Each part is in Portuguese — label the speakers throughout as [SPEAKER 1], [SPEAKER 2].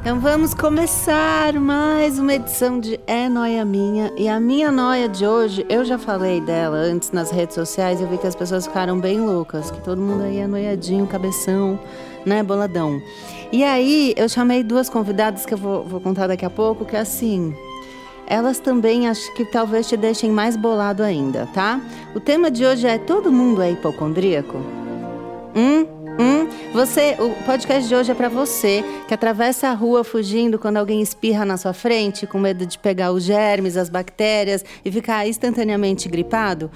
[SPEAKER 1] Então vamos começar mais uma edição de É Noia Minha. E a minha noia de hoje, eu já falei dela antes nas redes sociais, eu vi que as pessoas ficaram bem loucas, que todo mundo aí é noiadinho, cabeção, né, boladão. E aí eu chamei duas convidadas que eu vou, vou contar daqui a pouco, que é assim. Elas também acho que talvez te deixem mais bolado ainda, tá? O tema de hoje é Todo mundo é hipocondríaco? Hum? Hum? Você, o podcast de hoje é pra você que atravessa a rua fugindo quando alguém espirra na sua frente, com medo de pegar os germes, as bactérias e ficar instantaneamente gripado.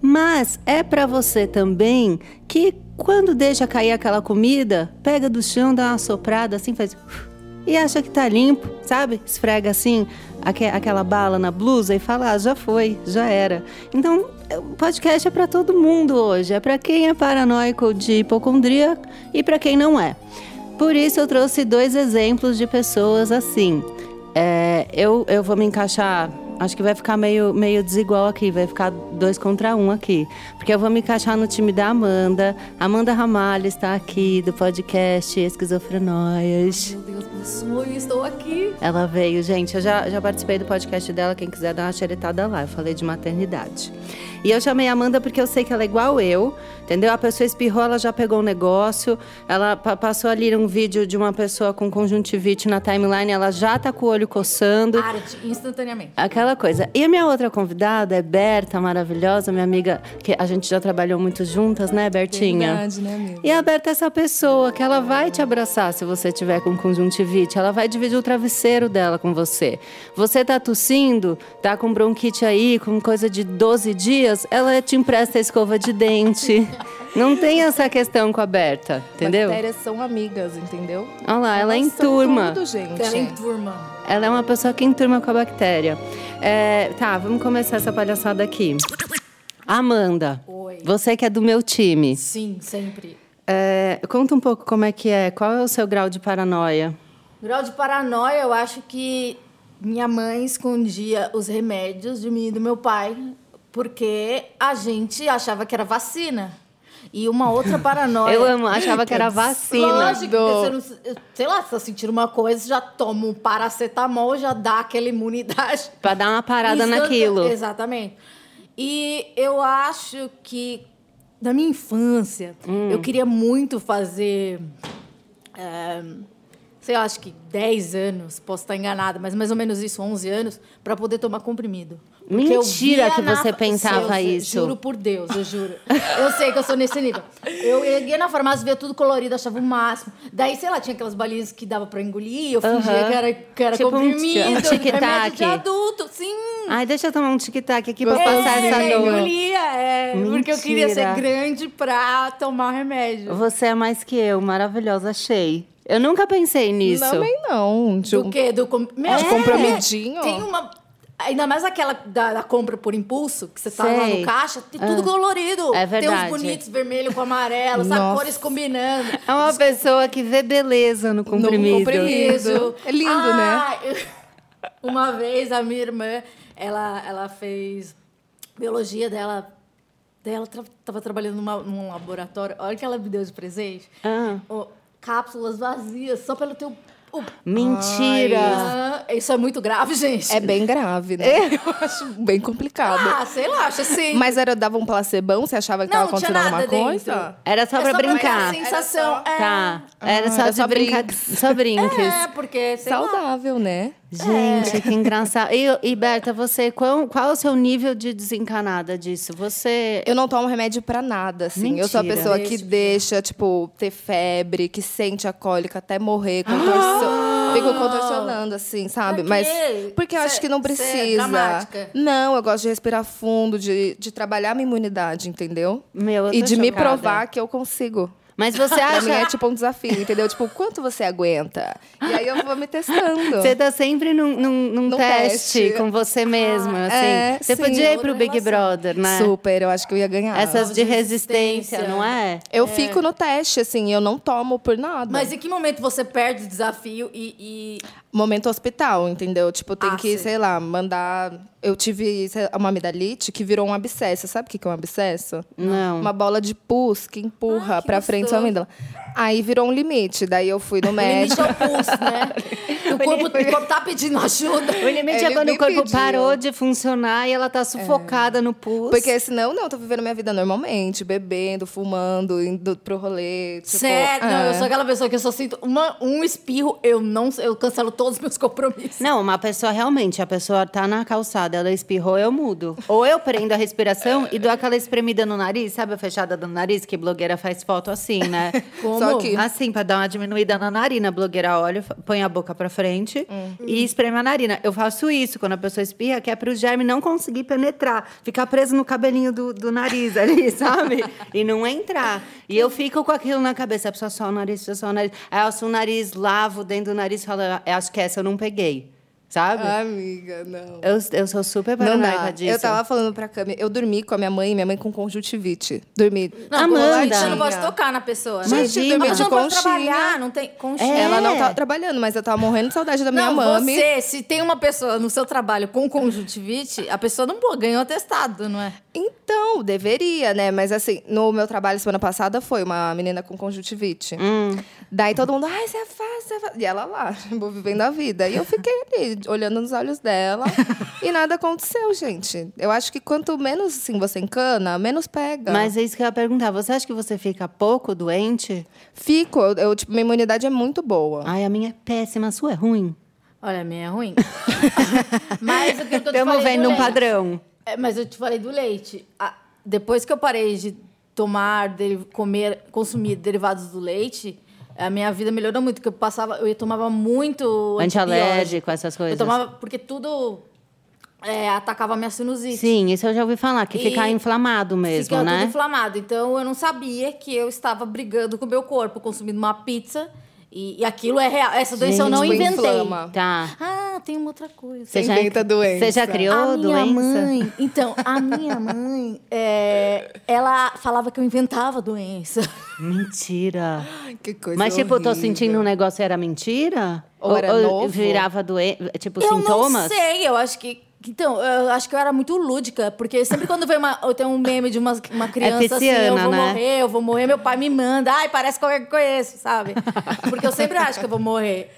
[SPEAKER 1] Mas é pra você também que quando deixa cair aquela comida, pega do chão, dá uma soprada assim, faz e acha que tá limpo, sabe? Esfrega assim aque- aquela bala na blusa e fala: ah, já foi, já era. Então, o podcast é pra todo mundo hoje, é pra quem é paranoico de hipocondria e pra quem não é. Por isso eu trouxe dois exemplos de pessoas assim. É, eu, eu vou me encaixar. Acho que vai ficar meio, meio desigual aqui, vai ficar dois contra um aqui. Porque eu vou me encaixar no time da Amanda. Amanda Ramalho está aqui do podcast Esquizofrenóias.
[SPEAKER 2] Meu Deus, me sonho, estou aqui.
[SPEAKER 1] Ela veio, gente. Eu já, já participei do podcast dela. Quem quiser dar uma xeretada lá, eu falei de maternidade. E eu chamei a Amanda porque eu sei que ela é igual eu, entendeu? A pessoa espirrou, ela já pegou um negócio. Ela pa- passou ali um vídeo de uma pessoa com conjuntivite na timeline, ela já tá com o olho coçando.
[SPEAKER 2] Arte, instantaneamente.
[SPEAKER 1] Aquela coisa. E a minha outra convidada é Berta, maravilhosa, minha amiga, que a gente já trabalhou muito juntas, né, Bertinha?
[SPEAKER 2] Verdade, né, amiga?
[SPEAKER 1] E é aberta essa pessoa que ela vai te abraçar se você tiver com conjuntivite, ela vai dividir o travesseiro dela com você. Você tá tossindo, tá com bronquite aí, com coisa de 12 dias, ela te empresta a escova de dente. Não tem essa questão com a Berta, entendeu?
[SPEAKER 3] Bactérias são amigas, entendeu?
[SPEAKER 1] Olha lá, ela é
[SPEAKER 3] Elas são
[SPEAKER 1] enturma.
[SPEAKER 3] Tudo, gente.
[SPEAKER 2] Ela em turma.
[SPEAKER 1] Ela é uma pessoa que enturma com a bactéria. É, tá, vamos começar essa palhaçada aqui. Amanda,
[SPEAKER 2] Oi.
[SPEAKER 1] você que é do meu time.
[SPEAKER 2] Sim, sempre.
[SPEAKER 1] É, conta um pouco como é que é. Qual é o seu grau de paranoia?
[SPEAKER 2] Grau de paranoia, eu acho que minha mãe escondia os remédios de mim e do meu pai, porque a gente achava que era vacina. E uma outra paranoia.
[SPEAKER 1] Eu amo, achava que era vacina.
[SPEAKER 2] Lógico, porque você não, sei lá, se eu sentir uma coisa, já toma um paracetamol, já dá aquela imunidade.
[SPEAKER 1] Pra dar uma parada
[SPEAKER 2] Isso,
[SPEAKER 1] naquilo.
[SPEAKER 2] Exatamente. E eu acho que na minha infância
[SPEAKER 1] Hum.
[SPEAKER 2] eu queria muito fazer. eh, sei lá, acho que 10 anos, posso estar enganada, mas mais ou menos isso, 11 anos, para poder tomar comprimido. Porque eu
[SPEAKER 1] Mentira
[SPEAKER 2] via
[SPEAKER 1] que você pensava
[SPEAKER 2] Sim, eu
[SPEAKER 1] isso.
[SPEAKER 2] Juro por Deus, eu juro. Eu sei que eu sou nesse nível. Eu ia na farmácia, via tudo colorido, achava o máximo. Daí, sei lá, tinha aquelas balinhas que dava pra engolir, eu fingia
[SPEAKER 1] Aham.
[SPEAKER 2] que era, que era
[SPEAKER 1] Tipo um
[SPEAKER 2] comprimido, remédio
[SPEAKER 1] tic-tac.
[SPEAKER 2] de adulto, sim.
[SPEAKER 1] Ai, deixa eu tomar um tic-tac aqui pra
[SPEAKER 3] Gostou?
[SPEAKER 1] passar
[SPEAKER 2] É,
[SPEAKER 1] essa
[SPEAKER 2] eu
[SPEAKER 1] dor.
[SPEAKER 2] engolia, é. Porque eu queria
[SPEAKER 1] Mentira.
[SPEAKER 2] ser grande pra tomar o remédio.
[SPEAKER 1] Você é mais que eu, maravilhosa, achei. Eu nunca pensei nisso.
[SPEAKER 3] Também não. De
[SPEAKER 2] Do
[SPEAKER 3] um-
[SPEAKER 2] quê? Do com... Meu, é.
[SPEAKER 3] De comprimidinho?
[SPEAKER 2] Tem um uma... Ainda mais aquela da, da compra por impulso, que você tá lá
[SPEAKER 1] Sei.
[SPEAKER 2] no caixa, tem tudo colorido.
[SPEAKER 1] É
[SPEAKER 2] Tem
[SPEAKER 1] verdade.
[SPEAKER 2] uns bonitos, vermelho com amarelo, sabe?
[SPEAKER 3] Nossa.
[SPEAKER 2] Cores combinando.
[SPEAKER 1] É uma pessoa que vê beleza no comprimido.
[SPEAKER 3] comprimido. Lindo. É lindo,
[SPEAKER 2] né? Uma vez a minha irmã, ela, ela fez biologia dela. Daí ela tra tava trabalhando numa, num laboratório. Olha o que ela me deu de presente.
[SPEAKER 1] Ah.
[SPEAKER 2] Ó, cápsulas vazias, só pelo teu. o-
[SPEAKER 1] Mentira.
[SPEAKER 2] Ah, isso é muito grave, gente.
[SPEAKER 3] É bem grave, né? Eu acho bem complicado.
[SPEAKER 2] Ah, sei lá, acho assim.
[SPEAKER 3] Mas era, dava um placebão? Você achava que
[SPEAKER 2] Não,
[SPEAKER 3] tava
[SPEAKER 2] não tinha
[SPEAKER 3] acontecendo alguma
[SPEAKER 2] nada dentro.
[SPEAKER 3] coisa?
[SPEAKER 1] Era só
[SPEAKER 2] É
[SPEAKER 1] pra
[SPEAKER 2] dar
[SPEAKER 1] brincar.
[SPEAKER 2] aquela sensação. É.
[SPEAKER 1] Tá. Era
[SPEAKER 3] Ah,
[SPEAKER 1] só
[SPEAKER 3] era
[SPEAKER 1] de
[SPEAKER 3] só
[SPEAKER 1] brincar.
[SPEAKER 3] brinks.
[SPEAKER 1] Só brinques.
[SPEAKER 2] É, porque. Sei lá.
[SPEAKER 3] Saudável, né?
[SPEAKER 1] Gente, que engraçado. E, e Berta, você, qual, qual é o seu nível de desencanada disso? Você.
[SPEAKER 3] Eu não tomo remédio pra nada, assim. Eu sou a
[SPEAKER 1] Mentira.
[SPEAKER 3] pessoa que
[SPEAKER 2] Deixa,
[SPEAKER 3] deixa, tipo, ter febre, que sente a cólica até morrer, contorção. fico contorcionando, assim, sabe?
[SPEAKER 2] Por
[SPEAKER 3] Mas.
[SPEAKER 2] Ah! quê?
[SPEAKER 3] Porque eu
[SPEAKER 2] Cê-
[SPEAKER 3] acho que não
[SPEAKER 2] cê é
[SPEAKER 3] precisa.
[SPEAKER 2] dramática.
[SPEAKER 3] não, eu gosto de respirar fundo, de, de trabalhar minha imunidade, entendeu?
[SPEAKER 1] Meu, eu
[SPEAKER 3] e
[SPEAKER 1] tô
[SPEAKER 3] de me
[SPEAKER 1] chocada.
[SPEAKER 3] provar que eu consigo.
[SPEAKER 1] Mas você
[SPEAKER 3] Pra mim é
[SPEAKER 1] acha.
[SPEAKER 3] tipo um desafio, entendeu? Tipo, quanto você aguenta? E aí eu vou me testando.
[SPEAKER 1] Você tá sempre num, num, num
[SPEAKER 3] Num
[SPEAKER 1] teste,
[SPEAKER 3] teste.
[SPEAKER 1] com você mesma, assim.
[SPEAKER 3] é,
[SPEAKER 1] você
[SPEAKER 3] sim,
[SPEAKER 1] podia ir pro
[SPEAKER 2] outra
[SPEAKER 1] Big
[SPEAKER 2] relação.
[SPEAKER 1] Brother, né?
[SPEAKER 3] Super, Um eu acho que eu ia ganhar.
[SPEAKER 1] Essas de
[SPEAKER 2] de
[SPEAKER 1] resistência,
[SPEAKER 2] resistência.
[SPEAKER 1] não é?
[SPEAKER 3] Eu fico no teste, assim, eu não tomo por nada.
[SPEAKER 2] Mas em que momento você perde o desafio e. e-
[SPEAKER 3] Momento hospital, entendeu? Tipo, tem
[SPEAKER 2] Ah,
[SPEAKER 3] que,
[SPEAKER 2] sei.
[SPEAKER 3] sei. lá, mandar. Eu tive sei lá, uma amidalite que virou um abscesso. Sabe o que que é um abscesso?
[SPEAKER 1] Não.
[SPEAKER 3] Uma bola de pus que empurra
[SPEAKER 2] Ai, que
[SPEAKER 3] pra frente a
[SPEAKER 2] gostoso.
[SPEAKER 3] amígdala. Aí virou um limite. Daí eu fui no
[SPEAKER 2] O limite
[SPEAKER 3] médico.
[SPEAKER 2] é o pulso, né? O corpo, o corpo tá pedindo ajuda.
[SPEAKER 1] O limite é
[SPEAKER 3] Ele
[SPEAKER 1] quando o
[SPEAKER 3] me
[SPEAKER 1] corpo
[SPEAKER 3] pediu. É.
[SPEAKER 1] parou de funcionar e ela tá sufocada no pulso.
[SPEAKER 3] Porque senão, não, eu tô vivendo minha vida normalmente, bebendo, fumando, indo pro rolê. Tipo,
[SPEAKER 2] Sério, não,
[SPEAKER 3] é.
[SPEAKER 2] eu sou aquela pessoa que eu só sinto uma- um espirro, eu não eu cancelo todos os meus compromissos.
[SPEAKER 1] Não, uma pessoa realmente, a pessoa tá na calçada, ela espirrou, eu mudo. Ou eu prendo a respiração e dou aquela espremida no nariz, sabe a fechada do nariz que blogueira faz foto assim, né?
[SPEAKER 2] Como?
[SPEAKER 3] Só que-
[SPEAKER 1] Assim, pra dar uma diminuída na narina, a blogueira olha, fa- põe a boca pra frente
[SPEAKER 3] Uhum.
[SPEAKER 1] e espreme a narina. Eu faço isso quando a pessoa espirra, que é pro germe não conseguir penetrar, ficar preso no cabelinho do, do nariz ali, sabe? E não entrar. E eu fico com aquilo na cabeça, a pessoa só o nariz, pessoa só o nariz. Aí eu sou o nariz, lavo dentro do nariz e falo, "Ah, acho que essa eu não peguei, sabe?
[SPEAKER 3] Amiga, não.
[SPEAKER 1] Eu, eu sou super
[SPEAKER 3] Não
[SPEAKER 1] paranoica
[SPEAKER 3] dá.
[SPEAKER 1] disso.
[SPEAKER 3] Eu tava falando pra Cami, eu dormi com a minha mãe, minha mãe com conjuntivite. Dormi.
[SPEAKER 2] Não,
[SPEAKER 1] Amanda.
[SPEAKER 2] você não pode tocar na pessoa, né?
[SPEAKER 3] Gente,
[SPEAKER 1] Imagina.
[SPEAKER 3] eu dormi
[SPEAKER 2] Mas
[SPEAKER 3] de
[SPEAKER 2] não pode
[SPEAKER 3] conchinha.
[SPEAKER 2] trabalhar, não tem conchinha.
[SPEAKER 1] É.
[SPEAKER 3] Ela não tava trabalhando, mas eu tava morrendo de saudade da minha
[SPEAKER 2] não,
[SPEAKER 3] mami.
[SPEAKER 2] você, se tem uma pessoa no seu trabalho com conjuntivite, a pessoa não pô, ganhou atestado, não é?
[SPEAKER 3] Então, deveria, né? Mas assim, no meu trabalho semana passada foi uma menina com conjuntivite. Daí todo mundo, ai, você faz, você faz. E ela lá, tipo, vivendo a vida. E eu fiquei ali, olhando nos olhos dela. e nada aconteceu, gente. Eu acho que quanto menos assim, você encana, menos pega.
[SPEAKER 1] Mas é isso que eu ia perguntar. Você acha que você fica pouco doente?
[SPEAKER 3] Fico, eu, eu, tipo, minha imunidade é muito boa.
[SPEAKER 1] Ai, a minha é péssima, a sua é ruim.
[SPEAKER 2] Olha, a minha é ruim. mas o que eu te
[SPEAKER 1] Estamos
[SPEAKER 2] falei do
[SPEAKER 1] vendo um
[SPEAKER 2] leite.
[SPEAKER 1] padrão.
[SPEAKER 2] É, mas eu te falei do leite. A- depois que eu parei de tomar, deri- comer, consumir derivados do leite, a minha vida melhorou muito, porque eu passava, eu tomava muito
[SPEAKER 1] Antialérgico,
[SPEAKER 2] antibiótico.
[SPEAKER 1] essas
[SPEAKER 2] Eu
[SPEAKER 1] coisas.
[SPEAKER 2] tomava porque tudo é, atacava a minha sinusite.
[SPEAKER 1] Sim, isso eu já ouvi falar, que
[SPEAKER 2] E
[SPEAKER 1] fica inflamado mesmo,
[SPEAKER 2] Fica
[SPEAKER 1] né?
[SPEAKER 2] tudo inflamado. Então eu não sabia que eu estava brigando com o meu corpo, consumindo uma pizza. E, e aquilo é real. Essa doença eu não
[SPEAKER 3] Gente, tipo,
[SPEAKER 2] inventei.
[SPEAKER 3] inflama.
[SPEAKER 1] Tá.
[SPEAKER 2] Ah, tem uma outra coisa.
[SPEAKER 1] Você já,
[SPEAKER 3] inventa doença.
[SPEAKER 1] Você já criou
[SPEAKER 2] a minha
[SPEAKER 1] doença?
[SPEAKER 2] mãe. Então, a minha mãe, é, ela falava que eu inventava doença.
[SPEAKER 1] Mentira.
[SPEAKER 3] Que coisa
[SPEAKER 1] Mas, tipo, eu tô
[SPEAKER 3] horrível.
[SPEAKER 1] sentindo um negócio era mentira?
[SPEAKER 3] Ou era novo?
[SPEAKER 1] virava doença, tipo,
[SPEAKER 2] eu
[SPEAKER 1] sintomas?
[SPEAKER 2] não sei, eu acho que. Então, eu acho que eu era muito lúdica, porque sempre quando vem uma, eu tenho um meme de uma, uma criança assim, eu
[SPEAKER 1] pisciana,
[SPEAKER 2] vou
[SPEAKER 1] né?
[SPEAKER 2] morrer, eu vou morrer, meu pai me manda, ai, parece que eu conheço, sabe? Porque eu sempre acho que eu vou morrer.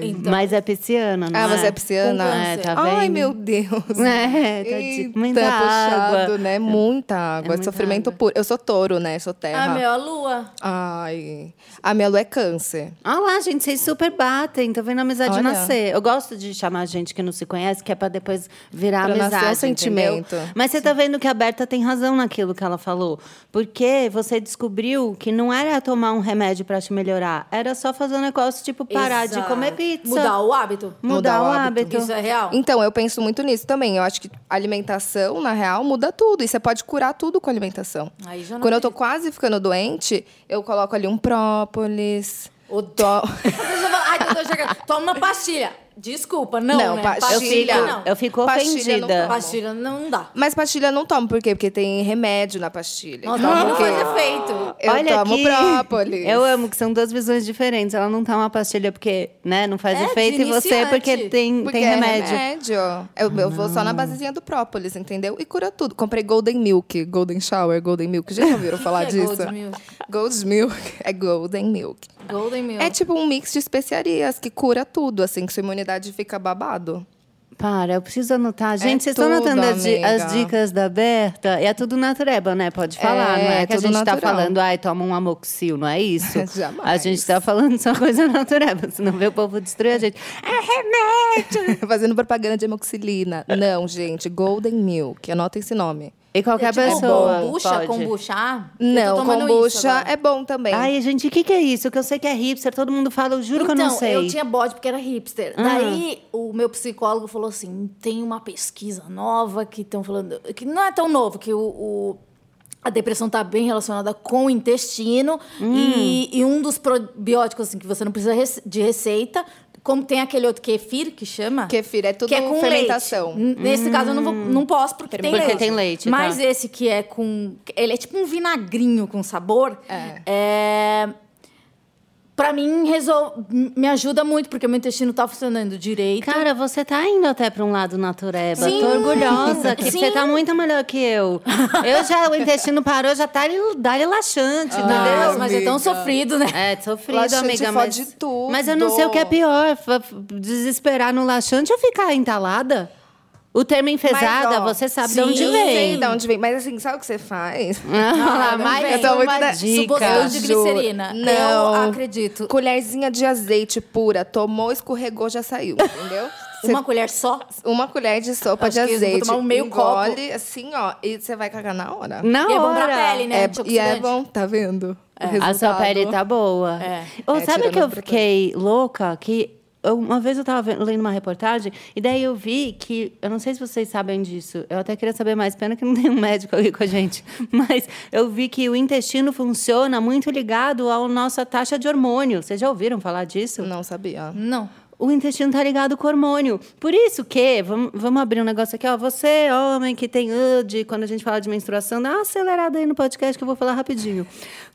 [SPEAKER 2] então,
[SPEAKER 1] Mas é pisciana, não
[SPEAKER 3] Ah,
[SPEAKER 1] é?
[SPEAKER 3] você é pisciana?
[SPEAKER 2] Com
[SPEAKER 1] É, tá vendo?
[SPEAKER 3] Ai, meu Deus.
[SPEAKER 1] É, tá de-
[SPEAKER 3] Eita,
[SPEAKER 1] muita
[SPEAKER 3] puxado,
[SPEAKER 1] água. É
[SPEAKER 3] né? Muita água,
[SPEAKER 1] muita
[SPEAKER 3] sofrimento
[SPEAKER 1] água.
[SPEAKER 3] puro. Eu sou touro, né? Sou
[SPEAKER 2] a
[SPEAKER 3] terra.
[SPEAKER 2] minha lua.
[SPEAKER 3] Ai, a minha lua é câncer.
[SPEAKER 1] Olha Ah lá, gente, vocês super batem. Tá vendo a amizade
[SPEAKER 3] Olha.
[SPEAKER 1] nascer. Eu gosto de chamar gente que não se conhece, que é pra depois virar
[SPEAKER 3] Pra
[SPEAKER 1] amizade.
[SPEAKER 3] nascer um
[SPEAKER 1] entendeu?
[SPEAKER 3] sentimento.
[SPEAKER 1] Mas você tá vendo que a Berta tem razão naquilo que ela falou. Porque você descobriu que não era tomar um remédio pra te melhorar, era só fazer um negócio tipo parar de
[SPEAKER 2] Exato.
[SPEAKER 1] comer pizza.
[SPEAKER 2] Mudar o hábito.
[SPEAKER 1] Mudar
[SPEAKER 3] mudar
[SPEAKER 1] o
[SPEAKER 3] o
[SPEAKER 1] hábito.
[SPEAKER 2] Isso é real.
[SPEAKER 3] Então, eu penso muito nisso também. Eu acho que alimentação, na real, muda tudo. E você pode curar tudo com alimentação.
[SPEAKER 2] Aí já não
[SPEAKER 3] Quando eu tô quase ficando doente, eu coloco ali um própolis.
[SPEAKER 2] O
[SPEAKER 3] dó.
[SPEAKER 2] A pessoa fala, ai, doutor, chega, toma uma pastilha. Desculpa, não,
[SPEAKER 3] Não,
[SPEAKER 2] né?
[SPEAKER 3] pastilha.
[SPEAKER 1] Eu fico,
[SPEAKER 2] não.
[SPEAKER 1] eu fico
[SPEAKER 3] Pastilha
[SPEAKER 1] ofendida.
[SPEAKER 3] não dá.
[SPEAKER 2] Pastilha não dá.
[SPEAKER 3] Mas pastilha eu não tomo, por quê? Porque tem remédio na pastilha.
[SPEAKER 2] Nossa,
[SPEAKER 3] Então,
[SPEAKER 2] não um
[SPEAKER 3] porque
[SPEAKER 2] faz efeito.
[SPEAKER 3] Eu tomo
[SPEAKER 1] aqui.
[SPEAKER 3] própolis.
[SPEAKER 1] Eu amo que são duas visões diferentes. Ela não tá uma pastilha porque, né, não faz
[SPEAKER 2] É, de
[SPEAKER 1] efeito e você
[SPEAKER 2] iniciante.
[SPEAKER 1] porque
[SPEAKER 2] Hum,
[SPEAKER 1] tem,
[SPEAKER 3] Porque
[SPEAKER 1] tem
[SPEAKER 3] é
[SPEAKER 1] remédio.
[SPEAKER 3] remédio. Eu, eu vou só na basezinha do própolis, entendeu? E cura tudo. Comprei Golden Milk, Golden Shower, Golden Milk. Já ouviram falar
[SPEAKER 2] que é
[SPEAKER 3] disso?
[SPEAKER 2] Golden Milk?
[SPEAKER 3] Gold Milk é Golden Milk.
[SPEAKER 2] Golden Milk.
[SPEAKER 3] É tipo um mix de especiarias que cura tudo, assim, que sua imunidade fica babado.
[SPEAKER 1] Para, eu preciso anotar. Gente, vocês estão
[SPEAKER 3] tudo,
[SPEAKER 1] anotando as, di-
[SPEAKER 3] amiga.
[SPEAKER 1] as dicas da Berta? E é tudo natureba, né? Pode falar,
[SPEAKER 3] É,
[SPEAKER 1] não é?
[SPEAKER 3] é
[SPEAKER 1] que a
[SPEAKER 3] tudo
[SPEAKER 1] gente tá
[SPEAKER 3] natural.
[SPEAKER 1] falando, ai, toma um amoxil, não é isso?
[SPEAKER 3] Jamais.
[SPEAKER 1] A gente tá falando só coisa natureba, senão vê o povo destruir a gente. É remédio!
[SPEAKER 3] Fazendo propaganda de amoxilina. Não, gente, Golden Milk. Anota esse nome.
[SPEAKER 1] E qualquer
[SPEAKER 2] tipo,
[SPEAKER 1] pessoa.
[SPEAKER 2] Kombucha,
[SPEAKER 1] pode.
[SPEAKER 2] kombucha. Eu tô
[SPEAKER 3] Não,
[SPEAKER 2] tomando isso
[SPEAKER 3] kombucha
[SPEAKER 2] agora.
[SPEAKER 3] é bom também.
[SPEAKER 1] Ai, gente, o que, que é isso? Que eu sei que é hipster, todo mundo fala, eu juro
[SPEAKER 2] então,
[SPEAKER 1] que eu não sei.
[SPEAKER 2] eu tinha bode porque era hipster. Daí o meu psicólogo falou assim: tem uma pesquisa nova que estão falando. que não é tão novo, que o, o- a depressão está bem relacionada com o intestino. E, e um dos probióticos assim, que você não precisa rece- de receita, como tem aquele outro kefir que chama.
[SPEAKER 3] Kefir é tudo
[SPEAKER 2] que é com
[SPEAKER 3] fermentação.
[SPEAKER 1] Hum,
[SPEAKER 2] leite. N- Nesse caso eu não, vou- não posso porque tem
[SPEAKER 1] Porque
[SPEAKER 2] leite.
[SPEAKER 1] tem leite, tá.
[SPEAKER 2] Mas esse que é com. Ele é tipo um vinagrinho com sabor.
[SPEAKER 3] É.
[SPEAKER 2] É, Pra mim, resol... m- me ajuda muito, porque meu intestino tá funcionando direito.
[SPEAKER 1] Cara, você tá indo até pra um lado natureba.
[SPEAKER 2] Sim.
[SPEAKER 1] Tô orgulhosa que
[SPEAKER 2] Sim.
[SPEAKER 1] você tá muito melhor que eu. Eu já, o intestino parou, já tá dá-lhe laxante, entendeu?
[SPEAKER 2] Nossa, mas é tão sofrido, né?
[SPEAKER 1] É, sofrido,
[SPEAKER 3] Laxante
[SPEAKER 1] amiga, mas...
[SPEAKER 3] fode tudo.
[SPEAKER 1] Mas eu não sei o que é pior, fa- desesperar no laxante ou ficar entalada? O termo enfesada,
[SPEAKER 3] ó,
[SPEAKER 1] você sabe de
[SPEAKER 2] sim,
[SPEAKER 1] onde
[SPEAKER 3] eu sei
[SPEAKER 1] vem.
[SPEAKER 3] de onde vem. Mas assim, sabe o que você faz?
[SPEAKER 1] Ah,
[SPEAKER 2] vem.
[SPEAKER 1] mais
[SPEAKER 2] Eu tô
[SPEAKER 1] uma
[SPEAKER 3] muito da-
[SPEAKER 1] dica.
[SPEAKER 2] Suposição
[SPEAKER 3] Eu
[SPEAKER 2] de
[SPEAKER 3] juro.
[SPEAKER 2] glicerina.
[SPEAKER 3] Não.
[SPEAKER 2] Eu acredito.
[SPEAKER 3] Colherzinha de azeite pura, tomou, escorregou, já saiu, entendeu? Cê-
[SPEAKER 2] Uma colher só.
[SPEAKER 3] uma colher de sopa
[SPEAKER 2] Acho
[SPEAKER 3] de
[SPEAKER 2] que eu vou
[SPEAKER 3] azeite.
[SPEAKER 2] tomar um meio
[SPEAKER 3] engole, assim, ó, e você vai cagar na hora.
[SPEAKER 1] Na
[SPEAKER 2] E é bom pra
[SPEAKER 1] hora. É,
[SPEAKER 2] pele, né?
[SPEAKER 3] É, e é
[SPEAKER 2] Antioxidante.
[SPEAKER 3] bom, tá vendo? O
[SPEAKER 1] A sua
[SPEAKER 3] resultado.
[SPEAKER 1] pele tá boa.
[SPEAKER 2] É.
[SPEAKER 1] Ou
[SPEAKER 3] É,
[SPEAKER 1] sabe
[SPEAKER 3] tirando
[SPEAKER 1] que eu
[SPEAKER 3] outra coisa.
[SPEAKER 1] fiquei louca? Que eu- uma vez eu tava vendo- lendo uma reportagem e daí eu vi que. Eu não sei se vocês sabem disso. Eu até queria saber mais. Pena que não tem um médico aqui com a gente. Mas eu vi que o intestino funciona muito ligado à nossa taxa de hormônio. Vocês já ouviram falar disso?
[SPEAKER 3] Não sabia.
[SPEAKER 2] Não.
[SPEAKER 1] O intestino tá ligado com o hormônio. Por isso que, vamos, vamos abrir um negócio aqui, ó. Você, homem que tem UD, quando a gente fala de menstruação, dá uma acelerada aí no podcast que eu vou falar rapidinho.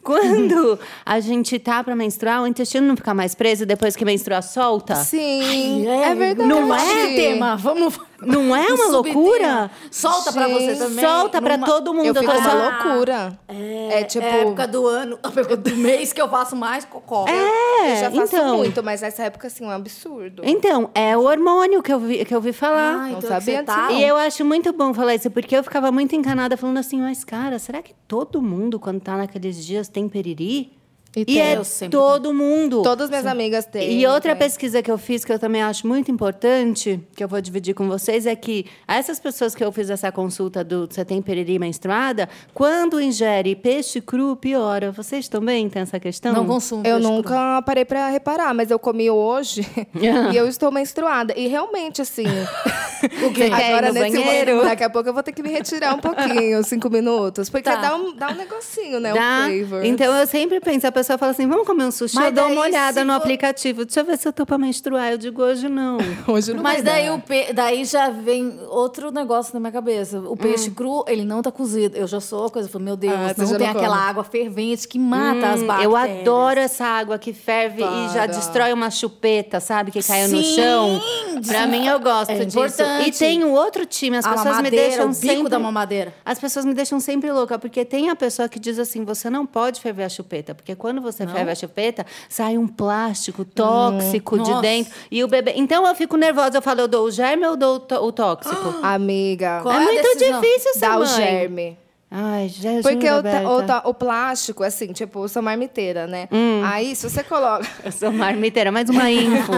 [SPEAKER 1] Quando a gente tá pra menstruar, o intestino não fica mais preso e depois que menstruar solta?
[SPEAKER 3] Sim,
[SPEAKER 2] Ai,
[SPEAKER 3] é, verdade.
[SPEAKER 2] Não é tema. Vamos.
[SPEAKER 1] Não é uma
[SPEAKER 2] Um
[SPEAKER 1] loucura?
[SPEAKER 2] subtema. Solta pra você
[SPEAKER 3] Sim.
[SPEAKER 2] também.
[SPEAKER 1] Solta pra
[SPEAKER 2] Numa-
[SPEAKER 1] todo mundo.
[SPEAKER 3] Eu fico
[SPEAKER 1] tô
[SPEAKER 3] uma
[SPEAKER 1] só-
[SPEAKER 3] loucura. É, tipo...
[SPEAKER 2] tá É a época do ano, a época do mês que eu faço mais cocó.
[SPEAKER 1] É,
[SPEAKER 3] eu já faço
[SPEAKER 1] então.
[SPEAKER 3] muito, mas essa época, assim, é um absurdo.
[SPEAKER 1] Então, é o hormônio que eu vi, que eu vi falar.
[SPEAKER 2] Ah,
[SPEAKER 3] Não
[SPEAKER 2] então é que
[SPEAKER 3] sabia
[SPEAKER 2] você tá.
[SPEAKER 1] E eu acho muito bom falar isso, porque eu ficava muito encanada falando assim, mas cara, será que todo mundo, quando tá naqueles dias, tem periri?
[SPEAKER 3] E
[SPEAKER 1] E,
[SPEAKER 3] tem.
[SPEAKER 1] é
[SPEAKER 2] Eu sempre
[SPEAKER 1] todo mundo.
[SPEAKER 3] Todas minhas amigas têm.
[SPEAKER 1] E outra
[SPEAKER 3] têm.
[SPEAKER 1] pesquisa que eu fiz, que eu também acho muito importante, que eu vou dividir com vocês, é que essas pessoas que eu fiz essa consulta do você tem periri menstruada, quando ingere peixe cru, piora. Vocês também têm essa questão?
[SPEAKER 2] Não consumo.
[SPEAKER 3] Eu
[SPEAKER 2] peixe
[SPEAKER 3] nunca
[SPEAKER 2] cru.
[SPEAKER 3] parei pra reparar, mas eu comi hoje e eu estou menstruada. E realmente, assim.
[SPEAKER 1] Ah. O que quer ir no banheiro?
[SPEAKER 3] momento, daqui a pouco eu vou ter que me retirar um pouquinho, cinco minutos. Porque
[SPEAKER 2] Tá.
[SPEAKER 3] dá, um, dá um negocinho,
[SPEAKER 2] é
[SPEAKER 3] né?
[SPEAKER 1] Dá.
[SPEAKER 3] Um flavor.
[SPEAKER 1] Então eu sempre penso, a pessoa fala assim: vamos comer um sushi,
[SPEAKER 2] Mas
[SPEAKER 1] eu dou uma
[SPEAKER 2] daí,
[SPEAKER 1] olhada
[SPEAKER 2] se
[SPEAKER 1] no
[SPEAKER 2] for-
[SPEAKER 1] aplicativo. Deixa eu ver se eu tô pra menstruar. Eu digo hoje não.
[SPEAKER 3] Hoje não
[SPEAKER 2] Mas
[SPEAKER 3] vai
[SPEAKER 2] daí,
[SPEAKER 3] dar.
[SPEAKER 2] o pe... daí já vem outro negócio na minha cabeça. O peixe cru, ele não tá cozido. Eu já sou coisa, eu falei, meu Deus,
[SPEAKER 3] Hum. Ah, você
[SPEAKER 2] não
[SPEAKER 3] já
[SPEAKER 2] tem
[SPEAKER 3] não come. Hum,
[SPEAKER 2] aquela água fervente que mata as bactérias.
[SPEAKER 1] Eu adoro essa água que ferve e já
[SPEAKER 3] Para.
[SPEAKER 1] destrói uma chupeta, sabe? Que caiu no
[SPEAKER 2] Sim,
[SPEAKER 1] chão. Pra
[SPEAKER 2] sim.
[SPEAKER 1] mim, eu gosto
[SPEAKER 2] É
[SPEAKER 1] disso.
[SPEAKER 2] importante.
[SPEAKER 1] E tem um outro time, as
[SPEAKER 2] A
[SPEAKER 1] pessoas me
[SPEAKER 2] mamadeira,
[SPEAKER 1] deixam
[SPEAKER 2] o bico
[SPEAKER 1] sempre...
[SPEAKER 2] da mamadeira.
[SPEAKER 1] As pessoas me deixam sempre louca, porque tem a pessoa que diz assim, você não pode ferver a chupeta, porque quando você ferve a chupeta, sai um plástico tóxico de
[SPEAKER 2] Hum, Nossa.
[SPEAKER 1] dentro. E o bebê... Então, eu fico nervosa, eu falo, eu dou o germe ou eu dou o tó- o tóxico?
[SPEAKER 3] Amiga,
[SPEAKER 2] Qual
[SPEAKER 1] é
[SPEAKER 2] é a
[SPEAKER 1] muito
[SPEAKER 2] decisão?
[SPEAKER 1] difícil ser
[SPEAKER 3] dá o
[SPEAKER 1] mãe.
[SPEAKER 3] germe.
[SPEAKER 1] Ai, Jesus,
[SPEAKER 3] Porque o, ta-
[SPEAKER 1] Roberta.
[SPEAKER 3] o ta- o plástico, assim, tipo, eu sou marmiteira, né?
[SPEAKER 1] Hum.
[SPEAKER 3] Aí, se você coloca.
[SPEAKER 1] Eu sou marmiteira, mais uma info.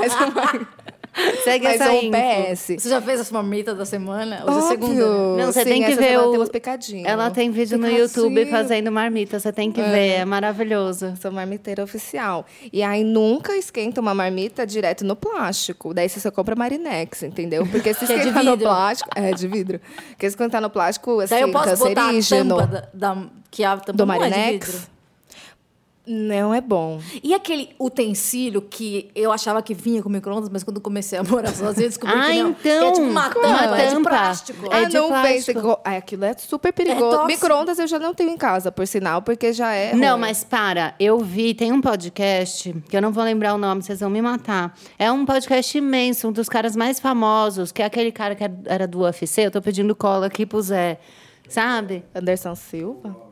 [SPEAKER 3] mais uma-
[SPEAKER 1] Segue
[SPEAKER 3] mais
[SPEAKER 1] essa
[SPEAKER 3] um
[SPEAKER 1] info.
[SPEAKER 3] PS.
[SPEAKER 2] Você já fez a sua marmita da semana? Hoje
[SPEAKER 3] Óbvio.
[SPEAKER 2] é segunda.
[SPEAKER 1] Não, você tem
[SPEAKER 3] Sim,
[SPEAKER 1] que
[SPEAKER 3] essa
[SPEAKER 1] ver
[SPEAKER 3] semana
[SPEAKER 1] o...
[SPEAKER 3] tem umas picadinhas.
[SPEAKER 1] Ela tem vídeo no
[SPEAKER 3] Picadinho.
[SPEAKER 1] YouTube fazendo marmita, você tem que ver, é maravilhoso.
[SPEAKER 3] Sou marmiteira oficial. E aí nunca esquenta uma marmita direto no plástico. Daí você só compra Marinex, entendeu? Porque se
[SPEAKER 2] Que é de
[SPEAKER 3] esquentar no
[SPEAKER 2] vidro.
[SPEAKER 3] plástico. É, de vidro. Porque se esquentar no plástico, assim,
[SPEAKER 2] Daí eu posso botar a
[SPEAKER 3] cancerígeno.
[SPEAKER 2] tampa da, da- que a tampa
[SPEAKER 3] do
[SPEAKER 2] não é de
[SPEAKER 3] Marinex.
[SPEAKER 2] vidro.
[SPEAKER 3] Não é bom.
[SPEAKER 2] E aquele utensílio que eu achava que vinha com micro-ondas, mas quando comecei a morar sozinha, eu descobri
[SPEAKER 1] Ah,
[SPEAKER 2] que não. Que é
[SPEAKER 1] então.
[SPEAKER 2] tipo uma
[SPEAKER 1] Como?
[SPEAKER 2] tampa, é de
[SPEAKER 1] Tampa.
[SPEAKER 2] plástico.
[SPEAKER 1] É
[SPEAKER 3] ah,
[SPEAKER 1] de
[SPEAKER 3] não
[SPEAKER 1] plástico.
[SPEAKER 3] pense. que- Ah, aquilo é super perigoso.
[SPEAKER 2] tóxico.
[SPEAKER 3] Micro-ondas eu já não tenho em casa, por sinal, porque já é.
[SPEAKER 1] Não,
[SPEAKER 3] ruim.
[SPEAKER 1] mas para, eu vi, tem um podcast, que eu não vou lembrar o nome, vocês vão me matar. É um podcast imenso, um dos caras mais famosos, que é aquele cara que era do UFC, eu tô pedindo cola aqui pro Zé, sabe?
[SPEAKER 3] Anderson Silva?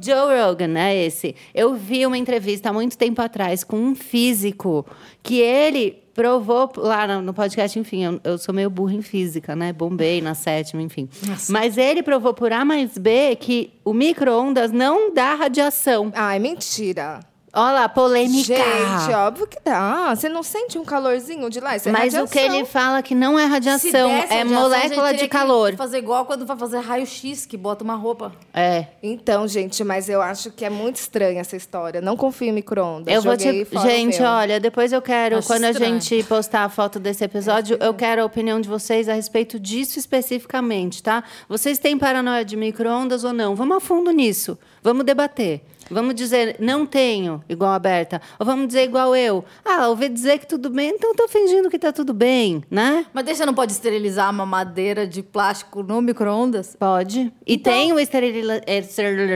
[SPEAKER 1] Joe Rogan, é esse. Eu vi uma entrevista há muito tempo atrás com um físico que ele provou lá no no podcast, enfim, eu, eu sou meio burra em física, né? Bombei na sétima, enfim. Mas ele provou por A mais B que o micro-ondas não dá radiação.
[SPEAKER 3] Ai, mentira.
[SPEAKER 1] Olha lá, polêmica.
[SPEAKER 3] Gente, óbvio que dá. Você não sente um calorzinho de lá? Isso é
[SPEAKER 1] Mas
[SPEAKER 3] radiação.
[SPEAKER 1] o que ele fala que não é
[SPEAKER 2] Se
[SPEAKER 1] radiação,
[SPEAKER 2] desse radiação,
[SPEAKER 1] é
[SPEAKER 2] a gente
[SPEAKER 1] molécula
[SPEAKER 2] teria
[SPEAKER 1] de
[SPEAKER 2] que
[SPEAKER 1] calor.
[SPEAKER 2] Fazer igual quando vai fazer raio-x, que bota uma roupa.
[SPEAKER 1] É.
[SPEAKER 3] Então, gente, mas eu acho que é muito estranha essa história. Não confio em micro-ondas.
[SPEAKER 1] Eu vou
[SPEAKER 3] Joguei
[SPEAKER 1] te.
[SPEAKER 3] fora o
[SPEAKER 1] Gente,
[SPEAKER 3] meu.
[SPEAKER 1] olha, depois eu quero,
[SPEAKER 2] Acho
[SPEAKER 1] quando a
[SPEAKER 2] estranho.
[SPEAKER 1] gente postar a foto desse episódio, eu quero a opinião de vocês a respeito disso especificamente, tá? Vocês têm paranoia de micro-ondas ou não? Vamos a fundo nisso. Vamos debater. Vamos dizer, não tenho, igual a Berta. Ou vamos dizer, igual eu. Ah, ouvi dizer que tudo bem, então tô fingindo que tá tudo bem, né?
[SPEAKER 2] Mas deixa, não pode esterilizar a mamadeira de plástico no micro-ondas?
[SPEAKER 1] Pode. E tem o esterila-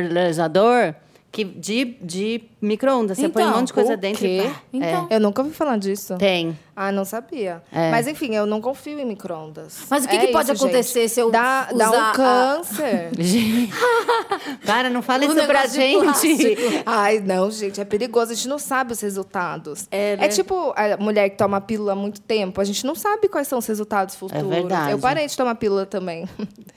[SPEAKER 1] esterilizador que de, de micro-ondas. Você põe um
[SPEAKER 2] Então,
[SPEAKER 1] monte de coisa
[SPEAKER 3] o
[SPEAKER 1] dentro
[SPEAKER 3] quê?
[SPEAKER 1] e pá. É.
[SPEAKER 2] Então.
[SPEAKER 3] Eu nunca ouvi falar disso.
[SPEAKER 1] Tem.
[SPEAKER 3] Ah, não sabia.
[SPEAKER 1] É.
[SPEAKER 3] Mas enfim, eu não confio em micro-ondas. É
[SPEAKER 2] Mas o que que pode acontecer
[SPEAKER 3] gente.
[SPEAKER 2] se eu
[SPEAKER 3] dá, dá
[SPEAKER 2] usar
[SPEAKER 3] um
[SPEAKER 2] a-
[SPEAKER 3] câncer?
[SPEAKER 1] Gente. Para, não fala
[SPEAKER 2] Um
[SPEAKER 1] isso pra
[SPEAKER 2] negócio de
[SPEAKER 1] gente.
[SPEAKER 2] plástico.
[SPEAKER 3] Ai, não, gente, é perigoso. A gente não sabe os resultados.
[SPEAKER 2] É, né?
[SPEAKER 3] tipo a mulher que toma pílula há muito tempo. A gente não sabe quais são os resultados futuros.
[SPEAKER 1] É verdade.
[SPEAKER 3] Eu parei de tomar pílula também.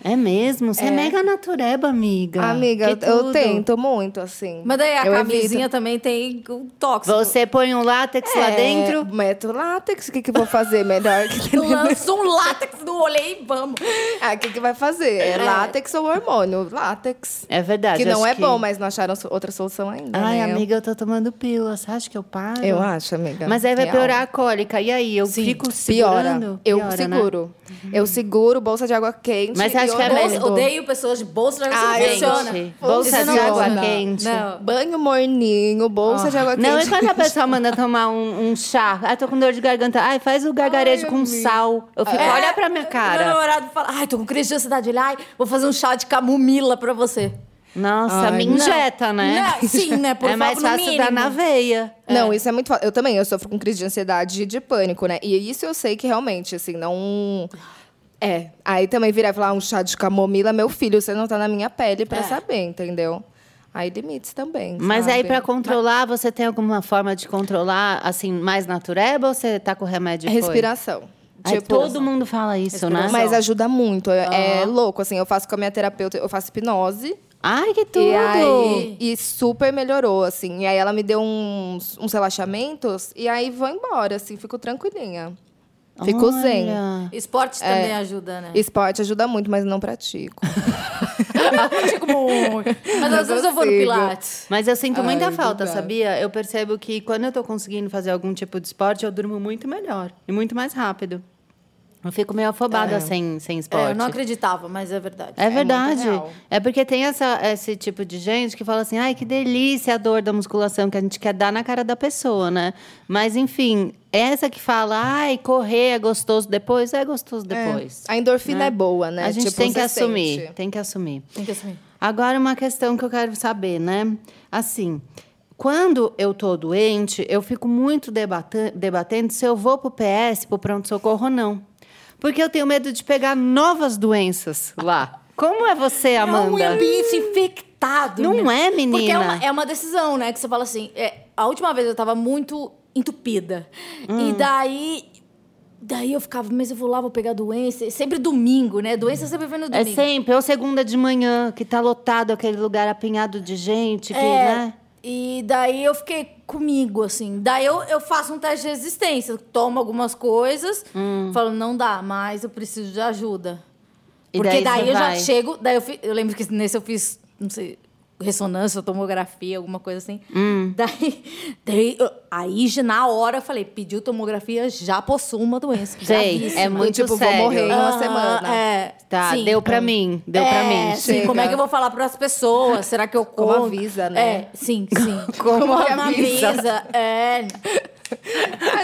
[SPEAKER 1] É mesmo? Você é, mega natureba, amiga.
[SPEAKER 3] Amiga,
[SPEAKER 1] Ah, Que
[SPEAKER 3] eu
[SPEAKER 1] tudo. é
[SPEAKER 3] tento muito, assim.
[SPEAKER 2] Mas daí a
[SPEAKER 3] eu
[SPEAKER 2] camisinha também tem o tóxico.
[SPEAKER 1] Você põe um látex
[SPEAKER 3] É.
[SPEAKER 1] lá dentro.
[SPEAKER 3] Meto látex, o que, que eu vou fazer? Melhor que.
[SPEAKER 2] Lança um látex no olho e vamos.
[SPEAKER 3] ah, o que, que vai fazer? É, látex ou hormônio? Látex.
[SPEAKER 1] É verdade.
[SPEAKER 3] que não
[SPEAKER 1] acho
[SPEAKER 3] é bom, mas não acharam so- outra solução ainda.
[SPEAKER 1] Ai,
[SPEAKER 3] né?
[SPEAKER 1] amiga, eu tô tomando pílula. Você acha que eu paro?
[SPEAKER 3] Eu acho, amiga.
[SPEAKER 1] Mas aí vai
[SPEAKER 3] Real.
[SPEAKER 1] piorar a cólica. E aí? Eu
[SPEAKER 3] Sim,
[SPEAKER 1] fico segurando?
[SPEAKER 3] assim. Piora. Eu
[SPEAKER 1] Piora, né?
[SPEAKER 3] seguro. Eu seguro bolsa de água quente.
[SPEAKER 1] Mas você acha
[SPEAKER 3] e
[SPEAKER 1] que é
[SPEAKER 3] odor.
[SPEAKER 1] melhor?
[SPEAKER 2] Bolsa, odeio pessoas de bolsa, não
[SPEAKER 3] Ah,
[SPEAKER 1] Gente,
[SPEAKER 2] funciona.
[SPEAKER 1] bolsa
[SPEAKER 3] Isso
[SPEAKER 1] de
[SPEAKER 3] não
[SPEAKER 1] água
[SPEAKER 3] funciona.
[SPEAKER 1] quente.
[SPEAKER 2] Não.
[SPEAKER 3] Banho morninho, bolsa de água quente.
[SPEAKER 1] Ah. Não, e quando a pessoa manda tomar um, um chá? Ah, tô com dor de garganta. Ai, faz o gargarejo com sal. Eu
[SPEAKER 3] É.
[SPEAKER 1] fico, olha pra minha
[SPEAKER 2] É. Meu
[SPEAKER 1] cara.
[SPEAKER 2] namorado fala, ai, tô com crise de ansiedade. Ele, ai, vou fazer um chá de camomila pra você.
[SPEAKER 1] Nossa,
[SPEAKER 3] Ai,
[SPEAKER 1] me
[SPEAKER 3] não.
[SPEAKER 1] injeta, né?
[SPEAKER 2] Não, sim, né? Por
[SPEAKER 1] é mais
[SPEAKER 2] favor, no
[SPEAKER 1] fácil dar na
[SPEAKER 2] mínimo.
[SPEAKER 1] veia.
[SPEAKER 3] Não, isso é muito fácil. Eu também, eu sofro com crise de ansiedade e de pânico, né? E isso eu sei que realmente, assim, não. É. Aí também virar e falar "Ah, um chá de camomila, meu filho, você não tá na minha pele pra saber, entendeu? Aí limites também.
[SPEAKER 1] Mas aí,
[SPEAKER 3] sabe?
[SPEAKER 1] pra controlar, você tem alguma forma de controlar, assim, mais natureba ou você tá com remédio e foi?
[SPEAKER 3] Respiração.
[SPEAKER 1] Ai,
[SPEAKER 3] Tipo,
[SPEAKER 1] todo mundo fala isso, né?
[SPEAKER 3] Mas ajuda muito. É, é louco, assim. Eu faço com a minha terapeuta, eu faço hipnose.
[SPEAKER 1] Ai, que tudo!
[SPEAKER 3] E aí, e super melhorou, assim. E aí ela me deu uns, uns relaxamentos e aí vou embora, assim, fico tranquilinha. Fico zen.
[SPEAKER 1] Olha.
[SPEAKER 2] Esporte
[SPEAKER 1] É.
[SPEAKER 2] também ajuda, né?
[SPEAKER 3] Esporte ajuda muito, mas não pratico.
[SPEAKER 2] Esporte comum. Mas às vezes eu vou no
[SPEAKER 3] consigo.
[SPEAKER 2] Pilates.
[SPEAKER 1] Mas eu sinto muita
[SPEAKER 3] Ai,
[SPEAKER 1] falta,
[SPEAKER 3] obrigada.
[SPEAKER 1] sabia? Eu percebo que quando eu tô conseguindo fazer algum tipo de esporte, eu durmo muito melhor e muito mais rápido. Eu fico meio afobada sem, sem esporte.
[SPEAKER 2] É, eu não acreditava, mas é verdade.
[SPEAKER 1] É verdade.
[SPEAKER 3] real.
[SPEAKER 1] É, porque tem essa, esse tipo de gente que fala assim: ai, que delícia a dor da musculação que a gente quer dar na cara da pessoa, né? Mas, enfim, essa que fala, ai, correr é gostoso depois, é gostoso depois.
[SPEAKER 3] A endorfina é boa, né?
[SPEAKER 1] A gente
[SPEAKER 3] Tipo,
[SPEAKER 1] tem que
[SPEAKER 3] você
[SPEAKER 1] assumir,
[SPEAKER 3] sente.
[SPEAKER 1] tem que assumir.
[SPEAKER 2] Tem que assumir.
[SPEAKER 1] Agora, uma questão que eu quero saber, né? Assim, quando eu tô doente, eu fico muito debata- debatendo se eu vou pro PS, pro pronto-socorro ou não. Porque eu tenho medo de pegar novas doenças lá. Como é você, Amanda?
[SPEAKER 2] É um ambiente infectado.
[SPEAKER 1] Não
[SPEAKER 2] né?
[SPEAKER 1] é, menina?
[SPEAKER 2] Porque é uma, é uma decisão, né? Que você fala assim... é, a última vez eu tava muito entupida.
[SPEAKER 1] Hum.
[SPEAKER 2] E daí... Daí eu ficava, mas eu vou lá, vou pegar doença. E Sempre domingo, né? Doença sempre vem no
[SPEAKER 1] É
[SPEAKER 2] domingo.
[SPEAKER 1] sempre, ou segunda de manhã, que tá lotado aquele lugar apinhado de gente, que,
[SPEAKER 2] É.
[SPEAKER 1] né?
[SPEAKER 2] E daí eu fiquei comigo, assim. Daí eu, eu faço um teste de resistência. Eu Tomo algumas coisas,
[SPEAKER 1] Hum.
[SPEAKER 2] falo, não dá, mas eu preciso de ajuda.
[SPEAKER 1] E
[SPEAKER 2] Porque daí,
[SPEAKER 1] daí você
[SPEAKER 2] eu já
[SPEAKER 1] vai.
[SPEAKER 2] chego. Daí eu, fi- eu lembro que nesse eu fiz, não sei, ressonância, ou tomografia, alguma coisa assim.
[SPEAKER 1] Hum.
[SPEAKER 2] Daí, daí eu- aí já na hora eu falei, pediu tomografia, já possuo uma doença. já
[SPEAKER 1] Sei,
[SPEAKER 2] vi,
[SPEAKER 1] é
[SPEAKER 2] sim.
[SPEAKER 1] muito
[SPEAKER 3] tipo,
[SPEAKER 1] sério.
[SPEAKER 3] vou morrer em uma
[SPEAKER 2] Aham,
[SPEAKER 3] semana.
[SPEAKER 2] É,
[SPEAKER 1] Tá,
[SPEAKER 2] sim.
[SPEAKER 1] deu pra mim, deu pra
[SPEAKER 2] É,
[SPEAKER 1] mim.
[SPEAKER 2] Sim, como é que eu vou falar pras pessoas? Será que eu
[SPEAKER 3] Como
[SPEAKER 2] conto?
[SPEAKER 3] avisa, né?
[SPEAKER 2] É, sim, sim.
[SPEAKER 1] Como
[SPEAKER 3] avisa?
[SPEAKER 2] É.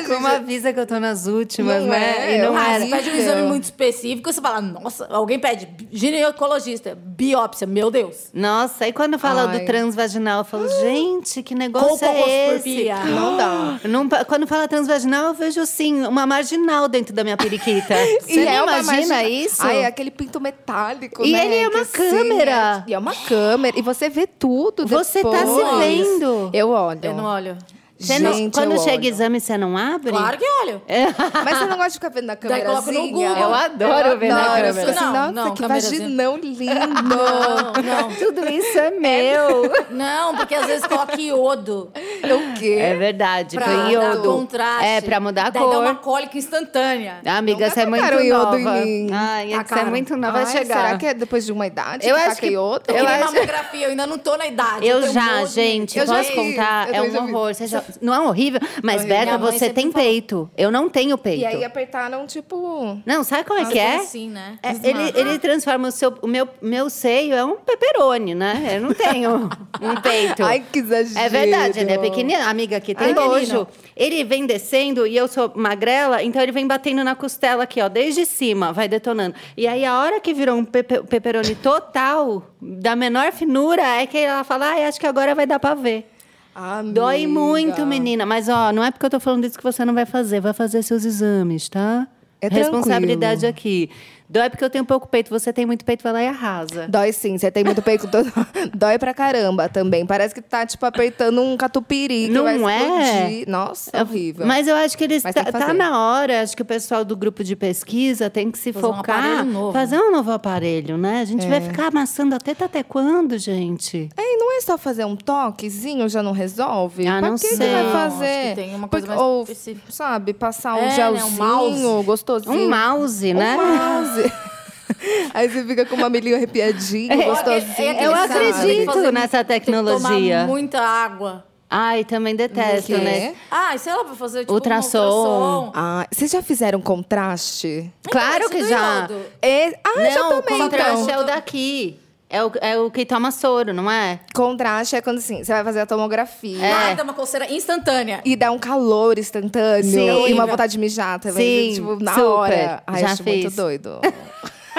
[SPEAKER 1] Como avisa que eu tô nas últimas,
[SPEAKER 3] Não
[SPEAKER 1] né?
[SPEAKER 3] é,
[SPEAKER 1] e não
[SPEAKER 3] eu
[SPEAKER 1] era.
[SPEAKER 2] Ah,
[SPEAKER 3] era.
[SPEAKER 2] você pede um exame muito específico, você fala, nossa, alguém pede ginecologista, biópsia, meu Deus.
[SPEAKER 1] Nossa, e quando fala
[SPEAKER 3] Ai.
[SPEAKER 1] do transvaginal, eu falo, gente, que negócio é esse?
[SPEAKER 2] Colposcopia.
[SPEAKER 3] Não dá.
[SPEAKER 1] Não pa- quando fala transvaginal, eu vejo assim, uma marginal dentro da minha periquita. Você
[SPEAKER 3] é
[SPEAKER 1] não
[SPEAKER 3] uma
[SPEAKER 1] imagina
[SPEAKER 3] margina-
[SPEAKER 1] isso?
[SPEAKER 3] Ai, é aquele pinto metálico,
[SPEAKER 1] E
[SPEAKER 3] né?
[SPEAKER 1] ele é
[SPEAKER 3] Que tipo,
[SPEAKER 1] uma câmera.
[SPEAKER 3] é- E é uma câmera. E você vê tudo
[SPEAKER 1] Você tá se
[SPEAKER 3] depois.
[SPEAKER 1] vendo.
[SPEAKER 3] Eu olho.
[SPEAKER 2] Eu não olho.
[SPEAKER 1] Você não-
[SPEAKER 3] Gente,
[SPEAKER 1] quando
[SPEAKER 3] eu
[SPEAKER 1] chega
[SPEAKER 3] olho.
[SPEAKER 1] exame, você não abre?
[SPEAKER 2] Claro que olho.
[SPEAKER 1] É.
[SPEAKER 3] Mas você não gosta de ficar vendo na
[SPEAKER 2] Daí
[SPEAKER 3] câmera
[SPEAKER 2] coloca no Google.
[SPEAKER 3] Eu
[SPEAKER 1] adoro ver na
[SPEAKER 3] adoro. Eu
[SPEAKER 1] câmera.
[SPEAKER 3] fico assim,
[SPEAKER 2] Não,
[SPEAKER 3] nossa,
[SPEAKER 2] não,
[SPEAKER 3] que
[SPEAKER 2] câmerazinha.
[SPEAKER 3] vaginão lindo.
[SPEAKER 2] Não, não.
[SPEAKER 1] Tudo isso é meu.
[SPEAKER 2] Não, porque às vezes coloca iodo.
[SPEAKER 3] o quê?
[SPEAKER 1] É verdade,
[SPEAKER 2] Pra
[SPEAKER 1] com
[SPEAKER 2] dar
[SPEAKER 1] iodo.
[SPEAKER 2] contraste.
[SPEAKER 1] É, pra mudar a
[SPEAKER 2] Daí
[SPEAKER 1] cor.
[SPEAKER 2] dá uma cólica instantânea.
[SPEAKER 1] Amiga,
[SPEAKER 3] Nunca
[SPEAKER 1] você é muito
[SPEAKER 3] tacaram iodo
[SPEAKER 1] nova.
[SPEAKER 3] em mim.
[SPEAKER 1] Ai, é que você é
[SPEAKER 2] Tacaram.
[SPEAKER 1] muito nova.
[SPEAKER 3] Ai,
[SPEAKER 1] Vai chegar.
[SPEAKER 3] Será que é depois de uma idade?
[SPEAKER 1] Eu
[SPEAKER 3] que
[SPEAKER 1] acho
[SPEAKER 3] taca
[SPEAKER 1] que- é
[SPEAKER 3] iodo?
[SPEAKER 2] Eu
[SPEAKER 1] eu
[SPEAKER 2] queria
[SPEAKER 1] acho-
[SPEAKER 2] mamografia, eu ainda não tô na idade.
[SPEAKER 1] Eu
[SPEAKER 2] tenho um
[SPEAKER 1] já,
[SPEAKER 2] monte de-
[SPEAKER 1] gente,
[SPEAKER 3] Eu já
[SPEAKER 1] posso
[SPEAKER 3] fiz.
[SPEAKER 1] contar?
[SPEAKER 3] Eu
[SPEAKER 1] É
[SPEAKER 3] também já
[SPEAKER 1] um
[SPEAKER 3] fiz.
[SPEAKER 1] horror. Você já- Não é horrível, mas, Beca,
[SPEAKER 2] Minha mãe
[SPEAKER 1] você
[SPEAKER 2] sempre
[SPEAKER 1] tem
[SPEAKER 2] falou.
[SPEAKER 1] peito. Eu não tenho peito.
[SPEAKER 3] E aí
[SPEAKER 2] é
[SPEAKER 3] apertaram, tipo...
[SPEAKER 1] Não, sabe qual é
[SPEAKER 2] Mas
[SPEAKER 1] que é?
[SPEAKER 2] Assim, né?
[SPEAKER 1] É, ele, ele transforma o seu. O meu, meu seio é um peperoni, né? Eu não tenho um peito.
[SPEAKER 3] Ai, que exagero.
[SPEAKER 1] É verdade, ele é pequenino. Amiga, aqui tem
[SPEAKER 2] É pequenino.
[SPEAKER 1] bojo. Ele vem descendo e eu sou magrela, então ele vem batendo na costela aqui, ó, desde cima, vai detonando. E aí, a hora que virou um pepe, peperoni total, da menor finura, é que ela fala, ai, acho que agora vai dar pra ver.
[SPEAKER 3] Amiga.
[SPEAKER 1] Dói muito, menina. Mas, ó, não é porque eu tô falando isso que você não vai fazer. Vai fazer seus exames, tá?
[SPEAKER 3] É
[SPEAKER 1] Responsabilidade aqui. Dói porque eu tenho pouco peito, você tem muito peito, vai lá e arrasa.
[SPEAKER 3] Dói sim, você tem muito peito. todo- Dói pra caramba também. Parece que tá, tipo, apertando um catupiry que
[SPEAKER 1] Não
[SPEAKER 3] vai
[SPEAKER 1] é?
[SPEAKER 3] explodir. Nossa,
[SPEAKER 1] Eu-
[SPEAKER 3] horrível.
[SPEAKER 1] Mas eu acho que eles
[SPEAKER 3] Mas
[SPEAKER 1] tá,
[SPEAKER 3] tem que
[SPEAKER 1] tá
[SPEAKER 3] fazer.
[SPEAKER 1] na hora, acho que o pessoal do grupo de pesquisa tem que se
[SPEAKER 2] Fazer um
[SPEAKER 1] focar,
[SPEAKER 2] aparelho novo.
[SPEAKER 1] fazer um novo aparelho, né? A gente vai ficar amassando a teta até quando, gente?
[SPEAKER 3] É, e não é só fazer um toquezinho, já não resolve?
[SPEAKER 1] Ah,
[SPEAKER 3] pra
[SPEAKER 1] não
[SPEAKER 3] que que
[SPEAKER 1] sei.
[SPEAKER 3] vai
[SPEAKER 1] Não,
[SPEAKER 2] acho
[SPEAKER 3] fazer?
[SPEAKER 2] que tem uma coisa mais
[SPEAKER 3] ou,
[SPEAKER 2] específica.
[SPEAKER 3] sabe, passar um
[SPEAKER 2] É, né, um
[SPEAKER 3] gelzinho
[SPEAKER 2] mouse.
[SPEAKER 3] gostosinho.
[SPEAKER 1] Um mouse,
[SPEAKER 3] Um
[SPEAKER 1] né?
[SPEAKER 3] mouse. Aí você fica com uma melinha arrepiadinho, gostosinho.
[SPEAKER 1] É, aquele- tipo, Eu
[SPEAKER 2] sabe? Tem que
[SPEAKER 1] acredito
[SPEAKER 2] fazer-
[SPEAKER 1] nessa
[SPEAKER 2] tem que
[SPEAKER 1] tecnologia.
[SPEAKER 2] Tomar muita água.
[SPEAKER 1] Ai, também detesto,
[SPEAKER 3] quê?
[SPEAKER 1] né?
[SPEAKER 2] Ah, e sei lá, pra fazer tipo, um
[SPEAKER 1] Ultrassom.
[SPEAKER 2] ultrassom.
[SPEAKER 3] Ah, vocês já fizeram contraste?
[SPEAKER 1] Claro
[SPEAKER 2] esse
[SPEAKER 1] que
[SPEAKER 2] do
[SPEAKER 1] já.
[SPEAKER 2] iodo.
[SPEAKER 3] É, Então, ah, eu já
[SPEAKER 1] não, o
[SPEAKER 3] tomei,
[SPEAKER 1] contraste
[SPEAKER 3] então.
[SPEAKER 1] é o daqui. É o, é o que toma soro, não é?
[SPEAKER 3] Contraste é quando, assim, você vai fazer a tomografia.
[SPEAKER 2] Ah, dá uma coceira instantânea.
[SPEAKER 3] E dá um calor instantâneo.
[SPEAKER 1] Sim.
[SPEAKER 3] E uma vontade de mijar também.
[SPEAKER 1] Sim,
[SPEAKER 3] tipo, na
[SPEAKER 1] super.
[SPEAKER 3] hora. Ai,
[SPEAKER 1] Já
[SPEAKER 3] acho
[SPEAKER 1] fiz.
[SPEAKER 3] muito doido.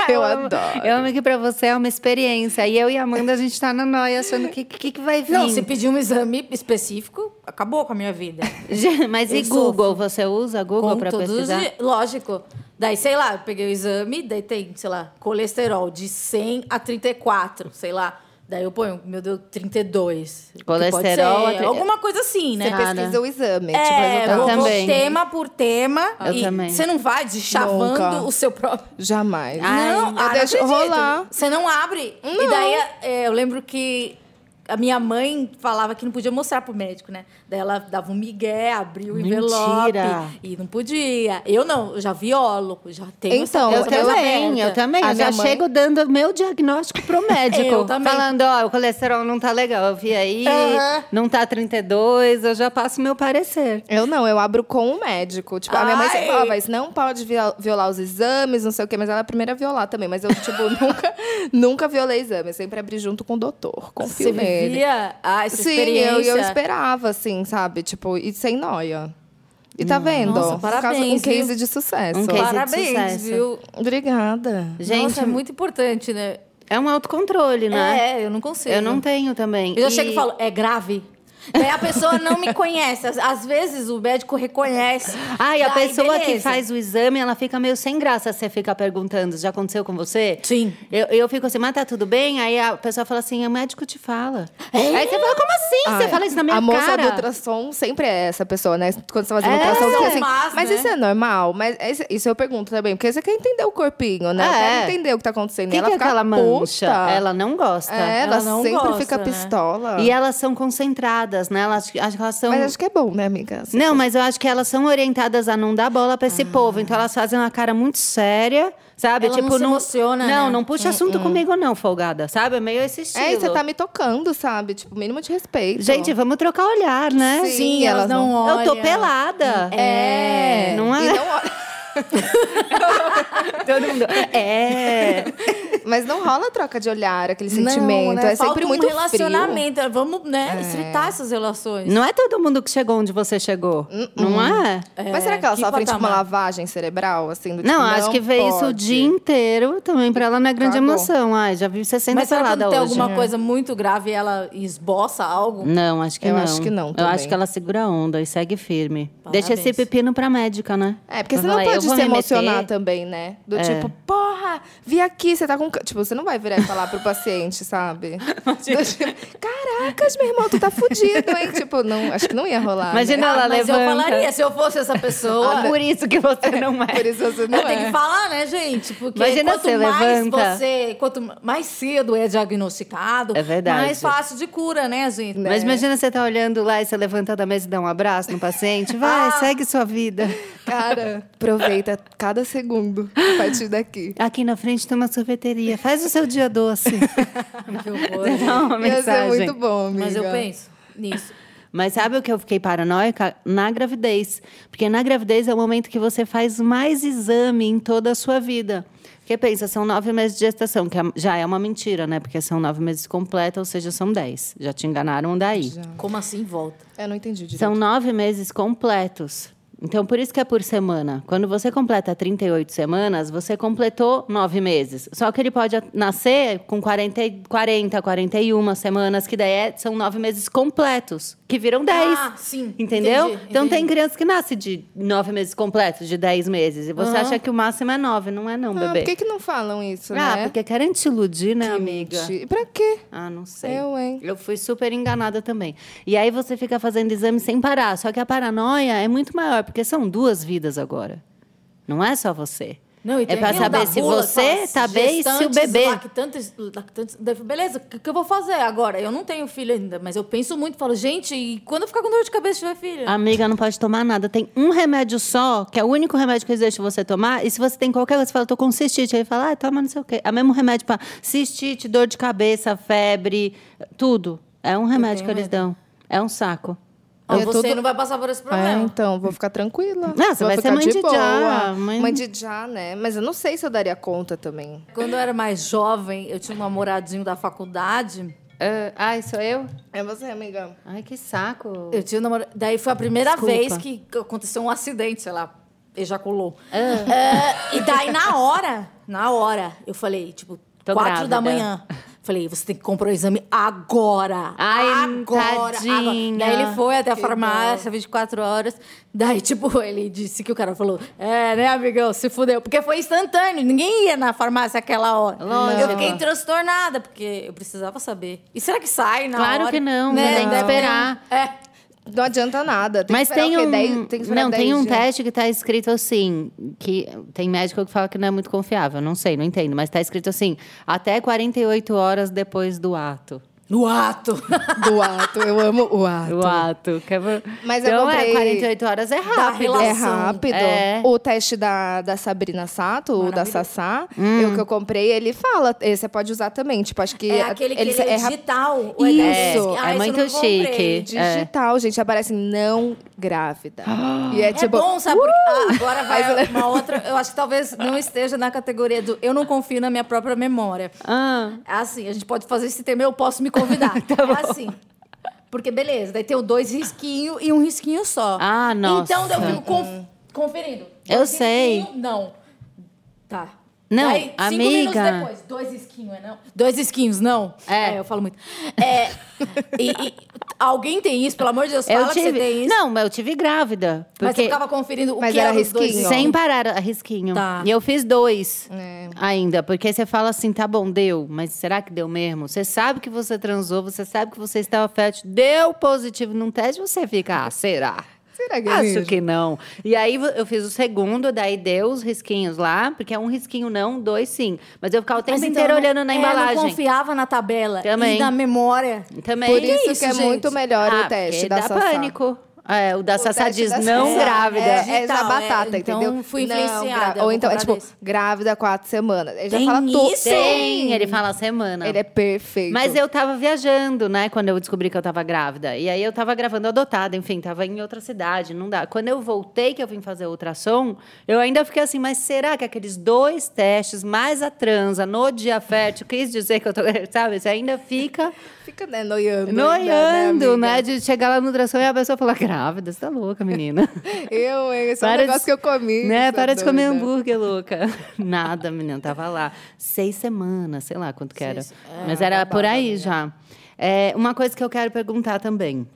[SPEAKER 3] Eu
[SPEAKER 1] amo-
[SPEAKER 3] adoro.
[SPEAKER 1] Eu amo que pra você é uma experiência. E eu e a Amanda, a gente tá na noia achando que que, que vai vir.
[SPEAKER 2] Não, se pedir um exame específico, acabou com a minha vida.
[SPEAKER 1] Já- Mas e
[SPEAKER 2] Eu
[SPEAKER 1] Google? Você usa Google
[SPEAKER 2] Com
[SPEAKER 1] pra
[SPEAKER 2] todos os
[SPEAKER 1] pesquisar?
[SPEAKER 2] dias, Lógico. Daí, sei lá, eu peguei o exame, daí tem, sei lá, colesterol de 100 a 34, sei lá. Daí eu ponho, meu Deus, 32. que pode
[SPEAKER 1] Colesterol
[SPEAKER 2] ser,
[SPEAKER 1] a tri-
[SPEAKER 2] Alguma coisa assim, né?
[SPEAKER 3] Você pesquisa o exame.
[SPEAKER 2] É,
[SPEAKER 3] tipo, resultado.
[SPEAKER 2] vou- vou
[SPEAKER 1] também.
[SPEAKER 2] tema por tema.
[SPEAKER 1] Eu
[SPEAKER 2] e
[SPEAKER 1] também.
[SPEAKER 2] Você não vai deschavando
[SPEAKER 3] Nunca.
[SPEAKER 2] o seu próprio.
[SPEAKER 3] Jamais.
[SPEAKER 1] Ai,
[SPEAKER 2] não,
[SPEAKER 3] eu
[SPEAKER 2] ah,
[SPEAKER 3] deixo
[SPEAKER 2] não acredito.
[SPEAKER 3] rolar.
[SPEAKER 2] Você não abre. E daí é, eu lembro que a minha mãe falava que não podia mostrar pro médico, né? Daí ela dava um migué, abriu o
[SPEAKER 1] Mentira.
[SPEAKER 2] envelope. E não podia. Eu não, eu já violo, já tenho essa
[SPEAKER 3] Então,
[SPEAKER 1] Eu
[SPEAKER 2] coisa mais
[SPEAKER 1] também,
[SPEAKER 2] aberta.
[SPEAKER 1] eu também.
[SPEAKER 3] A
[SPEAKER 1] Eu Ah, já
[SPEAKER 3] minha mãe-
[SPEAKER 1] chego dando meu diagnóstico pro médico.
[SPEAKER 2] Eu também.
[SPEAKER 1] Falando, ó, o colesterol não tá legal, eu vi aí,
[SPEAKER 2] Aham.
[SPEAKER 1] não tá 32, eu já passo meu parecer.
[SPEAKER 3] Eu não, eu abro com o médico. Tipo, a minha mãe sempre
[SPEAKER 2] Ai.
[SPEAKER 3] falava, isso não pode via- violar os exames, não sei o quê, mas ela é a primeira a violar também. Mas eu, tipo, nunca, nunca violei exame. Eu sempre abri junto com o doutor. Confio
[SPEAKER 2] Você
[SPEAKER 3] nele.
[SPEAKER 2] vivia ah, essa
[SPEAKER 3] Sim,
[SPEAKER 2] experiência.
[SPEAKER 3] eu, eu esperava, assim, sabe? Tipo, e sem noia. E tá vendo?
[SPEAKER 2] Nossa,
[SPEAKER 3] No caso,
[SPEAKER 2] parabéns,
[SPEAKER 3] Um case
[SPEAKER 2] viu?
[SPEAKER 3] de sucesso.
[SPEAKER 1] Um case de
[SPEAKER 2] Parabéns,
[SPEAKER 1] sucesso.
[SPEAKER 2] viu?
[SPEAKER 3] Obrigada.
[SPEAKER 1] Gente,
[SPEAKER 2] Nossa, é muito importante, né?
[SPEAKER 1] é um autocontrole, né?
[SPEAKER 2] É, eu não consigo.
[SPEAKER 1] eu não tenho também.
[SPEAKER 2] Eu já
[SPEAKER 1] E-
[SPEAKER 2] chego e falo, é grave? Daí a pessoa não me conhece. Às, às vezes o médico reconhece.
[SPEAKER 1] Ah, e a
[SPEAKER 2] Daí,
[SPEAKER 1] pessoa que
[SPEAKER 2] beleza.
[SPEAKER 1] faz o exame, ela fica meio sem graça. Você fica perguntando, já aconteceu com você?
[SPEAKER 2] Sim.
[SPEAKER 1] Eu, eu fico assim, mas tá tudo bem? Aí a pessoa fala assim, o médico te fala. Aí você fala, como assim? você
[SPEAKER 3] É? Ah,
[SPEAKER 1] fala isso na minha
[SPEAKER 3] A moça
[SPEAKER 1] cara.
[SPEAKER 3] do ultrassom sempre é essa pessoa, né? Quando você faz uma
[SPEAKER 1] É.
[SPEAKER 3] ultrassom, fica
[SPEAKER 2] São
[SPEAKER 3] assim,
[SPEAKER 2] más,
[SPEAKER 3] mas
[SPEAKER 2] né?
[SPEAKER 3] isso é normal? Mas isso, isso eu pergunto também, porque você quer entender o corpinho, né?
[SPEAKER 1] É.
[SPEAKER 3] Eu quero entender o que tá acontecendo.
[SPEAKER 1] O que,
[SPEAKER 3] E ela
[SPEAKER 1] que é
[SPEAKER 3] fica
[SPEAKER 1] aquela mancha?
[SPEAKER 3] puta.
[SPEAKER 1] Ela não gosta.
[SPEAKER 3] É, ela,
[SPEAKER 2] Ela não
[SPEAKER 3] sempre
[SPEAKER 2] gosta,
[SPEAKER 3] fica
[SPEAKER 2] né?
[SPEAKER 3] pistola.
[SPEAKER 1] E elas são concentradas, né? Elas, acho que elas são...
[SPEAKER 3] Mas acho que é bom, né, amiga? Assim,
[SPEAKER 1] Não, mas eu acho que elas são orientadas a não dar bola pra esse
[SPEAKER 3] Ah.
[SPEAKER 1] povo. Então elas fazem uma cara muito séria, sabe?
[SPEAKER 2] Ela
[SPEAKER 1] tipo,
[SPEAKER 2] não se emociona,
[SPEAKER 1] Não,
[SPEAKER 2] né?
[SPEAKER 1] não puxa assunto comigo, não, folgada. Sabe? É meio esse estilo.
[SPEAKER 3] Hum, É, e você tá me tocando, sabe? Tipo, mínimo de respeito.
[SPEAKER 1] Gente, vamos trocar olhar, né?
[SPEAKER 3] Sim,
[SPEAKER 2] Sim, elas,
[SPEAKER 3] elas
[SPEAKER 2] não, olham.
[SPEAKER 1] Eu tô pelada.
[SPEAKER 3] É.
[SPEAKER 1] Não é?
[SPEAKER 3] E tá não olha-
[SPEAKER 1] Todo mundo. É.
[SPEAKER 3] Mas não rola troca de olhar, aquele
[SPEAKER 2] Não,
[SPEAKER 3] sentimento.
[SPEAKER 2] né?
[SPEAKER 3] É
[SPEAKER 2] Falta
[SPEAKER 3] sempre
[SPEAKER 2] um
[SPEAKER 3] muito frio.
[SPEAKER 2] relacionamento. Vamos, né, estreitar essas relações.
[SPEAKER 1] Não é todo mundo que chegou onde você chegou. Não
[SPEAKER 3] Uhum.
[SPEAKER 1] é?
[SPEAKER 3] Mas será que ela
[SPEAKER 2] que
[SPEAKER 3] sofre de uma
[SPEAKER 2] patamar.
[SPEAKER 3] lavagem cerebral, assim? Do, tipo,
[SPEAKER 1] Não, acho que vê isso o
[SPEAKER 3] pode?
[SPEAKER 1] dia inteiro também pra ela na grande
[SPEAKER 3] Cagou.
[SPEAKER 1] emoção. Ai, já vi 60
[SPEAKER 2] Mas será que
[SPEAKER 1] é pelada
[SPEAKER 2] não tem
[SPEAKER 1] hoje.
[SPEAKER 2] alguma coisa muito grave e ela esboça algo?
[SPEAKER 1] Não, acho que
[SPEAKER 3] Eu
[SPEAKER 1] não.
[SPEAKER 3] acho que não
[SPEAKER 1] Eu
[SPEAKER 3] também.
[SPEAKER 1] acho que ela segura a onda e segue firme.
[SPEAKER 2] Parabéns.
[SPEAKER 1] Deixa esse pepino pra médica, né?
[SPEAKER 3] É, porque
[SPEAKER 1] Pra
[SPEAKER 3] você não
[SPEAKER 1] falar, eu
[SPEAKER 3] pode
[SPEAKER 1] vou
[SPEAKER 3] se
[SPEAKER 1] me meter. É.
[SPEAKER 3] emocionar também, né? Do tipo, porra, vi aqui, você tá com nunca. Tipo, você não vai virar e falar pro paciente, sabe? Tipo, Caracas, meu irmão, tu tá fudido, hein? Tipo, não, acho que não ia rolar.
[SPEAKER 4] Imagina
[SPEAKER 3] né?
[SPEAKER 4] ela
[SPEAKER 2] Ah, mas eu
[SPEAKER 4] levanta.
[SPEAKER 2] falaria se eu fosse essa
[SPEAKER 1] Ah,
[SPEAKER 2] pessoa.
[SPEAKER 4] Por isso que você não é.
[SPEAKER 3] Por isso você não
[SPEAKER 2] Eu tenho
[SPEAKER 3] é.
[SPEAKER 2] que falar, né, gente? Porque
[SPEAKER 4] Imagina
[SPEAKER 2] quanto
[SPEAKER 4] você
[SPEAKER 2] mais
[SPEAKER 4] levanta.
[SPEAKER 2] você, quanto mais cedo é diagnosticado,
[SPEAKER 4] É verdade.
[SPEAKER 2] mais fácil de cura, né, gente?
[SPEAKER 4] Mas imagina você tá olhando lá e você levanta da mesa e dá um abraço no paciente.
[SPEAKER 3] Ah.
[SPEAKER 4] Vai, segue sua vida.
[SPEAKER 3] Cara, aproveita cada segundo a partir daqui.
[SPEAKER 4] Aqui na frente tem uma sorveteria. Faz o seu dia doce.
[SPEAKER 2] Que horror. né?
[SPEAKER 4] Dá
[SPEAKER 1] tá
[SPEAKER 4] uma
[SPEAKER 3] Ia ser
[SPEAKER 4] mensagem.
[SPEAKER 3] muito bom,
[SPEAKER 1] um
[SPEAKER 3] amiga.
[SPEAKER 2] Mas eu penso nisso.
[SPEAKER 1] Mas sabe o que eu fiquei paranoica? Na gravidez. Porque na gravidez é o momento que você faz mais exame em toda a sua vida. Porque pensa, são nove meses de gestação, que é- já é uma mentira, né? Porque são nove meses completa, ou seja, são dez. Já te enganaram daí.
[SPEAKER 2] Como assim volta?
[SPEAKER 3] Eu não entendi direito.
[SPEAKER 1] São nove meses completos. Então, por isso que é por semana. Quando você completa 38 semanas, você completou nove meses. Só que ele pode a- nascer com 40, e- 40 41 semanas, que daí é- são nove meses completos, que viram dez.
[SPEAKER 2] Ah, sim.
[SPEAKER 1] Entendeu?
[SPEAKER 2] Entendi,
[SPEAKER 1] então, tem
[SPEAKER 2] entendi.
[SPEAKER 1] criança que nasce de nove meses completos, de dez meses. E você acha que o máximo é nove. Não é não,
[SPEAKER 3] Ah,
[SPEAKER 1] bebê.
[SPEAKER 3] por que, que não falam isso,
[SPEAKER 1] Ah,
[SPEAKER 3] né?
[SPEAKER 1] porque querem te iludir, né, amiga?
[SPEAKER 3] E pra quê?
[SPEAKER 1] Ah, não sei.
[SPEAKER 3] Eu, hein?
[SPEAKER 1] Eu fui super enganada também. E aí você fica fazendo exame sem parar. Só que a paranoia é muito maior, porque são duas vidas agora. Não é só você.
[SPEAKER 2] Não, e
[SPEAKER 1] é
[SPEAKER 2] tem
[SPEAKER 1] pra
[SPEAKER 2] aquilo da
[SPEAKER 1] saber se
[SPEAKER 2] bula,
[SPEAKER 1] você
[SPEAKER 2] fala,
[SPEAKER 1] tá bem e se o
[SPEAKER 2] gestantes,
[SPEAKER 1] bebê.
[SPEAKER 2] Lactantes, lactantes, daí eu falei, beleza, o que, que eu vou fazer agora? Eu não tenho filho ainda, mas eu penso muito, falo, gente, e quando eu ficar com dor de cabeça tiver filho?
[SPEAKER 1] Amiga, não pode tomar nada. Tem um remédio só, que é o único remédio que eles deixam você tomar. E se você tem qualquer coisa, você fala, tô com cistite. Aí fala, ah, toma não sei o quê. É o mesmo remédio pra cistite, dor de cabeça, febre, tudo. É um remédio que eles dão. É um saco.
[SPEAKER 2] Ó,
[SPEAKER 3] é
[SPEAKER 2] você
[SPEAKER 3] tudo-
[SPEAKER 2] não vai passar por esse
[SPEAKER 3] É,
[SPEAKER 2] problema.
[SPEAKER 3] então, vou ficar tranquila.
[SPEAKER 1] Ah, você
[SPEAKER 3] Vou
[SPEAKER 1] vai ser
[SPEAKER 3] ficar
[SPEAKER 1] mãe de
[SPEAKER 3] boa.
[SPEAKER 1] já, mãe-
[SPEAKER 3] Mãe... de já, né? Mas eu não sei se eu daria conta também.
[SPEAKER 2] Quando eu era mais jovem, eu tinha um namoradinho da faculdade.
[SPEAKER 1] ai, sou eu?
[SPEAKER 3] É você, amiga.
[SPEAKER 1] Ai, que saco.
[SPEAKER 2] Eu tinha um namorado. Daí foi a primeira
[SPEAKER 1] Desculpa.
[SPEAKER 2] vez que aconteceu um acidente, sei lá, ejaculou.
[SPEAKER 1] Ah.
[SPEAKER 2] É, e daí, na hora, na hora, eu falei, tipo,
[SPEAKER 1] Tô
[SPEAKER 2] quatro
[SPEAKER 1] grávida.
[SPEAKER 2] da manhã. Falei, você tem que comprar o exame agora.
[SPEAKER 1] Ai,
[SPEAKER 2] agora,
[SPEAKER 1] tadinha.
[SPEAKER 2] agora. Daí ele foi até a farmácia, 24 horas. Daí, tipo, ele disse que o cara falou: É, né, amigão, se fudeu. Porque foi instantâneo, ninguém ia na farmácia aquela hora.
[SPEAKER 1] Lógico.
[SPEAKER 2] Eu fiquei transtornada, porque eu precisava saber. E será que sai na
[SPEAKER 1] Claro
[SPEAKER 2] hora?
[SPEAKER 1] que não, você tem que
[SPEAKER 2] Deve ter um-
[SPEAKER 1] esperar.
[SPEAKER 2] É.
[SPEAKER 3] Não adianta nada. Tem
[SPEAKER 1] Mas
[SPEAKER 3] que esperar
[SPEAKER 1] tem
[SPEAKER 3] o quê?
[SPEAKER 1] um.
[SPEAKER 3] Dez- tem que esperar
[SPEAKER 1] não,
[SPEAKER 3] 10
[SPEAKER 1] tem um
[SPEAKER 3] dias.
[SPEAKER 1] teste que tá escrito assim. que Tem médico que fala que não é muito confiável. Não sei, não entendo. Mas tá escrito assim: até 48 horas depois do ato.
[SPEAKER 2] No ato.
[SPEAKER 3] Do ato. Eu amo o ato.
[SPEAKER 1] Do ato. que é-
[SPEAKER 3] Ah, tá. Mas eu
[SPEAKER 1] então é
[SPEAKER 3] comprei-
[SPEAKER 1] 48 horas é rápido.
[SPEAKER 2] relação.
[SPEAKER 3] É rápido.
[SPEAKER 1] É.
[SPEAKER 3] O teste da, da Sabrina Sato, ou da Sassá,
[SPEAKER 1] Hum.
[SPEAKER 3] eu que eu comprei, ele fala. Esse você pode usar também. Tipo, acho que.
[SPEAKER 2] É aquele que
[SPEAKER 3] ele
[SPEAKER 2] ele é
[SPEAKER 3] é ra-
[SPEAKER 2] digital.
[SPEAKER 3] Isso, é
[SPEAKER 2] Ah, isso eu
[SPEAKER 1] muito
[SPEAKER 2] não comprei.
[SPEAKER 1] chique.
[SPEAKER 3] digital, gente. Aparece não grávida. E é
[SPEAKER 2] É
[SPEAKER 3] tipo. é
[SPEAKER 2] bom, sabe? por- Ah, agora vai uma outra. Eu acho que talvez não esteja na categoria do eu não confio na minha própria memória.
[SPEAKER 1] Ah,
[SPEAKER 2] É assim, a gente pode fazer esse tema, eu posso me convidar.
[SPEAKER 1] Tá
[SPEAKER 2] é assim. Porque, beleza, daí tem o dois risquinhos e um risquinho só.
[SPEAKER 1] Ah, nossa.
[SPEAKER 2] Então, daí eu fico conf- conferindo.
[SPEAKER 1] Eu
[SPEAKER 2] Dois
[SPEAKER 1] sei.
[SPEAKER 2] risquinho, Não. Tá.
[SPEAKER 1] Não,
[SPEAKER 2] Daí, cinco
[SPEAKER 1] amiga.
[SPEAKER 2] minutos depois, dois risquinhos, é não? Dois risquinhos, não?
[SPEAKER 1] É.
[SPEAKER 2] eu falo muito. É, e, e- alguém tem isso, pelo amor de Deus,
[SPEAKER 1] eu
[SPEAKER 2] fala que você tem
[SPEAKER 1] tive.
[SPEAKER 2] isso.
[SPEAKER 1] Não, mas eu tive grávida.
[SPEAKER 2] mas você
[SPEAKER 1] Porque
[SPEAKER 2] ficava conferindo o
[SPEAKER 3] Mas
[SPEAKER 2] que
[SPEAKER 3] era
[SPEAKER 2] eram os dois
[SPEAKER 3] risquinho?
[SPEAKER 1] sem parar a risquinho.
[SPEAKER 2] Tá.
[SPEAKER 1] E eu fiz dois.
[SPEAKER 3] É.
[SPEAKER 1] Ainda, porque você fala assim, tá bom, deu, mas será que deu mesmo? Você sabe que você transou, você sabe que você estava fértil, deu positivo num teste, você fica, ah, será?
[SPEAKER 3] Será que é
[SPEAKER 1] Acho
[SPEAKER 3] mesmo?
[SPEAKER 1] Ah, que não. E aí vo- eu fiz o segundo, daí deu os risquinhos lá, porque é um risquinho não, dois sim. Mas eu ficava o tempo
[SPEAKER 2] Mas então
[SPEAKER 1] inteiro
[SPEAKER 3] né,
[SPEAKER 2] eu não-
[SPEAKER 1] olhando na
[SPEAKER 2] é, Eu não
[SPEAKER 1] embalagem.
[SPEAKER 2] confiava na tabela
[SPEAKER 1] Também.
[SPEAKER 2] e na memória.
[SPEAKER 1] Também.
[SPEAKER 3] Por isso, que é
[SPEAKER 2] gente?
[SPEAKER 3] muito melhor
[SPEAKER 1] Ah,
[SPEAKER 3] o teste
[SPEAKER 1] porque
[SPEAKER 3] da
[SPEAKER 1] dá
[SPEAKER 3] Sassá.
[SPEAKER 1] pânico. É, o da Sassá
[SPEAKER 3] teste
[SPEAKER 1] diz
[SPEAKER 3] da
[SPEAKER 1] não
[SPEAKER 3] Sassá.
[SPEAKER 1] grávida.
[SPEAKER 3] É, é
[SPEAKER 2] Digital,
[SPEAKER 3] na batata,
[SPEAKER 2] é. Então,
[SPEAKER 3] entendeu?
[SPEAKER 2] fui
[SPEAKER 3] Não,
[SPEAKER 2] influenciada,
[SPEAKER 3] gra-
[SPEAKER 2] vou
[SPEAKER 3] Ou então é
[SPEAKER 2] comprar
[SPEAKER 3] tipo,
[SPEAKER 2] desse.
[SPEAKER 3] grávida quatro semanas. Ele já
[SPEAKER 2] Tem
[SPEAKER 3] fala tudo.
[SPEAKER 2] isso?
[SPEAKER 1] Sim, ele fala semana.
[SPEAKER 3] Ele é perfeito.
[SPEAKER 1] Mas eu tava viajando, né? Quando eu descobri que eu tava grávida. E aí eu tava gravando adotada, enfim, tava em outra cidade, não dá. Quando eu voltei, que eu vim fazer ultrassom, eu ainda fiquei assim, mas será que aqueles dois testes, mais a transa, no dia fértil, quis dizer que eu tô. Sabe? Você ainda fica
[SPEAKER 3] Fica né, noiando. ainda,
[SPEAKER 1] noiando, né?
[SPEAKER 3] amiga?
[SPEAKER 1] De chegar lá no ultrassom e a pessoa falar, grávida, você tá louca, menina.
[SPEAKER 3] Eu, hein? Esse é um
[SPEAKER 1] né? Para de-
[SPEAKER 3] negócio que eu comi.
[SPEAKER 1] Né?
[SPEAKER 3] essa
[SPEAKER 1] Para de comer
[SPEAKER 3] doida.
[SPEAKER 1] hambúrguer, louca. Nada, menina, tava lá. Seis semanas, sei lá quanto que era.
[SPEAKER 3] é,
[SPEAKER 1] Mas era por aí já. É, uma coisa que eu quero perguntar também.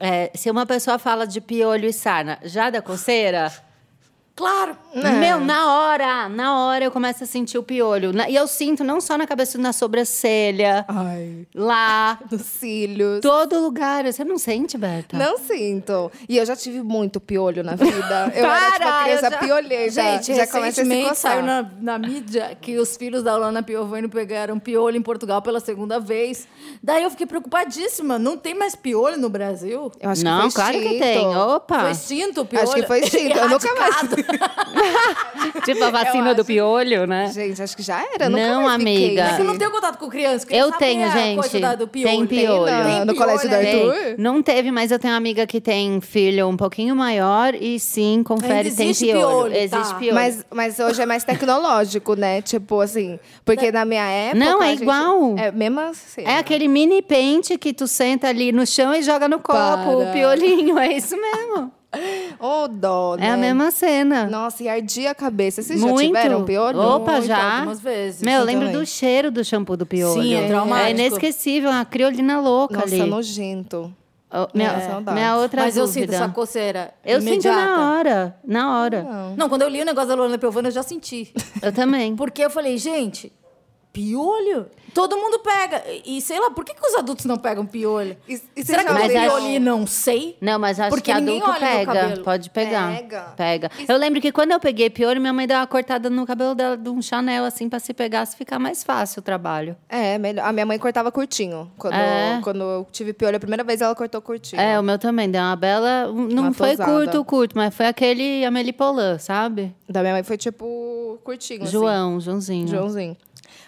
[SPEAKER 1] É, se uma pessoa fala de piolho e sarna, já dá coceira?
[SPEAKER 2] Claro.
[SPEAKER 1] Meu, na hora, na hora eu começo a sentir o piolho. Na- e eu sinto não só na cabeça, na sobrancelha,
[SPEAKER 3] Ai.
[SPEAKER 1] lá,
[SPEAKER 3] Dos cílios.
[SPEAKER 1] todo lugar. Você não sente, Berta?
[SPEAKER 3] Não sinto. E eu já tive muito piolho na vida. Eu era tipo
[SPEAKER 1] Para,
[SPEAKER 3] uma
[SPEAKER 1] eu
[SPEAKER 3] criança
[SPEAKER 1] já-
[SPEAKER 3] piolheira.
[SPEAKER 2] Gente,
[SPEAKER 3] já começa a se
[SPEAKER 2] recentemente saiu
[SPEAKER 3] coçar.
[SPEAKER 2] na, na mídia que os filhos da Alana Piovani pegaram piolho em Portugal pela segunda vez. Daí eu fiquei preocupadíssima. Não tem mais piolho no Brasil?
[SPEAKER 3] Eu acho
[SPEAKER 1] Não,
[SPEAKER 3] que foi
[SPEAKER 1] claro que
[SPEAKER 3] extinto.
[SPEAKER 1] tem. Opa!
[SPEAKER 2] Foi extinto o piolho?
[SPEAKER 3] Acho que foi extinto, eu nunca mais-
[SPEAKER 2] Erradicado.
[SPEAKER 1] Tipo a vacina do piolho, né?
[SPEAKER 3] Gente, acho que já era. nunca
[SPEAKER 1] Não,
[SPEAKER 3] mais fiquei.
[SPEAKER 1] amiga.
[SPEAKER 2] Mas É eu não tenho contato com criança. criança
[SPEAKER 1] Eu
[SPEAKER 2] sabe
[SPEAKER 1] tenho,
[SPEAKER 2] a
[SPEAKER 1] gente.
[SPEAKER 2] Coisa da- do piolho.
[SPEAKER 1] Tem piolho.
[SPEAKER 3] na-
[SPEAKER 1] Tem
[SPEAKER 3] no
[SPEAKER 2] piolho,
[SPEAKER 3] colégio do
[SPEAKER 2] né?
[SPEAKER 1] Tem.
[SPEAKER 3] Arthur?
[SPEAKER 1] Não teve, mas eu tenho uma amiga que tem filho um pouquinho maior e sim, confere,
[SPEAKER 2] Ainda
[SPEAKER 1] tem
[SPEAKER 2] existe
[SPEAKER 1] piolho.
[SPEAKER 2] piolho, tá.
[SPEAKER 1] existe piolho.
[SPEAKER 3] Mas, mas hoje é mais tecnológico, né? Tipo assim, porque na minha época.
[SPEAKER 1] Não, é
[SPEAKER 3] a gente-
[SPEAKER 1] igual.
[SPEAKER 3] É mesma assim.
[SPEAKER 1] é aquele mini pente que tu senta ali no chão e joga no copo,
[SPEAKER 3] Para.
[SPEAKER 1] o piolinho, é isso mesmo.
[SPEAKER 3] Ô, dó, né?
[SPEAKER 1] É a mesma cena.
[SPEAKER 3] Nossa, e ardia a cabeça. Vocês
[SPEAKER 1] Muito.
[SPEAKER 3] já tiveram piolho?
[SPEAKER 1] Opa,
[SPEAKER 2] Muito,
[SPEAKER 1] já.
[SPEAKER 2] algumas vezes.
[SPEAKER 1] Meu, eu
[SPEAKER 3] Eu
[SPEAKER 1] lembro
[SPEAKER 3] também.
[SPEAKER 1] do cheiro do shampoo do piolho.
[SPEAKER 2] Sim, é traumático.
[SPEAKER 1] É inesquecível, uma criolina louca
[SPEAKER 3] Nossa,
[SPEAKER 1] ali.
[SPEAKER 3] nojento.
[SPEAKER 1] Oh, minha,
[SPEAKER 3] É. saudades.
[SPEAKER 1] minha outra
[SPEAKER 2] Mas eu
[SPEAKER 1] dúvida.
[SPEAKER 2] sinto essa coceira
[SPEAKER 1] Eu sinto
[SPEAKER 2] imediata.
[SPEAKER 1] na hora, na hora.
[SPEAKER 2] Não, quando eu li o negócio da Luana Piovani, eu já senti.
[SPEAKER 1] Eu também.
[SPEAKER 2] Porque eu falei, gente, piolho? Todo mundo pega. E sei lá, por que, que os adultos não pegam piolho?
[SPEAKER 3] E- e
[SPEAKER 2] Será
[SPEAKER 3] vocês
[SPEAKER 2] que eu
[SPEAKER 3] já
[SPEAKER 1] leram-
[SPEAKER 2] piolho e não sei?
[SPEAKER 1] Não, mas acho
[SPEAKER 2] Porque
[SPEAKER 1] que
[SPEAKER 2] ninguém
[SPEAKER 1] adulto
[SPEAKER 2] olha meu
[SPEAKER 1] pega.
[SPEAKER 2] cabelo.
[SPEAKER 1] Pode pegar.
[SPEAKER 3] Pega.
[SPEAKER 1] Pega. Eu lembro que quando eu peguei piolho, minha mãe deu uma cortada no cabelo dela de um Chanel, assim, pra se pegasse ficar mais fácil o trabalho.
[SPEAKER 3] É, melhor. A minha mãe cortava curtinho. Quando,
[SPEAKER 1] É.
[SPEAKER 3] quando eu tive piolho a primeira vez, ela cortou curtinho.
[SPEAKER 1] É, o meu também deu uma bela. um- Não
[SPEAKER 3] Uma
[SPEAKER 1] foi
[SPEAKER 3] tosada.
[SPEAKER 1] curto, curto, mas foi aquele Amélie Polan, sabe?
[SPEAKER 3] Da minha mãe foi tipo curtinho. assim.
[SPEAKER 1] João, Joãozinho.
[SPEAKER 3] Joãozinho.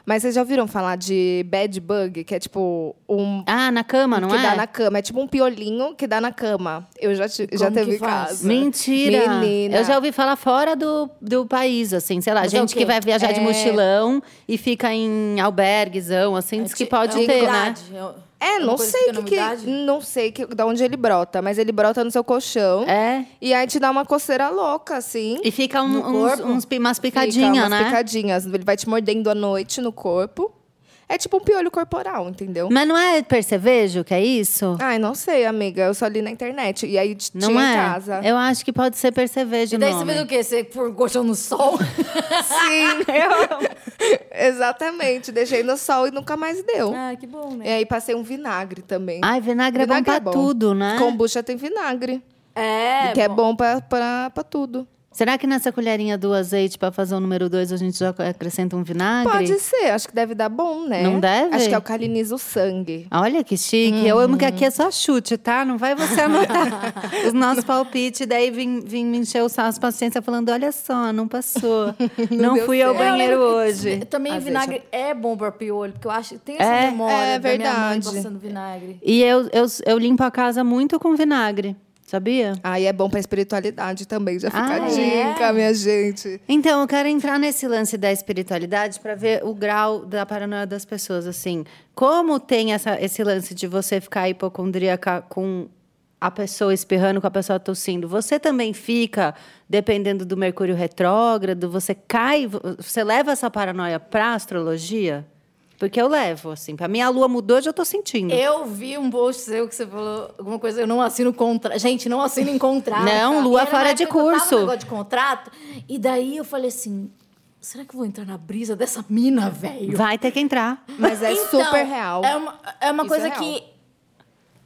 [SPEAKER 3] Mas vocês já ouviram falar de bed bug, que é tipo um.
[SPEAKER 1] Ah, na cama, não
[SPEAKER 3] que
[SPEAKER 1] é?
[SPEAKER 3] dá na cama. É tipo um piolinho que dá na cama. Eu já, ti- já
[SPEAKER 2] Como que
[SPEAKER 3] teve
[SPEAKER 2] faz?
[SPEAKER 3] caso.
[SPEAKER 1] Mentira!
[SPEAKER 3] Menina.
[SPEAKER 1] Eu já ouvi falar fora do, do país, assim, sei lá,
[SPEAKER 2] Mas é
[SPEAKER 1] gente
[SPEAKER 2] o quê?
[SPEAKER 1] que vai viajar de
[SPEAKER 3] É.
[SPEAKER 1] mochilão e fica em alberguezão, assim, diz que pode
[SPEAKER 2] É
[SPEAKER 1] ter, né?
[SPEAKER 2] umidade, é-
[SPEAKER 3] É,
[SPEAKER 2] uma
[SPEAKER 3] não
[SPEAKER 2] coisa
[SPEAKER 3] sei
[SPEAKER 2] fica
[SPEAKER 3] o que,
[SPEAKER 2] na
[SPEAKER 3] que
[SPEAKER 2] umidade.
[SPEAKER 3] não sei que, da onde ele brota, mas ele brota no seu colchão
[SPEAKER 1] É.
[SPEAKER 3] e aí te dá uma coceira louca assim.
[SPEAKER 1] E fica um-
[SPEAKER 3] No
[SPEAKER 1] uns,
[SPEAKER 3] corpo?
[SPEAKER 1] uns pi- umas
[SPEAKER 3] Fica
[SPEAKER 1] picadinhas,
[SPEAKER 3] umas
[SPEAKER 1] né?
[SPEAKER 3] picadinhas, ele vai te mordendo à noite no corpo. É tipo um piolho corporal, entendeu?
[SPEAKER 1] Mas não é percevejo que é isso?
[SPEAKER 3] Ai, não sei, amiga, eu só li na internet e aí t-
[SPEAKER 1] Não
[SPEAKER 3] tinha
[SPEAKER 1] é?
[SPEAKER 3] em casa.
[SPEAKER 1] Eu acho que pode ser percevejo
[SPEAKER 2] E daí
[SPEAKER 1] o
[SPEAKER 2] você
[SPEAKER 1] nome.
[SPEAKER 2] fez o quê? Você por colchão no sol?
[SPEAKER 3] Sim, Exatamente, deixei no sol e nunca mais deu.
[SPEAKER 2] ah, que bom,
[SPEAKER 3] E
[SPEAKER 2] né?
[SPEAKER 3] aí passei um vinagre também.
[SPEAKER 1] Ai, vinagre, é bom pra tudo, né?
[SPEAKER 3] Kombucha tem vinagre,
[SPEAKER 2] É,
[SPEAKER 3] que é bom pra, pra, pra tudo.
[SPEAKER 1] Será que nessa colherinha do azeite pra fazer o número 2 a gente já acrescenta um vinagre?
[SPEAKER 3] Pode ser, acho que deve dar bom, né?
[SPEAKER 1] Não deve?
[SPEAKER 3] Acho que alcaliniza o sangue.
[SPEAKER 1] Olha que chique. Eu amo que aqui é só chute, tá? Não vai você anotar os nossos palpites. Daí vim, vim me encher o saço paciência falando: olha só, não passou. Não
[SPEAKER 3] deu
[SPEAKER 1] fui ao
[SPEAKER 3] certo."
[SPEAKER 1] banheiro
[SPEAKER 2] É,
[SPEAKER 1] hoje.
[SPEAKER 2] Também
[SPEAKER 3] Azeite.
[SPEAKER 2] vinagre é bom pra piolho, porque eu acho tem essa
[SPEAKER 1] É,
[SPEAKER 2] memória
[SPEAKER 3] é
[SPEAKER 2] da minha mãe
[SPEAKER 3] verdade.
[SPEAKER 2] passando vinagre.
[SPEAKER 1] E eu, eu, eu limpo a casa muito com vinagre, sabia?
[SPEAKER 3] Aí é bom pra espiritualidade também, já fica
[SPEAKER 1] Ah,
[SPEAKER 3] a dica, minha gente.
[SPEAKER 1] Então, eu quero entrar nesse lance da espiritualidade para ver o grau da paranoia das pessoas. Assim, como tem essa- esse lance de você ficar hipocondríaca com a pessoa espirrando, com a pessoa tossindo? Você também fica dependendo do mercúrio retrógrado? Você cai? vo- Você leva essa paranoia para astrologia? Porque eu levo, assim. Para mim, a lua mudou, já tô sentindo.
[SPEAKER 2] Eu vi um post seu que você falou alguma coisa, eu não assino contrato. Gente, não assino em contrato.
[SPEAKER 1] Não, lua
[SPEAKER 2] E era
[SPEAKER 1] fora
[SPEAKER 2] na
[SPEAKER 1] de
[SPEAKER 2] época que eu tava
[SPEAKER 1] curso.
[SPEAKER 2] no negócio de contrato, e daí eu falei assim, será que eu vou entrar na brisa dessa mina, velho?
[SPEAKER 1] Vai ter que entrar.
[SPEAKER 3] Mas é
[SPEAKER 2] Então,
[SPEAKER 3] super real.
[SPEAKER 2] É uma, é uma
[SPEAKER 3] Isso
[SPEAKER 2] coisa
[SPEAKER 3] é real.
[SPEAKER 2] que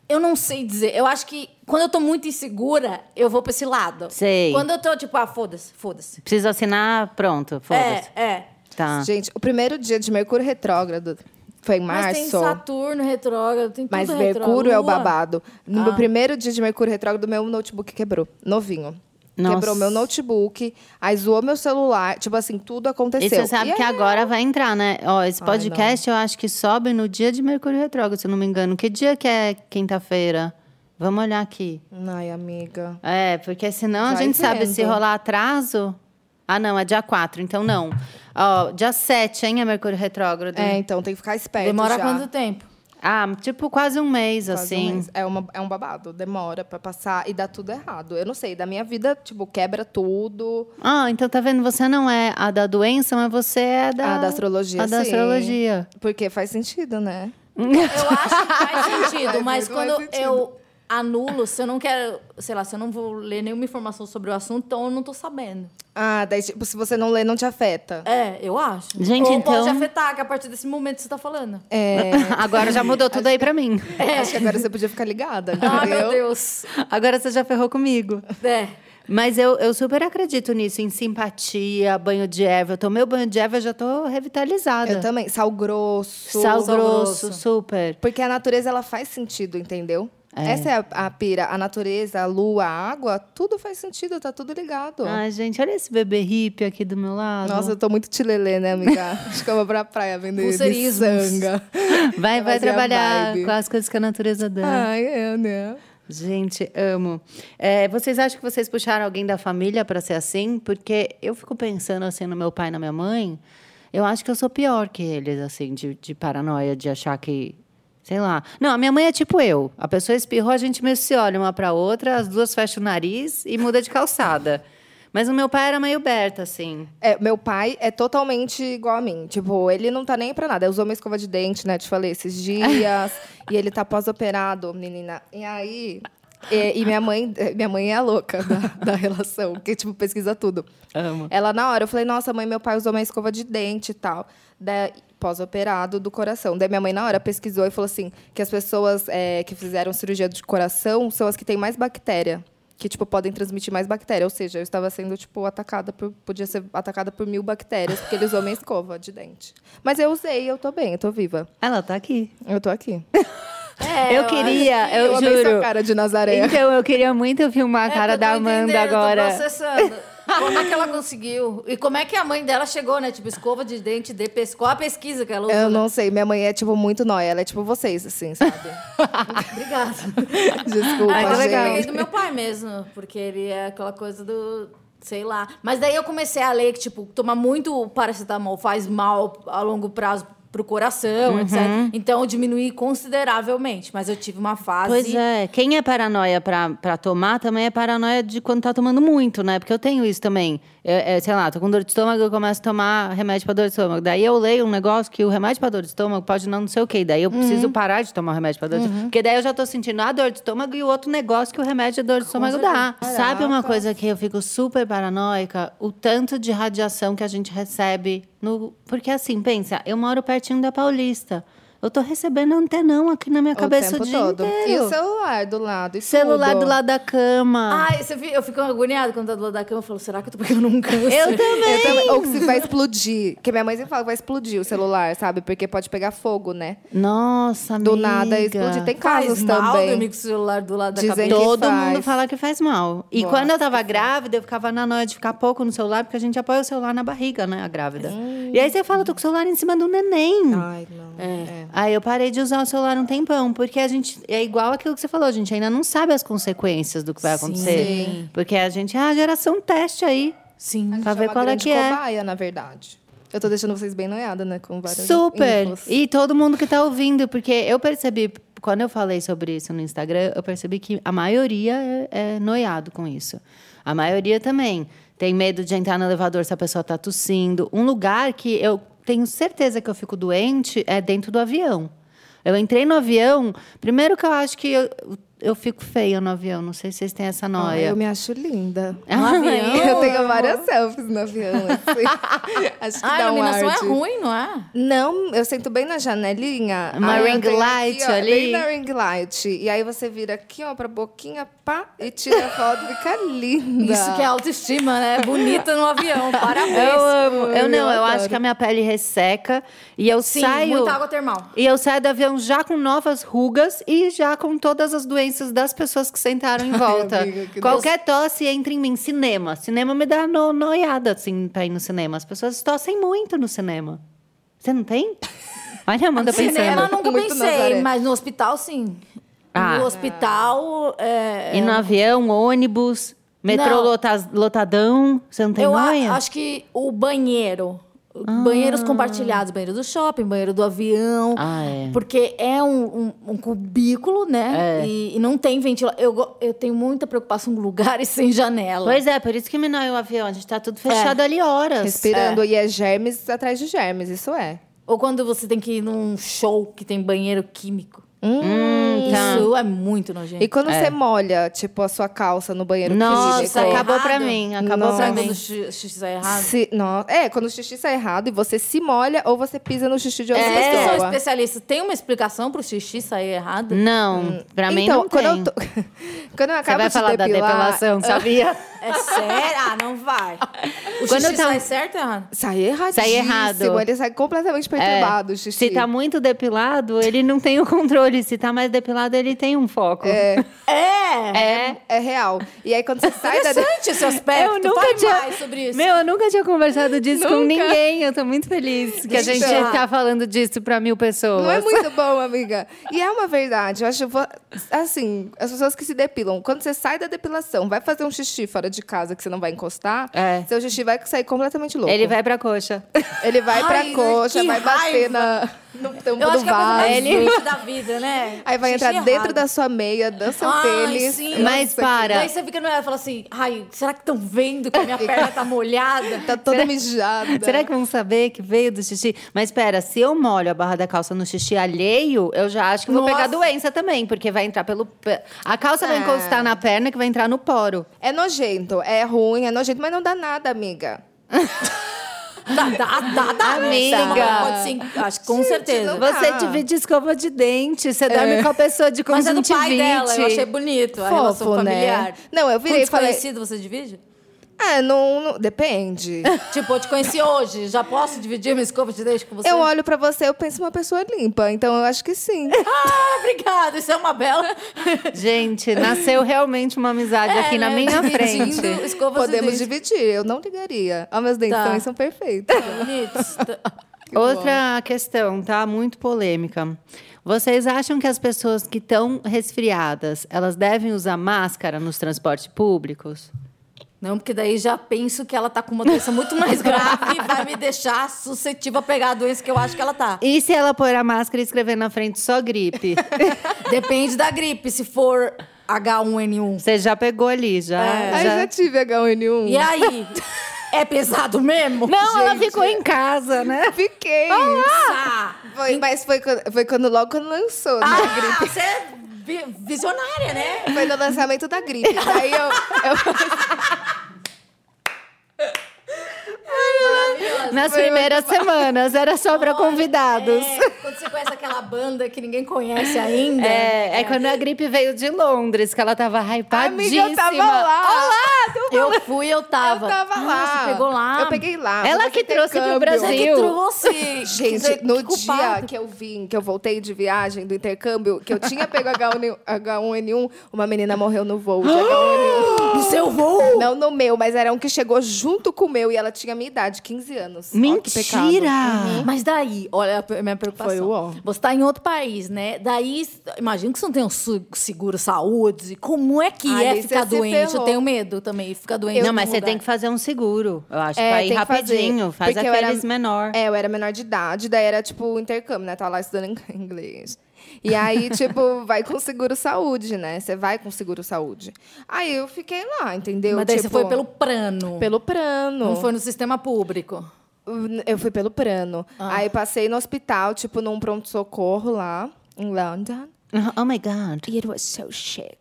[SPEAKER 2] eu não sei dizer. Eu acho que quando eu tô muito insegura, eu vou pra esse lado.
[SPEAKER 1] Sei.
[SPEAKER 2] Quando eu tô tipo, ah, foda-se, foda-se.
[SPEAKER 1] Preciso assinar, pronto. Foda-se.
[SPEAKER 2] É, é.
[SPEAKER 1] Tá.
[SPEAKER 3] Gente, o primeiro dia de Mercúrio retrógrado foi em
[SPEAKER 2] Mas tem
[SPEAKER 3] março.
[SPEAKER 2] Saturno retrógrado, tem tudo
[SPEAKER 3] Mas
[SPEAKER 2] retrógrado.
[SPEAKER 3] Mercúrio é o
[SPEAKER 2] Lua.
[SPEAKER 3] babado. No meu primeiro dia de Mercúrio retrógrado, meu notebook quebrou, novinho.
[SPEAKER 1] Nossa.
[SPEAKER 3] Quebrou meu notebook, aí zoou meu celular, tipo assim, tudo
[SPEAKER 1] E
[SPEAKER 3] aconteceu.
[SPEAKER 1] você sabe
[SPEAKER 3] E
[SPEAKER 1] que
[SPEAKER 3] aí-
[SPEAKER 1] agora vai entrar, né? Ó, esse
[SPEAKER 3] Ai,
[SPEAKER 1] podcast eu acho que sobe no dia de Mercúrio Retrógrado, se eu não me engano. Que dia que é quinta-feira? Vamos olhar aqui.
[SPEAKER 3] Ai, amiga.
[SPEAKER 1] É, porque senão a
[SPEAKER 3] Vai
[SPEAKER 1] gente sabe
[SPEAKER 3] vendo.
[SPEAKER 1] se rolar atraso. Ah, não, é dia 4, então não. Ó, dia 7, hein, é Mercúrio Retrógrado.
[SPEAKER 3] É, então tem que ficar esperto
[SPEAKER 2] Demora
[SPEAKER 3] já.
[SPEAKER 2] quanto tempo?
[SPEAKER 1] Ah, tipo quase um mês,
[SPEAKER 3] Quase um
[SPEAKER 1] assim.
[SPEAKER 3] mês. é, uma, é um babado, demora pra passar e dá tudo errado. Eu não sei, da minha vida, tipo, quebra tudo.
[SPEAKER 1] Ah, então tá vendo? Você não é a da doença, mas você é da...
[SPEAKER 3] A da astrologia,
[SPEAKER 1] A da
[SPEAKER 3] sim.
[SPEAKER 1] astrologia.
[SPEAKER 3] Porque faz sentido, né?
[SPEAKER 2] Eu acho que faz sentido, mas
[SPEAKER 3] Faz muito mais
[SPEAKER 2] quando
[SPEAKER 3] sentido.
[SPEAKER 2] eu anulo se eu não quero, sei lá, se eu não vou ler nenhuma informação sobre o assunto, então eu não tô sabendo.
[SPEAKER 3] Ah, daí, tipo, se você não lê, não te afeta.
[SPEAKER 2] É, eu acho.
[SPEAKER 1] Gente,
[SPEAKER 2] Ou pode
[SPEAKER 1] então-
[SPEAKER 2] afetar, que a partir desse momento que você tá falando.
[SPEAKER 3] É.
[SPEAKER 1] Agora já mudou tudo aí pra mim.
[SPEAKER 3] Acho que agora você podia ficar ligada, entendeu?
[SPEAKER 2] Ah, meu Deus.
[SPEAKER 1] Agora você já ferrou comigo.
[SPEAKER 2] É.
[SPEAKER 1] Mas eu, eu super acredito nisso, em simpatia, banho de erva. Eu tomei o banho de erva, eu já tô revitalizada.
[SPEAKER 3] Eu também. Sal grosso.
[SPEAKER 1] Sal
[SPEAKER 2] Sal
[SPEAKER 1] grosso,
[SPEAKER 2] grosso.
[SPEAKER 1] super.
[SPEAKER 3] Porque a natureza, ela faz sentido, entendeu? Essa é a, a pira. A natureza, a lua, a água, tudo faz sentido, tá tudo ligado.
[SPEAKER 1] Ai, gente, olha esse bebê hippie aqui do meu lado.
[SPEAKER 3] Nossa, eu tô muito tilelê, né, amiga? Acho que eu vou pra praia vender
[SPEAKER 2] Pulseirismos.
[SPEAKER 3] miçanga.
[SPEAKER 1] vai, vai
[SPEAKER 3] Mas é a
[SPEAKER 1] trabalhar
[SPEAKER 3] vibe.
[SPEAKER 1] com as coisas que a natureza dá.
[SPEAKER 3] Ai, é, né?
[SPEAKER 1] Gente, amo. É, vocês acham que vocês puxaram alguém da família para ser assim? Porque eu fico pensando assim no meu pai e na minha mãe. Eu acho que eu sou pior que eles, assim, de, de paranoia, de achar que. Sei lá. Não, a minha mãe é tipo eu. A pessoa espirrou, a gente meio se olha uma para outra, as duas fecham o nariz e muda de calçada. Mas o meu pai era meio Berta, assim.
[SPEAKER 3] É, meu pai é totalmente igual a mim. Tipo, ele não tá nem pra nada. Eu usou uma escova de dente, né? Te falei esses dias. e ele tá pós-operado, menina. E aí. E, e minha mãe, eh, minha mãe é a louca da, da relação, que tipo pesquisa tudo.
[SPEAKER 1] Amo.
[SPEAKER 3] Ela na hora, eu falei: "Nossa, mãe, meu pai usou uma escova de dente e tal". Da pós-operado do coração. Daí minha mãe na hora pesquisou e falou assim: que as pessoas eh, que fizeram cirurgia de coração são as que têm mais bactéria. Que, tipo, podem transmitir mais bactéria. Ou seja, eu estava sendo, tipo, atacada por. Podia ser atacada por mil bactérias, porque ele usou minha escova de dente. Mas eu usei, eu tô bem, eu tô viva.
[SPEAKER 1] Ela tá aqui.
[SPEAKER 3] Eu tô aqui.
[SPEAKER 2] É,
[SPEAKER 1] eu queria, Ah, eu,
[SPEAKER 3] amei sua
[SPEAKER 1] juro.
[SPEAKER 3] cara de Nazaré.
[SPEAKER 1] Então, eu queria muito filmar a
[SPEAKER 2] É,
[SPEAKER 1] cara
[SPEAKER 2] eu tô
[SPEAKER 1] da Amanda
[SPEAKER 2] entendendo, Eu
[SPEAKER 1] agora.
[SPEAKER 2] tô processando. Como é que ela conseguiu? E como é que a mãe dela chegou, né? Tipo, escova de dente, de pesco- qual a pesquisa que ela usou?
[SPEAKER 3] Eu não sei, minha mãe é, tipo, muito nóia. Ela é tipo vocês, assim, sabe?
[SPEAKER 2] Obrigada.
[SPEAKER 3] Desculpa,
[SPEAKER 2] Ah, então
[SPEAKER 3] gente.
[SPEAKER 2] eu peguei do meu pai mesmo, porque ele é aquela coisa do. Sei lá. Mas daí eu comecei a ler que, tipo, tomar muito paracetamol faz mal a longo prazo pro coração,
[SPEAKER 3] Uhum.
[SPEAKER 2] etc. Então eu diminuí consideravelmente. Mas eu tive uma fase.
[SPEAKER 1] Pois é, quem é paranoia pra, pra tomar também é paranoia de quando tá tomando muito, né? Porque eu tenho isso também. É, é, sei lá, tô com dor de estômago, eu começo a tomar remédio pra dor de estômago. Daí eu leio um negócio que o remédio pra dor de estômago pode não, não sei o quê. Daí eu preciso parar de tomar o remédio pra dor de estômago. Porque daí eu já tô sentindo a dor de estômago e o outro negócio que o remédio de dor de estômago dá. Sabe uma coisa que eu fico super paranoica? O tanto de radiação que a gente recebe no. Porque assim, pensa, eu moro pertinho da Paulista. Eu tô recebendo antenão aqui na minha cabeça o,
[SPEAKER 3] tempo
[SPEAKER 1] dia
[SPEAKER 3] todo. E
[SPEAKER 1] inteiro.
[SPEAKER 3] o celular do lado. E
[SPEAKER 1] Celular
[SPEAKER 3] tudo.
[SPEAKER 1] do lado da cama.
[SPEAKER 2] Ai, você vi- eu fico agoniada quando tá do lado da cama. Eu falo, será que eu tô pegando um câncer?
[SPEAKER 1] eu também.
[SPEAKER 3] Eu também- Ou que se vai explodir. Porque minha mãe sempre fala que vai explodir o celular, sabe? Porque pode pegar fogo, né?
[SPEAKER 1] Nossa, amiga.
[SPEAKER 3] Do nada explodir. Tem casos
[SPEAKER 2] Faz mal dormir
[SPEAKER 3] também.
[SPEAKER 2] com o celular do lado
[SPEAKER 3] Dizem
[SPEAKER 2] da cabeça.
[SPEAKER 3] que
[SPEAKER 1] Todo
[SPEAKER 3] faz.
[SPEAKER 1] mundo fala que faz mal. E quando eu tava grávida, eu ficava na noia de ficar pouco no celular, porque a gente apoia o celular na barriga, né? A grávida. E aí você fala, tô com o celular em cima do neném.
[SPEAKER 3] Ai, não. Ah, É.
[SPEAKER 1] Aí eu parei de usar o celular um tempão, porque a gente. É igual aquilo que você falou, a gente ainda não sabe as consequências do que vai acontecer.
[SPEAKER 2] Sim.
[SPEAKER 1] Porque a gente, ah, geração teste aí.
[SPEAKER 2] Sim.
[SPEAKER 1] Pra ver
[SPEAKER 3] uma
[SPEAKER 1] qual é
[SPEAKER 3] grande
[SPEAKER 1] que é.
[SPEAKER 3] cobaia, na verdade. Eu tô deixando vocês bem noiada, né? Com várias
[SPEAKER 1] Super!
[SPEAKER 3] infos.
[SPEAKER 1] E todo mundo que tá ouvindo, porque eu percebi, quando eu falei sobre isso no Instagram, eu percebi que a maioria é, é noiado com isso. A maioria também tem medo de entrar no elevador se a pessoa tá tossindo. Um lugar que eu tenho certeza que eu fico doente é dentro do avião. Eu entrei no avião, primeiro que eu acho que eu, eu fico feia no avião, não sei se vocês têm essa
[SPEAKER 3] Ai,
[SPEAKER 1] noia. É
[SPEAKER 3] eu me acho linda.
[SPEAKER 1] avião?
[SPEAKER 3] Eu tenho várias selfies no avião. assim. Acho que
[SPEAKER 2] Ah, a
[SPEAKER 3] dá um ar
[SPEAKER 2] iluminação
[SPEAKER 3] de-
[SPEAKER 2] é ruim, não é?
[SPEAKER 3] Não, eu sento bem na janelinha.
[SPEAKER 1] Uma
[SPEAKER 3] Aí eu
[SPEAKER 1] ring
[SPEAKER 3] tenho aqui,
[SPEAKER 1] light
[SPEAKER 3] ó,
[SPEAKER 1] ali.
[SPEAKER 3] Bem na ring light. E aí você vira aqui, ó, pra boquinha, pá, e tira a foto. Fica linda.
[SPEAKER 2] Isso que é autoestima, né? Bonita no avião. Parabéns.
[SPEAKER 1] Eu amo. Eu não, eu
[SPEAKER 3] adoro.
[SPEAKER 1] acho que a minha pele resseca e eu
[SPEAKER 2] Sim,
[SPEAKER 1] saio.
[SPEAKER 2] muita água termal.
[SPEAKER 1] E eu saio do avião já com novas rugas e já com todas as doenças das pessoas que sentaram em volta.
[SPEAKER 3] amiga, que
[SPEAKER 1] Qualquer tosse entra em mim. Cinema. Cinema me dá no, noiada, assim, pra ir no cinema. As pessoas tossem muito no cinema. Você não tem? Olha a Amanda pensando.
[SPEAKER 2] Cinema eu nunca
[SPEAKER 3] Muito
[SPEAKER 2] pensei,
[SPEAKER 3] Nazaré.
[SPEAKER 2] mas no hospital sim.
[SPEAKER 1] Ah.
[SPEAKER 2] No hospital. é,
[SPEAKER 1] E no avião, ônibus, metrô
[SPEAKER 2] Não.
[SPEAKER 1] lota- lotadão. Você não tem
[SPEAKER 2] eu a-
[SPEAKER 1] noia?
[SPEAKER 2] acho que o banheiro. Banheiros compartilhados, banheiro do shopping, banheiro do avião.
[SPEAKER 1] Ah, é.
[SPEAKER 2] Porque é um, um- um cubículo, né? E, e não tem ventilação. Eu, go- eu tenho muita preocupação com lugares sem janela.
[SPEAKER 1] Pois é, por isso que me noia o avião. A gente tá tudo
[SPEAKER 2] É.
[SPEAKER 1] fechado ali horas.
[SPEAKER 3] Respirando. E é germes atrás de germes, isso é.
[SPEAKER 2] Ou quando você tem que ir num show que tem banheiro químico.
[SPEAKER 1] Hum, é.
[SPEAKER 2] Isso é muito nojento.
[SPEAKER 3] E quando você molha, tipo, a sua calça no banheiro
[SPEAKER 1] Nossa,
[SPEAKER 3] químico?
[SPEAKER 1] acabou pra
[SPEAKER 2] errado.
[SPEAKER 1] mim. Acabou
[SPEAKER 3] Nossa.
[SPEAKER 1] pra
[SPEAKER 2] Sabe
[SPEAKER 1] mim.
[SPEAKER 2] quando o xixi xixi sai errado?
[SPEAKER 3] Se- não, é, quando o xixi sai errado e você se molha ou você pisa no xixi de
[SPEAKER 1] É,
[SPEAKER 3] outra
[SPEAKER 2] Vocês que são
[SPEAKER 3] pessoa.
[SPEAKER 2] especialistas, tem uma explicação pro xixi sair errado?
[SPEAKER 1] Não, pra mim
[SPEAKER 3] então,
[SPEAKER 1] não
[SPEAKER 3] quando
[SPEAKER 1] tem.
[SPEAKER 3] eu tô... quando eu
[SPEAKER 1] Você
[SPEAKER 3] acabo
[SPEAKER 1] vai
[SPEAKER 3] de
[SPEAKER 1] falar
[SPEAKER 3] depilar, ah.
[SPEAKER 1] da depilação, sabia?
[SPEAKER 2] É sério? Ah, não vai. O
[SPEAKER 1] Quando
[SPEAKER 2] xixi
[SPEAKER 1] eu tava-
[SPEAKER 2] sai certo ou errado?
[SPEAKER 3] Sai erradíssimo.
[SPEAKER 1] Sai errado.
[SPEAKER 3] Ele sai completamente
[SPEAKER 1] É.
[SPEAKER 3] perturbado, o xixi.
[SPEAKER 1] Se tá muito depilado, ele não tem o controle. Se tá mais depilado, ele tem um foco. É.
[SPEAKER 2] É!
[SPEAKER 3] É real. E aí, quando você sai da... de-
[SPEAKER 2] Interessante esse aspecto.
[SPEAKER 1] Eu nunca
[SPEAKER 2] Fale
[SPEAKER 1] tinha-
[SPEAKER 2] mais sobre isso.
[SPEAKER 1] Meu, eu nunca tinha conversado disso com
[SPEAKER 3] Nunca.
[SPEAKER 1] ninguém. Eu tô muito feliz que a gente
[SPEAKER 3] Então.
[SPEAKER 1] tá falando disso pra mil pessoas.
[SPEAKER 3] Não é muito bom, amiga. E é uma verdade. Eu acho... vo- Assim, as pessoas que se depilam, quando você sai da depilação, vai fazer um xixi fora de casa que você não vai encostar,
[SPEAKER 1] É.
[SPEAKER 3] seu xixi vai sair completamente louco.
[SPEAKER 1] Ele vai pra coxa.
[SPEAKER 3] Ele vai pra
[SPEAKER 2] Ai, né?
[SPEAKER 3] coxa,
[SPEAKER 2] que
[SPEAKER 3] vai bater
[SPEAKER 2] raiva.
[SPEAKER 3] na, no tampo
[SPEAKER 2] eu
[SPEAKER 3] do
[SPEAKER 2] acho que é a coisa
[SPEAKER 3] vaso.
[SPEAKER 2] mais triste da vida, né?
[SPEAKER 3] Aí vai
[SPEAKER 2] Xixi
[SPEAKER 3] entrar dentro
[SPEAKER 2] errado.
[SPEAKER 3] da sua meia, dança o
[SPEAKER 2] Ai,
[SPEAKER 3] tênis.
[SPEAKER 2] sim.
[SPEAKER 1] Mas para.
[SPEAKER 2] Daí você fica no e fala assim, ai, será que estão vendo que a minha perna tá molhada?
[SPEAKER 3] Tá toda mijada.
[SPEAKER 1] Será que vão saber que veio do xixi? Mas pera, se eu molho a barra da calça no xixi alheio, eu já acho que vou
[SPEAKER 2] Nossa.
[SPEAKER 1] pegar doença também, porque vai entrar pelo. pe- A calça vai encostar na perna que vai entrar no poro.
[SPEAKER 3] É nojento, é ruim, é nojento, mas não dá nada, amiga.
[SPEAKER 2] Dá, dá, dá, dá.
[SPEAKER 1] Amiga.
[SPEAKER 2] Não, Pode sim, acho que com certeza.
[SPEAKER 3] não-
[SPEAKER 1] Você
[SPEAKER 3] Ah.
[SPEAKER 1] divide escova de dente, você dorme com a pessoa de
[SPEAKER 2] Mas é do
[SPEAKER 1] conjuntivite.
[SPEAKER 2] pai dela, eu achei bonito a relação
[SPEAKER 3] Fofo,
[SPEAKER 2] familiar.
[SPEAKER 3] né? Não, eu virei
[SPEAKER 2] Com
[SPEAKER 3] e falei-
[SPEAKER 2] desconhecido você divide?
[SPEAKER 3] Ah, não, não- depende.
[SPEAKER 2] Tipo, eu te conheci hoje, já posso dividir minha escova de dente com você?
[SPEAKER 3] eu olho pra você, eu penso uma pessoa limpa, então eu acho que sim.
[SPEAKER 2] Ah, obrigada, isso é uma bela...
[SPEAKER 1] Gente, nasceu realmente uma amizade
[SPEAKER 2] É,
[SPEAKER 1] aqui na
[SPEAKER 2] né?
[SPEAKER 1] minha
[SPEAKER 2] Dividindo
[SPEAKER 1] frente.
[SPEAKER 2] escovas
[SPEAKER 3] Podemos
[SPEAKER 2] de dente.
[SPEAKER 3] dividir, eu não ligaria. Ó, meus dentes
[SPEAKER 2] Tá.
[SPEAKER 3] também são perfeitos.
[SPEAKER 2] Bonitos. Tá-
[SPEAKER 1] Outra questão, tá? Muito polêmica. Vocês acham que as pessoas que estão resfriadas, elas devem usar máscara nos transportes públicos?
[SPEAKER 2] Não, porque daí já penso que ela tá com uma doença muito mais grave e vai me deixar suscetível a pegar a doença que eu acho que ela tá.
[SPEAKER 1] E se ela pôr a máscara e escrever na frente só gripe?
[SPEAKER 2] Depende da gripe, se for H1N1.
[SPEAKER 1] Você já pegou ali, já.
[SPEAKER 3] Aí
[SPEAKER 1] já-
[SPEAKER 3] já tive H1N1.
[SPEAKER 2] É, E aí? É pesado mesmo?
[SPEAKER 1] Não, ela ficou em casa, né?
[SPEAKER 3] Fiquei.
[SPEAKER 2] Ah,
[SPEAKER 3] Foi- mas foi quando, foi quando logo quando lançou, né?
[SPEAKER 2] ah,
[SPEAKER 3] a gripe.
[SPEAKER 2] você é vi- visionária, né?
[SPEAKER 3] Foi no lançamento da gripe. Daí eu,
[SPEAKER 1] Nas primeiras semanas, era só pra convidados.
[SPEAKER 2] É, quando você conhece aquela banda que ninguém conhece ainda.
[SPEAKER 1] É, é quando a gripe veio de Londres, que ela tava
[SPEAKER 3] Amiga,
[SPEAKER 1] hypadíssima.
[SPEAKER 3] eu tava lá.
[SPEAKER 2] Eu fui, eu tava.
[SPEAKER 3] Eu tava lá.
[SPEAKER 2] Ah, você pegou lá.
[SPEAKER 3] Eu peguei lá.
[SPEAKER 1] Ela
[SPEAKER 3] Mas
[SPEAKER 1] que trouxe pro
[SPEAKER 3] intercâmbio.
[SPEAKER 1] Brasil.
[SPEAKER 2] Você é que
[SPEAKER 1] Brasil.
[SPEAKER 2] trouxe.
[SPEAKER 3] Gente, no dia
[SPEAKER 2] culpado.
[SPEAKER 3] que eu vim, que eu voltei de viagem, do intercâmbio, que eu tinha pego H1N1, H1N1, uma menina morreu no voo de H1N1.
[SPEAKER 2] No seu voo.
[SPEAKER 3] Não no meu, mas era um que chegou junto com o meu e ela tinha a minha idade, 15 anos. Ó, que pecado.
[SPEAKER 2] Ah.
[SPEAKER 1] Mentira!
[SPEAKER 2] Mas daí, olha a minha preocupação.
[SPEAKER 3] Foi uó.
[SPEAKER 2] Você tá em outro país, né? Daí, imagina que você não tem um su- seguro saúde. Como é que
[SPEAKER 3] Ah, Ali
[SPEAKER 2] é
[SPEAKER 3] você
[SPEAKER 2] ficar
[SPEAKER 3] se
[SPEAKER 2] doente? Eu
[SPEAKER 3] ferrou.
[SPEAKER 2] tenho medo também, ficar doente.
[SPEAKER 1] não, mas
[SPEAKER 2] você
[SPEAKER 1] você tem que fazer um seguro, eu acho,
[SPEAKER 3] É,
[SPEAKER 1] pra ir
[SPEAKER 3] tem que fazer,
[SPEAKER 1] Tipo, rapidinho. Faz
[SPEAKER 3] porque eu era-
[SPEAKER 1] aqueles menor.
[SPEAKER 3] É, eu era menor de idade, daí era tipo o intercâmbio, né? Tava lá estudando in- inglês. E aí, tipo, vai com seguro saúde, né? Você vai com seguro saúde. Aí eu fiquei lá, entendeu?
[SPEAKER 2] Mas daí você
[SPEAKER 3] Tipo,
[SPEAKER 2] foi pelo plano.
[SPEAKER 3] pelo plano.
[SPEAKER 2] Não foi no sistema público.
[SPEAKER 3] Eu fui pelo plano. Aí passei no hospital, tipo, num pronto-socorro lá, em London.
[SPEAKER 1] Oh my God.
[SPEAKER 3] E it was so chic.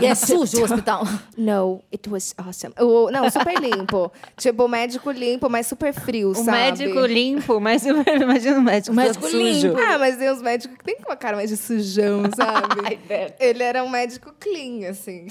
[SPEAKER 2] E é
[SPEAKER 3] Então,
[SPEAKER 2] sujo o hospital.
[SPEAKER 3] No, it was awesome. O- não, super limpo. tipo, o médico limpo, mas super frio,
[SPEAKER 1] O
[SPEAKER 3] sabe?
[SPEAKER 1] médico limpo, mas imagina o médico,
[SPEAKER 2] O médico
[SPEAKER 1] todo
[SPEAKER 2] limpo.
[SPEAKER 1] sujo.
[SPEAKER 3] Ah, mas tem uns médicos que tem uma cara mais de sujão, sabe? ele era um médico clean, assim.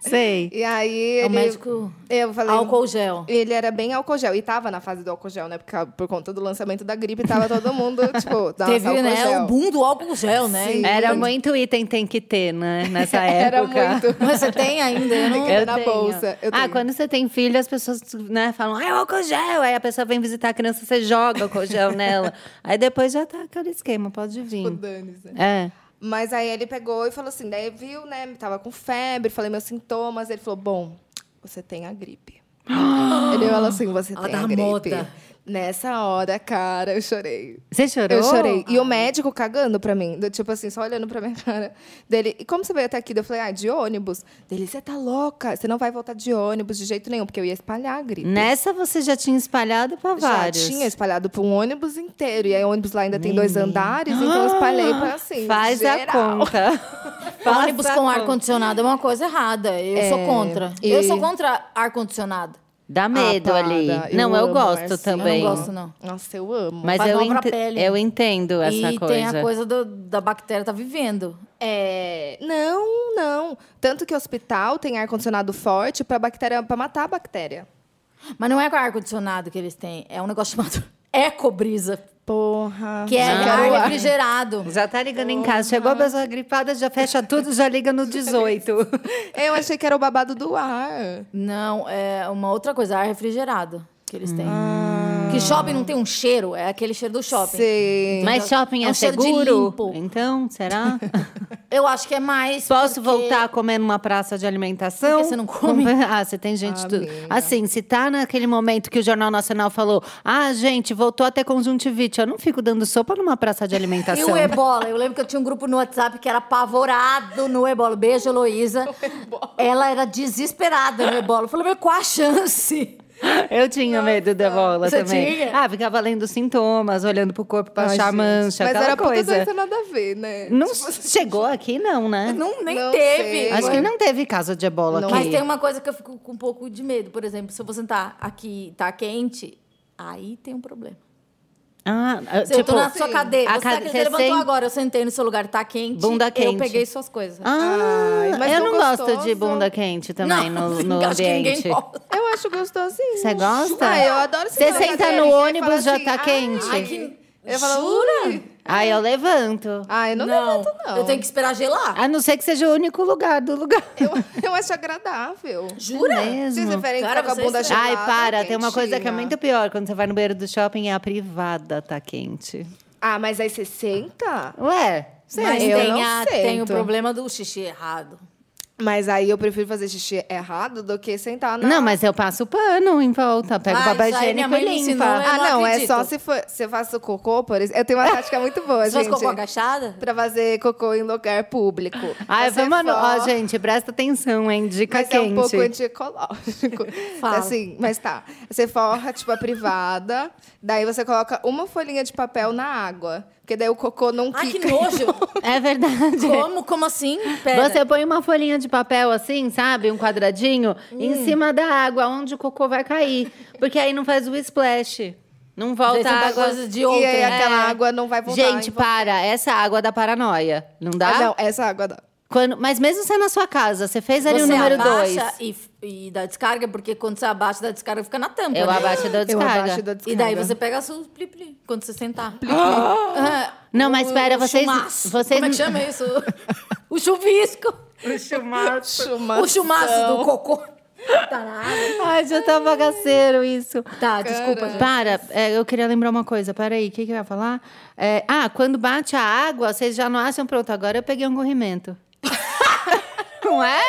[SPEAKER 1] Sei.
[SPEAKER 3] E aí ele...
[SPEAKER 2] É o médico
[SPEAKER 3] Eu falei...
[SPEAKER 2] álcool gel.
[SPEAKER 3] Ele era bem álcool gel. E tava na fase do álcool gel, né? Porque por conta do lançamento da gripe, tava todo mundo, tipo... Nossa,
[SPEAKER 2] Teve,
[SPEAKER 3] álcool
[SPEAKER 2] né?
[SPEAKER 3] gel.
[SPEAKER 2] O boom do álcool gel, né?
[SPEAKER 3] Sim.
[SPEAKER 1] Era muito item tem que ter, né? Nessa época.
[SPEAKER 3] Era muito...
[SPEAKER 2] Mas você tem ainda, eu não...
[SPEAKER 3] Eu-
[SPEAKER 1] Eu
[SPEAKER 3] na
[SPEAKER 1] tenho.
[SPEAKER 3] bolsa, eu
[SPEAKER 1] ah,
[SPEAKER 3] tenho.
[SPEAKER 1] quando você tem filho, as pessoas né, falam, ai, o álcool gel. Aí a pessoa vem visitar a criança, você joga o álcool gel nela. Aí depois já tá aquele esquema, pode vir.
[SPEAKER 3] Dane-se.
[SPEAKER 1] É.
[SPEAKER 3] Mas aí ele pegou e falou assim, daí viu, né? Tava com febre, falei meus sintomas. Ele falou, bom, você tem a gripe. ele falou assim, você
[SPEAKER 2] Ela
[SPEAKER 3] tem
[SPEAKER 2] tá
[SPEAKER 3] a gripe.
[SPEAKER 2] moda.
[SPEAKER 3] Nessa hora, cara, eu chorei.
[SPEAKER 1] Você chorou?
[SPEAKER 3] Eu chorei. E o médico cagando pra mim. do Tipo assim, só olhando pra minha cara. Dele, e como você veio até aqui? Daí Eu falei, ah, de ônibus. Dele, você tá louca. Você não vai voltar de ônibus de jeito nenhum, porque eu ia espalhar a gripe.
[SPEAKER 1] Nessa você já tinha espalhado pra
[SPEAKER 3] Já
[SPEAKER 1] Né, vários.
[SPEAKER 3] tinha espalhado pra um ônibus inteiro. E aí o ônibus lá ainda tem dois andares, então eu espalhei pra assim.
[SPEAKER 1] Faz
[SPEAKER 3] geral.
[SPEAKER 1] a conta.
[SPEAKER 2] Ônibus com ar-condicionado é uma coisa errada. Eu sou contra.
[SPEAKER 3] É, e-
[SPEAKER 2] Eu sou contra ar-condicionado.
[SPEAKER 5] Dá medo
[SPEAKER 3] para,
[SPEAKER 5] ali.
[SPEAKER 3] eu
[SPEAKER 5] não, eu
[SPEAKER 3] amo
[SPEAKER 5] gosto
[SPEAKER 3] essa.
[SPEAKER 5] também.
[SPEAKER 2] Eu não gosto, não.
[SPEAKER 3] Nossa, eu amo.
[SPEAKER 5] Mas
[SPEAKER 2] Faz
[SPEAKER 5] eu,
[SPEAKER 2] mal pra
[SPEAKER 5] ente-
[SPEAKER 2] pele.
[SPEAKER 5] eu entendo essa
[SPEAKER 2] e
[SPEAKER 5] coisa.
[SPEAKER 2] tem a coisa do- da bactéria tá vivendo.
[SPEAKER 3] É, não, não. Tanto que hospital tem ar-condicionado forte pra bactéria, para matar a bactéria.
[SPEAKER 2] Mas não é com ar-condicionado que eles têm. É um negócio chamado ecobrisa,
[SPEAKER 3] Porra.
[SPEAKER 2] que é
[SPEAKER 5] Ah,
[SPEAKER 2] ar refrigerado.
[SPEAKER 1] Já tá ligando em casa. Chegou a pessoa gripada, já fecha tudo, já liga no 18.
[SPEAKER 3] Eu achei que era o babado do ar.
[SPEAKER 2] Não, é uma outra coisa, ar refrigerado que eles têm.
[SPEAKER 5] Hum.
[SPEAKER 2] Que shopping não tem um cheiro, é aquele cheiro do shopping.
[SPEAKER 3] Sim.
[SPEAKER 5] Mas shopping
[SPEAKER 2] É
[SPEAKER 5] é,
[SPEAKER 2] um cheiro de
[SPEAKER 5] seguro?
[SPEAKER 2] limpo.
[SPEAKER 5] Então, será?
[SPEAKER 2] Eu acho que é mais.
[SPEAKER 1] Posso
[SPEAKER 2] porque-
[SPEAKER 1] voltar a comer numa praça de alimentação?
[SPEAKER 2] Porque você não come?
[SPEAKER 1] Ah, você tem gente. tudo. Assim, se tá naquele momento que o Jornal Nacional falou: ah, gente, voltou a ter conjuntivite, eu não fico dando sopa numa praça de
[SPEAKER 2] E
[SPEAKER 1] alimentação.
[SPEAKER 2] o ebola? Eu lembro que eu tinha um grupo no WhatsApp que era apavorado no ebola. Beijo, Heloísa. Ela era desesperada no ebola. Eu falei, meu, qual a chance?
[SPEAKER 1] Eu tinha medo da bola
[SPEAKER 2] Você
[SPEAKER 1] também.
[SPEAKER 2] tinha?
[SPEAKER 1] Ah, ficava lendo sintomas, olhando pro corpo pra
[SPEAKER 3] Ai,
[SPEAKER 1] achar
[SPEAKER 3] gente.
[SPEAKER 1] mancha,
[SPEAKER 3] Mas
[SPEAKER 1] aquela
[SPEAKER 3] era pra
[SPEAKER 1] coisa.
[SPEAKER 3] tudo isso nada a ver, né?
[SPEAKER 1] Não chegou aqui, não, né?
[SPEAKER 2] Não, nem
[SPEAKER 3] Não
[SPEAKER 2] teve.
[SPEAKER 3] sei.
[SPEAKER 1] Acho que não teve caso de ebola aqui.
[SPEAKER 2] Mas tem uma coisa que eu fico com um pouco de medo. Por exemplo, se eu vou sentar aqui e tá quente, aí tem um problema.
[SPEAKER 1] Ah,
[SPEAKER 2] Se
[SPEAKER 1] tipo,
[SPEAKER 2] eu tô na sua cadeira,
[SPEAKER 1] a
[SPEAKER 2] você, tá-
[SPEAKER 1] cade-
[SPEAKER 2] você
[SPEAKER 1] você
[SPEAKER 2] levantou
[SPEAKER 1] sente-
[SPEAKER 2] agora, eu sentei no seu lugar, tá quente.
[SPEAKER 1] Bunda
[SPEAKER 2] Eu
[SPEAKER 1] quente.
[SPEAKER 2] peguei suas coisas.
[SPEAKER 1] Ah,
[SPEAKER 3] Ai, mas
[SPEAKER 1] eu
[SPEAKER 3] tão
[SPEAKER 1] não gosto de
[SPEAKER 3] gostoso.
[SPEAKER 1] bunda quente também no, no
[SPEAKER 2] acho que ninguém
[SPEAKER 1] ambiente.
[SPEAKER 2] gosta.
[SPEAKER 3] Eu acho gostosinho.
[SPEAKER 1] Você gosta?
[SPEAKER 3] Ah, eu adoro
[SPEAKER 1] Você
[SPEAKER 3] sentar na
[SPEAKER 1] senta
[SPEAKER 3] cadeira
[SPEAKER 1] no
[SPEAKER 3] e falar
[SPEAKER 1] ônibus, já
[SPEAKER 3] assim,
[SPEAKER 1] tá
[SPEAKER 3] "Ai,
[SPEAKER 1] quente.
[SPEAKER 2] Ai, que...
[SPEAKER 3] Eu falo,
[SPEAKER 2] Jura?
[SPEAKER 1] Aí eu levanto.
[SPEAKER 3] Ah, eu não, levanto, não.
[SPEAKER 2] Eu tenho que esperar gelar.
[SPEAKER 1] A não ser que seja o único lugar do lugar.
[SPEAKER 3] eu, eu acho agradável.
[SPEAKER 2] Jura?
[SPEAKER 3] Vocês
[SPEAKER 1] Mesmo.
[SPEAKER 3] preferem
[SPEAKER 2] Cara,
[SPEAKER 3] ficar com a
[SPEAKER 2] vocês-
[SPEAKER 3] bunda gelada?
[SPEAKER 1] Ai, para,
[SPEAKER 3] ou
[SPEAKER 1] tem uma coisa que é
[SPEAKER 3] quentinha?
[SPEAKER 1] muito pior. Quando você vai no banheiro do shopping, é a privada tá quente.
[SPEAKER 3] Ah, mas aí você senta?
[SPEAKER 1] Ué,
[SPEAKER 3] Sim,
[SPEAKER 2] Mas
[SPEAKER 3] eu
[SPEAKER 2] tem,
[SPEAKER 3] não
[SPEAKER 2] a- tem o
[SPEAKER 3] sento.
[SPEAKER 2] problema do xixi errado.
[SPEAKER 3] Mas aí eu prefiro fazer xixi errado do que sentar na...
[SPEAKER 1] Não, mas eu passo pano em volta, pego
[SPEAKER 2] Ah,
[SPEAKER 1] o papel
[SPEAKER 2] isso aí minha
[SPEAKER 1] higiênico
[SPEAKER 2] mãe
[SPEAKER 1] e
[SPEAKER 2] me ensinou,
[SPEAKER 1] limpa.
[SPEAKER 2] eu
[SPEAKER 3] Ah, não, é
[SPEAKER 2] acredito.
[SPEAKER 3] só se, for, se eu faço cocô, por exemplo. Eu tenho uma tática muito boa,
[SPEAKER 2] Você faz
[SPEAKER 3] gente.
[SPEAKER 2] cocô agachada?
[SPEAKER 3] Pra fazer cocô em lugar público.
[SPEAKER 1] Ai,
[SPEAKER 3] Você
[SPEAKER 1] vamos no... Ó,
[SPEAKER 3] forra-
[SPEAKER 1] gente, presta atenção, hein? Dica
[SPEAKER 3] Mas é
[SPEAKER 1] quente.
[SPEAKER 3] um pouco antiecológico.
[SPEAKER 2] Fala.
[SPEAKER 3] Assim, mas tá. Você forra, tipo, a privada. Daí você coloca uma folhinha de papel na água. Porque daí o cocô não
[SPEAKER 2] Ai, que
[SPEAKER 3] quica.
[SPEAKER 2] nojo!
[SPEAKER 1] É verdade.
[SPEAKER 2] Como? Como assim? Pera.
[SPEAKER 1] Você põe uma folhinha de papel assim, sabe? Um quadradinho, em cima da água, onde o cocô vai cair. Porque aí não faz o splash. Não volta
[SPEAKER 2] Deixa
[SPEAKER 1] a
[SPEAKER 2] pra
[SPEAKER 1] água.
[SPEAKER 2] coisa de
[SPEAKER 3] E
[SPEAKER 2] outra.
[SPEAKER 3] aí
[SPEAKER 2] né?
[SPEAKER 3] aquela água não vai voltar.
[SPEAKER 1] é. Gente,
[SPEAKER 3] em volta.
[SPEAKER 1] para. Essa água da paranoia. Não dá?
[SPEAKER 3] Ah, não, essa água dá.
[SPEAKER 1] Quando- mas mesmo você na sua casa, você fez ali
[SPEAKER 2] Você
[SPEAKER 1] o número dois.
[SPEAKER 2] abaixa E, e dá descarga, porque quando você abaixa, dá descarga, fica na tampa.
[SPEAKER 1] Eu
[SPEAKER 2] né?
[SPEAKER 1] abaixo e dou
[SPEAKER 3] Eu
[SPEAKER 1] descarga.
[SPEAKER 3] abaixo da
[SPEAKER 2] E
[SPEAKER 3] descarga.
[SPEAKER 2] daí você pega seus pli-pli quando você sentar. Ah,
[SPEAKER 1] Não, mas
[SPEAKER 2] o-
[SPEAKER 1] espera,
[SPEAKER 2] o
[SPEAKER 1] vocês-
[SPEAKER 2] chumaço.
[SPEAKER 1] vocês-
[SPEAKER 2] Como é que chama isso? o chuvisco.
[SPEAKER 3] Chumaço.
[SPEAKER 2] O chumaço do cocô. Tá na água.
[SPEAKER 1] Ai, já tá bagaceiro isso.
[SPEAKER 2] Tá, desculpa, gente.
[SPEAKER 1] Para, é, eu queria lembrar uma coisa. Peraí, o que, que eu ia falar? É, ah, quando bate a água, vocês já não acham, pronto, agora eu peguei um corrimento. não é?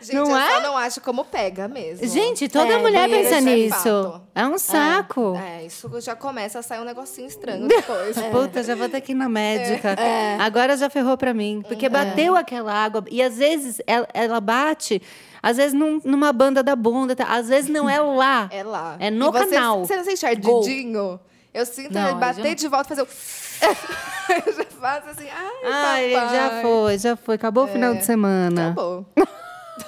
[SPEAKER 3] Gente,
[SPEAKER 1] não
[SPEAKER 3] eu
[SPEAKER 1] é?
[SPEAKER 3] só não acho como pega mesmo.
[SPEAKER 1] Gente, toda
[SPEAKER 2] É,
[SPEAKER 1] mulher
[SPEAKER 2] banheiro,
[SPEAKER 1] pensa
[SPEAKER 3] isso é
[SPEAKER 1] nisso.
[SPEAKER 3] fato.
[SPEAKER 1] É, um saco.
[SPEAKER 3] É, isso já começa a sair um negocinho estranho depois.
[SPEAKER 1] Puta, já vou ter que ir na médica.
[SPEAKER 3] É,
[SPEAKER 1] Agora já ferrou pra mim. Porque bateu aquela água. E às vezes ela, ela bate, às vezes num- numa banda da bunda. tá? Às vezes não é lá.
[SPEAKER 3] É lá.
[SPEAKER 1] É no
[SPEAKER 3] E você-
[SPEAKER 1] canal.
[SPEAKER 3] Você não sente ardidinho? Eu sinto
[SPEAKER 2] Não,
[SPEAKER 3] ele
[SPEAKER 2] eu
[SPEAKER 3] bater
[SPEAKER 2] já-
[SPEAKER 3] de volta e fazer o... eu já faço assim, ai,
[SPEAKER 1] Ai,
[SPEAKER 3] papai.
[SPEAKER 1] Ah,
[SPEAKER 3] É.
[SPEAKER 1] já foi, né? já foi. Acabou o final de semana.
[SPEAKER 3] Acabou.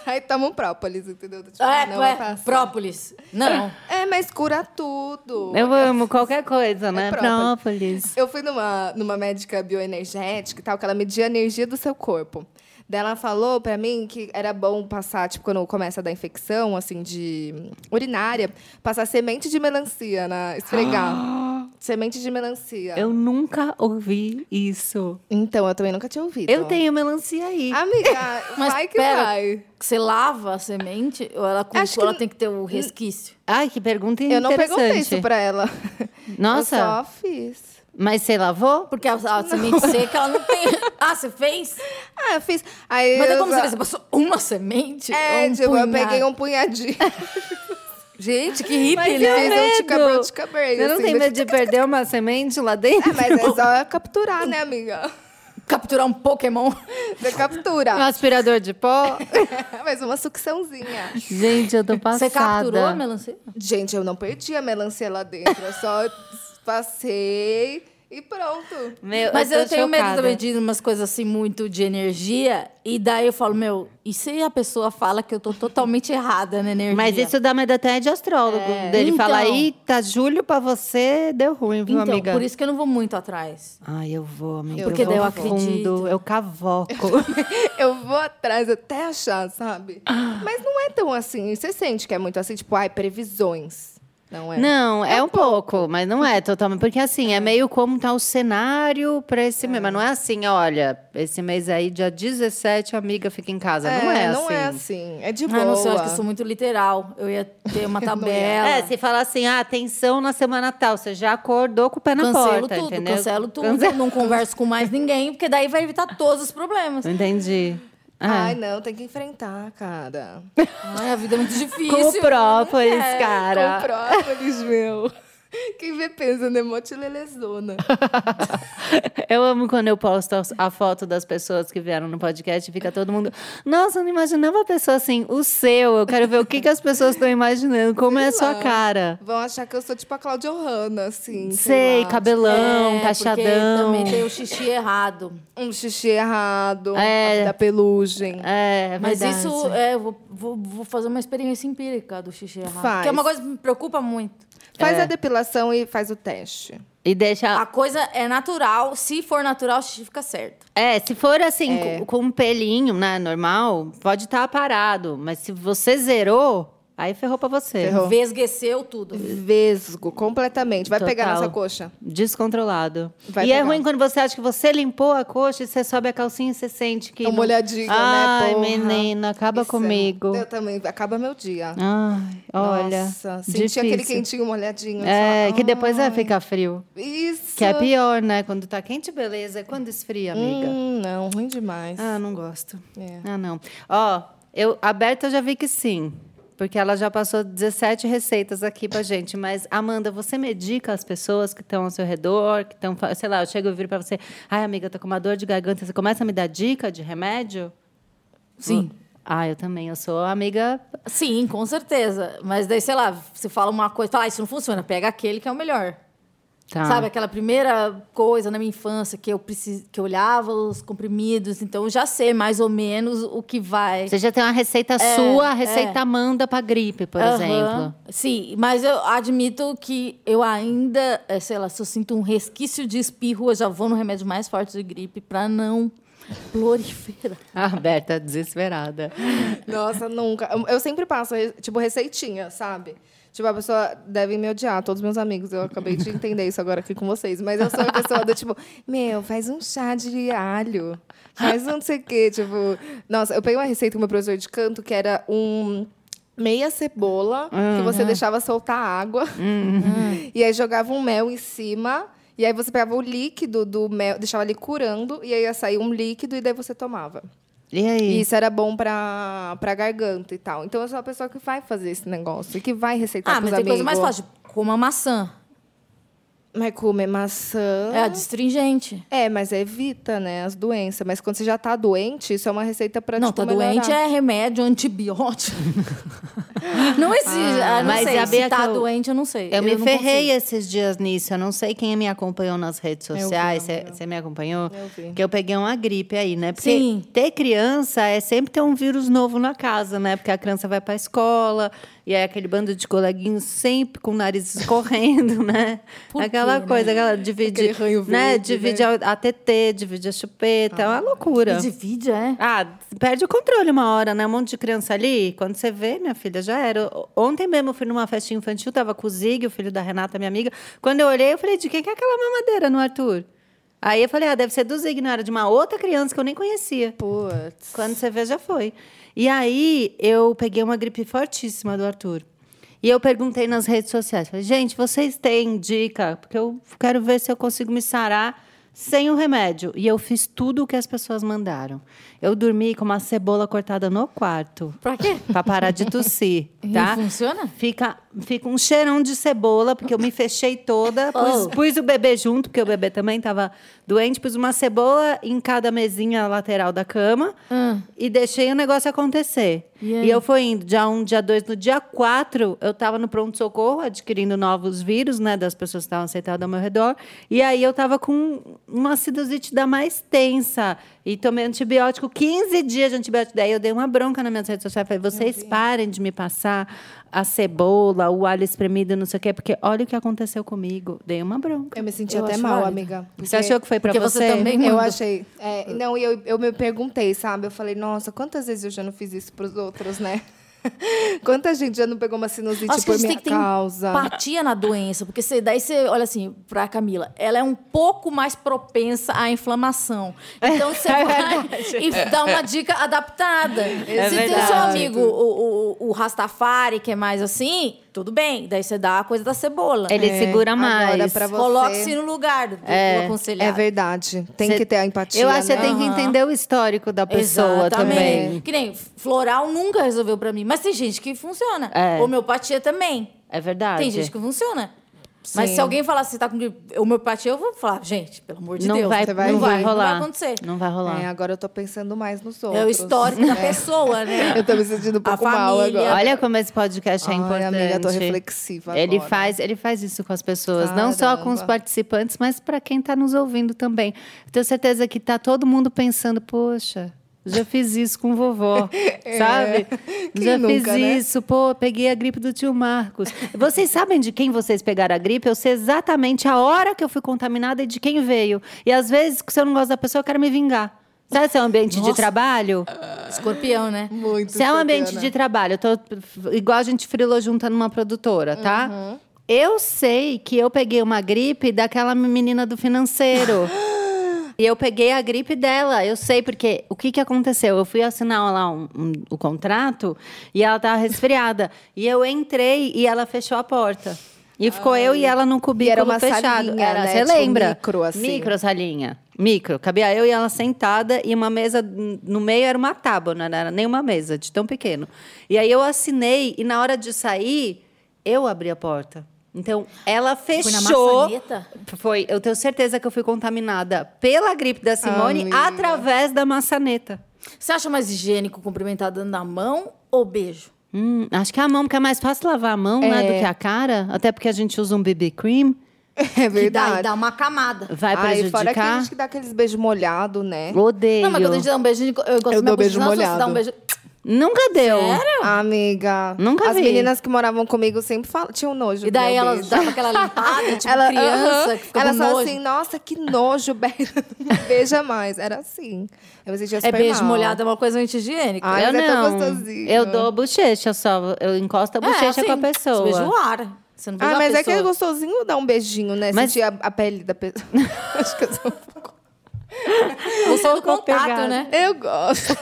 [SPEAKER 3] Aí toma um própolis, entendeu? Tipo,
[SPEAKER 2] É,
[SPEAKER 3] não
[SPEAKER 2] é,
[SPEAKER 3] vai passar.
[SPEAKER 2] própolis. Não.
[SPEAKER 3] É, mas cura tudo.
[SPEAKER 1] Eu amo qualquer coisa, né?
[SPEAKER 3] própolis.
[SPEAKER 1] Própolis.
[SPEAKER 3] Eu fui numa, numa médica bioenergética e tal, que ela media a energia do seu corpo. Daí ela falou pra mim que era bom passar, tipo, quando começa a dar infecção, assim, de urinária, passar semente de melancia na. esfregar. semente de melancia.
[SPEAKER 1] Eu nunca ouvi isso.
[SPEAKER 3] Então, eu também nunca tinha ouvido.
[SPEAKER 1] Eu tenho melancia aí.
[SPEAKER 3] Ah, Amiga,
[SPEAKER 2] Mas
[SPEAKER 3] vai que
[SPEAKER 2] pera,
[SPEAKER 3] vai.
[SPEAKER 2] Você lava a semente ou ela, com-
[SPEAKER 3] Acho que
[SPEAKER 2] ou ela
[SPEAKER 3] n-
[SPEAKER 2] tem que ter o resquício?
[SPEAKER 1] Ai, que pergunta
[SPEAKER 3] Eu não
[SPEAKER 1] interessante.
[SPEAKER 3] perguntei isso pra ela.
[SPEAKER 1] Nossa.
[SPEAKER 3] Eu só fiz.
[SPEAKER 1] Mas você lavou?
[SPEAKER 2] Porque a, a semente seca, ela não tem... Ah, você fez?
[SPEAKER 3] Ah, eu fiz. Aí
[SPEAKER 2] Mas é
[SPEAKER 3] eu
[SPEAKER 2] como
[SPEAKER 3] já-
[SPEAKER 2] você fez? Você passou uma semente?
[SPEAKER 3] É,
[SPEAKER 2] Ou um
[SPEAKER 3] tipo, eu
[SPEAKER 2] punhado?
[SPEAKER 3] peguei um punhadinho.
[SPEAKER 2] Gente, que hippie,
[SPEAKER 3] Ele
[SPEAKER 2] né?
[SPEAKER 3] fez um tica
[SPEAKER 1] medo.
[SPEAKER 3] tica brain,
[SPEAKER 1] Eu não
[SPEAKER 3] assim,
[SPEAKER 1] tenho
[SPEAKER 3] mas-
[SPEAKER 1] medo de perder uma semente lá dentro?
[SPEAKER 3] É, mas é só capturar, né, amiga?
[SPEAKER 2] Capturar um Pokémon.
[SPEAKER 3] Você
[SPEAKER 1] Um
[SPEAKER 3] captura.
[SPEAKER 1] aspirador de pó?
[SPEAKER 3] mas uma sucçãozinha.
[SPEAKER 1] Gente, eu tô passada.
[SPEAKER 2] Você capturou a melancia?
[SPEAKER 3] Gente, eu não perdi a melancia lá dentro. Eu só passei E pronto.
[SPEAKER 1] Meu,
[SPEAKER 2] Mas eu,
[SPEAKER 1] tô
[SPEAKER 2] tenho medo
[SPEAKER 1] chocada.
[SPEAKER 2] também de umas coisas assim muito de energia. E daí eu falo, meu, e se a pessoa fala que eu tô totalmente errada na energia?
[SPEAKER 1] Mas isso dá medo até de astrólogo. Dele
[SPEAKER 2] Então.
[SPEAKER 1] falar, eita, julho pra você deu ruim, viu,
[SPEAKER 2] Então,
[SPEAKER 1] amiga?
[SPEAKER 2] por isso que eu não vou muito atrás.
[SPEAKER 1] Ai, eu vou, amiga.
[SPEAKER 3] Porque
[SPEAKER 1] vou
[SPEAKER 3] daí eu
[SPEAKER 1] fundo,
[SPEAKER 2] acredito.
[SPEAKER 1] Eu cavoco.
[SPEAKER 3] Eu vou atrás até achar, sabe? Mas não é tão assim. Você sente que é muito assim, tipo, ai, previsões. Não é?
[SPEAKER 1] Não, é um pouco, mas não é totalmente. Porque assim, é meio como tá o cenário pra esse mês. Mas não é assim, olha, esse mês aí, dia 17, a amiga fica em casa. não é
[SPEAKER 3] não
[SPEAKER 1] assim.
[SPEAKER 3] é assim. É de boa.
[SPEAKER 2] Ah, não sei, eu acho que eu sou muito literal. Eu ia ter uma tabela.
[SPEAKER 1] É, se falar assim, ah, atenção na semana tal, você já acordou com o pé na
[SPEAKER 2] cancelo
[SPEAKER 1] porta,
[SPEAKER 2] tudo,
[SPEAKER 1] entendeu?
[SPEAKER 2] cancelo tudo,
[SPEAKER 1] Cancela-
[SPEAKER 2] não converso com mais ninguém, porque daí vai evitar todos os problemas.
[SPEAKER 1] Entendi. Ah,
[SPEAKER 3] Ai, não, tem que enfrentar, cara.
[SPEAKER 2] Ai, a vida é muito difícil. É,
[SPEAKER 1] com o própolis,
[SPEAKER 3] Com
[SPEAKER 1] cara.
[SPEAKER 3] própolis, meu. Quem vê pensa, né? Mó lelezona.
[SPEAKER 1] Eu amo quando eu posto as- a foto das pessoas que vieram no podcast e fica todo mundo. Nossa, eu não imaginava a pessoa assim, o seu. Eu quero ver o que, que as pessoas estão imaginando, como é a sua cara.
[SPEAKER 3] Vão achar que eu sou tipo a Claudio Hanna, assim.
[SPEAKER 1] Sei,
[SPEAKER 3] lá,
[SPEAKER 1] cabelão,
[SPEAKER 2] É,
[SPEAKER 1] cacheadão.
[SPEAKER 2] Porque também tem o xixi errado.
[SPEAKER 3] Um xixi errado,
[SPEAKER 1] É.
[SPEAKER 3] da pelugem.
[SPEAKER 1] É, é
[SPEAKER 2] Mas
[SPEAKER 1] verdade.
[SPEAKER 2] isso, é, eu vou, vou, vou fazer uma experiência empírica do xixi errado.
[SPEAKER 3] Faz.
[SPEAKER 2] Que é uma coisa que me preocupa muito.
[SPEAKER 1] É.
[SPEAKER 3] Faz a depilação e faz o teste.
[SPEAKER 1] E deixa.
[SPEAKER 2] A coisa é natural, se for natural, o xixi fica certo.
[SPEAKER 1] É, se for assim, com, com um pelinho, né, normal, pode estar parado. Mas se você zerou, aí ferrou pra você.
[SPEAKER 3] Ferrou. Errou.
[SPEAKER 2] Vesgueceu tudo.
[SPEAKER 3] Vesgo, completamente. Vai pegar
[SPEAKER 1] Hum. Total.
[SPEAKER 3] nessa coxa.
[SPEAKER 1] Descontrolado.
[SPEAKER 3] Vai
[SPEAKER 1] e é
[SPEAKER 3] pegar.
[SPEAKER 1] ruim quando você acha que você limpou a coxa e você sobe a calcinha e você sente que.
[SPEAKER 3] Dá uma
[SPEAKER 1] não-
[SPEAKER 3] olhadinha, né,
[SPEAKER 1] Ai,
[SPEAKER 3] porra.
[SPEAKER 1] menina, acaba
[SPEAKER 3] Isso é-
[SPEAKER 1] comigo.
[SPEAKER 3] Eu também. Acaba meu dia.
[SPEAKER 1] Ai, olha.
[SPEAKER 3] Nossa, senti aquele
[SPEAKER 1] difícil.
[SPEAKER 3] quentinho molhadinho.
[SPEAKER 1] É,
[SPEAKER 3] só,
[SPEAKER 1] que depois vai
[SPEAKER 3] ai,
[SPEAKER 1] ficar frio.
[SPEAKER 3] Isso.
[SPEAKER 1] Que é pior, né? Quando tá quente, beleza. Quando esfria, amiga.
[SPEAKER 3] Hum, não, ruim demais.
[SPEAKER 1] Ah, não gosto.
[SPEAKER 3] É.
[SPEAKER 1] Ah, não. Ó, eu, a Berta eu já vi que sim. Porque ela já passou 17 receitas aqui pra gente. Mas, Amanda, você medica as pessoas que estão ao seu redor, que estão. fa- Sei lá, eu chego e viro pra você. Ai, amiga, eu tô com uma dor de garganta. Você começa a me dar dica de remédio?
[SPEAKER 2] Sim.
[SPEAKER 1] Ah, eu também. Eu sou amiga.
[SPEAKER 2] Sim, com certeza. Mas daí, sei lá, você fala uma coisa, fala, ah, isso não funciona, pega aquele que é o melhor.
[SPEAKER 1] Tá.
[SPEAKER 2] Sabe, aquela primeira coisa na minha infância que eu, precis... que eu olhava os comprimidos, então eu já sei mais ou menos o que vai.
[SPEAKER 1] Você já tem uma receita sua, a receita Amanda pra gripe, por
[SPEAKER 2] Aham.
[SPEAKER 1] exemplo.
[SPEAKER 2] Sim, mas eu admito que eu ainda, eh, sei lá, se eu sinto um resquício de espirro, eu já vou no remédio mais forte de gripe pra não proliferar.
[SPEAKER 1] A Berta desesperada.
[SPEAKER 3] Nossa, nunca. Eu, eu sempre passo, re- tipo, receitinha, sabe? Tipo, a pessoa deve me odiar, todos meus amigos. Eu acabei de entender isso agora aqui com vocês. Mas eu sou a pessoa do tipo, meu, faz um chá de alho. Faz um não sei o quê. Tipo, nossa, eu peguei uma receita com meu professor de canto que era um. Meia cebola, que você deixava soltar água. E aí jogava um mel em cima. E aí você pegava o líquido do mel, deixava ali curando. E aí ia sair um líquido e daí você tomava.
[SPEAKER 1] E aí?
[SPEAKER 3] E isso era bom pra, pra garganta e tal. Então eu sou a pessoa que vai fazer esse negócio, que vai receitar
[SPEAKER 2] Ah, mas
[SPEAKER 3] pros
[SPEAKER 2] tem coisa
[SPEAKER 3] tá amigos.
[SPEAKER 2] mais fácil, como a maçã.
[SPEAKER 3] Mas comer maçã.
[SPEAKER 2] É a destringente.
[SPEAKER 3] É, mas evita, né, as doenças. Mas quando você já tá doente, isso é uma receita pra
[SPEAKER 2] não,
[SPEAKER 3] tipo,
[SPEAKER 2] tá doente
[SPEAKER 3] melhorar.
[SPEAKER 2] é remédio, antibiótico. não existe. Ah, não
[SPEAKER 1] Mas
[SPEAKER 2] sei.
[SPEAKER 1] a
[SPEAKER 2] Se
[SPEAKER 1] Bia que
[SPEAKER 2] tá
[SPEAKER 1] eu-
[SPEAKER 2] doente, eu não sei.
[SPEAKER 1] Eu, me
[SPEAKER 2] não
[SPEAKER 1] ferrei
[SPEAKER 2] consigo.
[SPEAKER 1] esses dias nisso. Eu não sei quem me acompanhou nas redes sociais. Você me acompanhou?
[SPEAKER 3] Eu vi.
[SPEAKER 1] Que eu peguei uma gripe aí, né? Porque
[SPEAKER 2] Sim.
[SPEAKER 1] ter criança é sempre ter um vírus novo na casa, né? Porque a criança vai pra escola e aí aquele bando de coleguinhos sempre com o nariz escorrendo, né?
[SPEAKER 2] Por quê,
[SPEAKER 1] aquela
[SPEAKER 2] né?
[SPEAKER 1] coisa, aquela divide,
[SPEAKER 3] Aquele ranho
[SPEAKER 1] né?
[SPEAKER 3] verde,
[SPEAKER 1] divide a, a TT, divide a chupeta, é uma loucura.
[SPEAKER 2] E divide, é?
[SPEAKER 1] Ah, perde o controle uma hora, né? Um monte de criança ali. Quando você vê, minha filha, já era. O- Ontem mesmo eu fui numa festinha infantil, tava com o Zig, o filho da Renata, minha amiga. Quando eu olhei, eu falei, de quem que é aquela mamadeira no Arthur? Aí eu falei, ah, deve ser do Zig, não era de uma outra criança que eu nem conhecia.
[SPEAKER 3] Putz.
[SPEAKER 1] Quando você vê, já foi. E aí eu peguei uma gripe fortíssima do Arthur. E eu perguntei nas redes sociais, falei, gente, vocês têm dica? Porque eu quero ver se eu consigo me sarar sem o remédio. E eu fiz tudo o que as pessoas mandaram. Eu dormi com uma cebola cortada no quarto.
[SPEAKER 2] Pra quê?
[SPEAKER 1] Pra parar de tossir, tá?
[SPEAKER 2] E funciona?
[SPEAKER 1] Fica, fica um cheirão de cebola, porque eu me fechei toda, pus,
[SPEAKER 2] Oh.
[SPEAKER 1] pus o bebê junto, porque o bebê também estava doente, pus uma
[SPEAKER 2] Ah.
[SPEAKER 1] cebola em cada mesinha lateral da cama e deixei o negócio acontecer. E,
[SPEAKER 2] E aí?
[SPEAKER 1] eu fui indo, dia um, dia dois, no dia quatro eu tava no pronto-socorro adquirindo novos vírus, né, das pessoas que estavam sentadas ao meu redor. E aí eu tava com uma acidosite da mais tensa. E tomei antibiótico, 15 dias de antibiótico. Daí eu dei uma bronca nas minhas redes sociais. Falei, vocês parem de me passar a cebola, o alho espremido, não sei o quê, porque olha o que aconteceu comigo. Dei uma bronca.
[SPEAKER 3] Eu me senti
[SPEAKER 2] Eu
[SPEAKER 3] até
[SPEAKER 2] acho
[SPEAKER 3] mal,
[SPEAKER 2] válido.
[SPEAKER 3] amiga.
[SPEAKER 1] Você achou que foi pra
[SPEAKER 2] porque você também
[SPEAKER 3] Eu
[SPEAKER 2] mandou.
[SPEAKER 3] achei. é, não, e eu, eu me perguntei, sabe? Eu falei, nossa, quantas vezes eu já não fiz isso pros outros, né? Quanta gente já não pegou uma sinusite
[SPEAKER 2] Acho que a
[SPEAKER 3] por
[SPEAKER 2] gente
[SPEAKER 3] minha
[SPEAKER 2] tem que ter um
[SPEAKER 3] causa?
[SPEAKER 2] empatia na doença, porque você, daí você olha assim, pra Camila, ela é um pouco mais propensa à inflamação.
[SPEAKER 3] É.
[SPEAKER 2] Então você vai e dá uma dica adaptada. Se tem seu
[SPEAKER 3] É verdade.
[SPEAKER 2] amigo, o, o, o Rastafari, que é mais assim, tudo bem. Daí você dá a coisa da cebola.
[SPEAKER 1] Ele segura
[SPEAKER 3] Agora
[SPEAKER 1] mais.
[SPEAKER 3] É pra você.
[SPEAKER 2] Coloque-se no lugar do, do aconselhado.
[SPEAKER 3] É verdade. Tem
[SPEAKER 1] Cê-
[SPEAKER 3] que ter a empatia.
[SPEAKER 1] Eu acho que você
[SPEAKER 3] né?
[SPEAKER 1] tem que
[SPEAKER 2] Aham.
[SPEAKER 1] entender o histórico da pessoa
[SPEAKER 2] Exatamente.
[SPEAKER 1] também.
[SPEAKER 2] Que nem floral nunca resolveu pra mim, mas tem gente que funciona.
[SPEAKER 1] É.
[SPEAKER 2] Homeopatia também.
[SPEAKER 1] É verdade.
[SPEAKER 2] Tem gente que funciona. Mas
[SPEAKER 3] Sim.
[SPEAKER 2] se alguém falar assim, tá com gripe- homeopatia, eu vou falar, gente, pelo amor de
[SPEAKER 1] não,
[SPEAKER 2] Deus.
[SPEAKER 1] vai,
[SPEAKER 3] você
[SPEAKER 1] não vai rolar.
[SPEAKER 2] Não vai acontecer.
[SPEAKER 1] Não vai rolar.
[SPEAKER 3] É, agora eu tô pensando mais nos outros.
[SPEAKER 2] É o histórico da pessoa, né?
[SPEAKER 3] Eu tô me sentindo um pouco mal
[SPEAKER 2] família.
[SPEAKER 3] agora.
[SPEAKER 1] Olha como esse podcast é
[SPEAKER 3] Ai,
[SPEAKER 1] importante.
[SPEAKER 3] amiga, tô reflexiva
[SPEAKER 1] Ele
[SPEAKER 3] agora.
[SPEAKER 1] faz, ele faz isso com as pessoas, não só com os
[SPEAKER 3] Caramba.
[SPEAKER 1] participantes, mas para quem tá nos ouvindo também. Tenho certeza que tá todo mundo pensando, poxa, já fiz isso com vovó, sabe?
[SPEAKER 3] É. Quem
[SPEAKER 1] já
[SPEAKER 3] nunca,
[SPEAKER 1] fiz
[SPEAKER 3] né?
[SPEAKER 1] isso, pô, peguei a gripe do tio Marcos. Vocês sabem de quem vocês pegaram a gripe? Eu sei exatamente a hora que eu fui contaminada e de quem veio. E às vezes, se eu não gosto da pessoa, eu quero me vingar. Sabe se é um ambiente de
[SPEAKER 2] Nossa.
[SPEAKER 1] trabalho?
[SPEAKER 2] Escorpião, né?
[SPEAKER 3] Muito
[SPEAKER 1] Se é um ambiente
[SPEAKER 3] Fabiana.
[SPEAKER 1] de trabalho, eu tô, igual a gente frilou junta numa produtora, tá?
[SPEAKER 3] Uhum.
[SPEAKER 1] Eu sei que eu peguei uma gripe daquela menina do financeiro. E eu peguei a gripe dela. Eu sei porque o que, que aconteceu? Eu fui assinar lá um- um- o contrato e ela tava resfriada. e eu entrei e ela fechou a porta. E ficou eu e ela no cubículo
[SPEAKER 3] era uma
[SPEAKER 1] fechado.
[SPEAKER 3] salinha,
[SPEAKER 1] era,
[SPEAKER 3] né?
[SPEAKER 1] Você
[SPEAKER 3] Tipo
[SPEAKER 1] lembra?
[SPEAKER 3] micro, assim.
[SPEAKER 1] Micro salinha. Micro. Cabia eu e ela sentada e uma mesa n- no meio era uma tábua, não era nem uma mesa, de tão pequeno. E aí eu assinei e na hora de sair, eu abri a porta. Então, ela
[SPEAKER 2] Foi na
[SPEAKER 1] fechou.
[SPEAKER 2] maçaneta?
[SPEAKER 1] Foi, eu tenho certeza que eu fui contaminada pela gripe da Simone
[SPEAKER 3] Amiga.
[SPEAKER 1] através da maçaneta.
[SPEAKER 2] Você acha mais higiênico cumprimentar dando na mão ou beijo?
[SPEAKER 1] Hum, acho que a mão, porque é mais fácil lavar a mão, né, do que a cara. Até porque a gente usa um BB cream,
[SPEAKER 3] É
[SPEAKER 2] Que dá, e
[SPEAKER 3] verdade.
[SPEAKER 2] dá uma camada.
[SPEAKER 1] vai
[SPEAKER 3] Ai, fora que a
[SPEAKER 1] prejudicar.
[SPEAKER 3] gente que dá aqueles beijos molhados, né?
[SPEAKER 1] Odeio.
[SPEAKER 2] Não, mas quando a gente dá um beijo, eu gosto
[SPEAKER 3] Eu
[SPEAKER 2] de
[SPEAKER 3] dou beijo
[SPEAKER 2] Dá um
[SPEAKER 3] molhado.
[SPEAKER 2] beijo...
[SPEAKER 1] Nunca deu.
[SPEAKER 3] Amiga.
[SPEAKER 1] Nunca
[SPEAKER 3] As
[SPEAKER 1] vi.
[SPEAKER 3] meninas que moravam comigo sempre fal... tinham nojo.
[SPEAKER 2] E daí
[SPEAKER 3] do meu
[SPEAKER 2] elas
[SPEAKER 3] beijo.
[SPEAKER 2] davam aquela limpada, tipo criança.
[SPEAKER 3] aham.
[SPEAKER 2] que fica
[SPEAKER 3] Elas
[SPEAKER 2] com
[SPEAKER 3] falavam
[SPEAKER 2] nojo.
[SPEAKER 3] assim, nossa, que nojo, Beira, não me beija mais. Era assim. Eu me sentia
[SPEAKER 2] É
[SPEAKER 3] super
[SPEAKER 2] beijo
[SPEAKER 3] mal.
[SPEAKER 2] molhado, é uma coisa anti-higiênica.
[SPEAKER 3] Ai,
[SPEAKER 1] eu
[SPEAKER 3] mas é tão
[SPEAKER 1] não.
[SPEAKER 3] gostosinho.
[SPEAKER 1] eu dou bochecha só. Eu encosto a bochecha com a
[SPEAKER 2] assim, Você beija
[SPEAKER 1] pessoa.
[SPEAKER 2] o ar. Você não beija
[SPEAKER 3] Ah,
[SPEAKER 2] a
[SPEAKER 3] mas é que
[SPEAKER 2] pessoa.
[SPEAKER 3] é gostosinho dar um beijinho, né?
[SPEAKER 1] Mas-
[SPEAKER 3] Sentir a, a pele da pessoa. Acho que eu sou um pouco...
[SPEAKER 2] Você é do contato,
[SPEAKER 1] pegada.
[SPEAKER 2] né?
[SPEAKER 3] Eu gosto,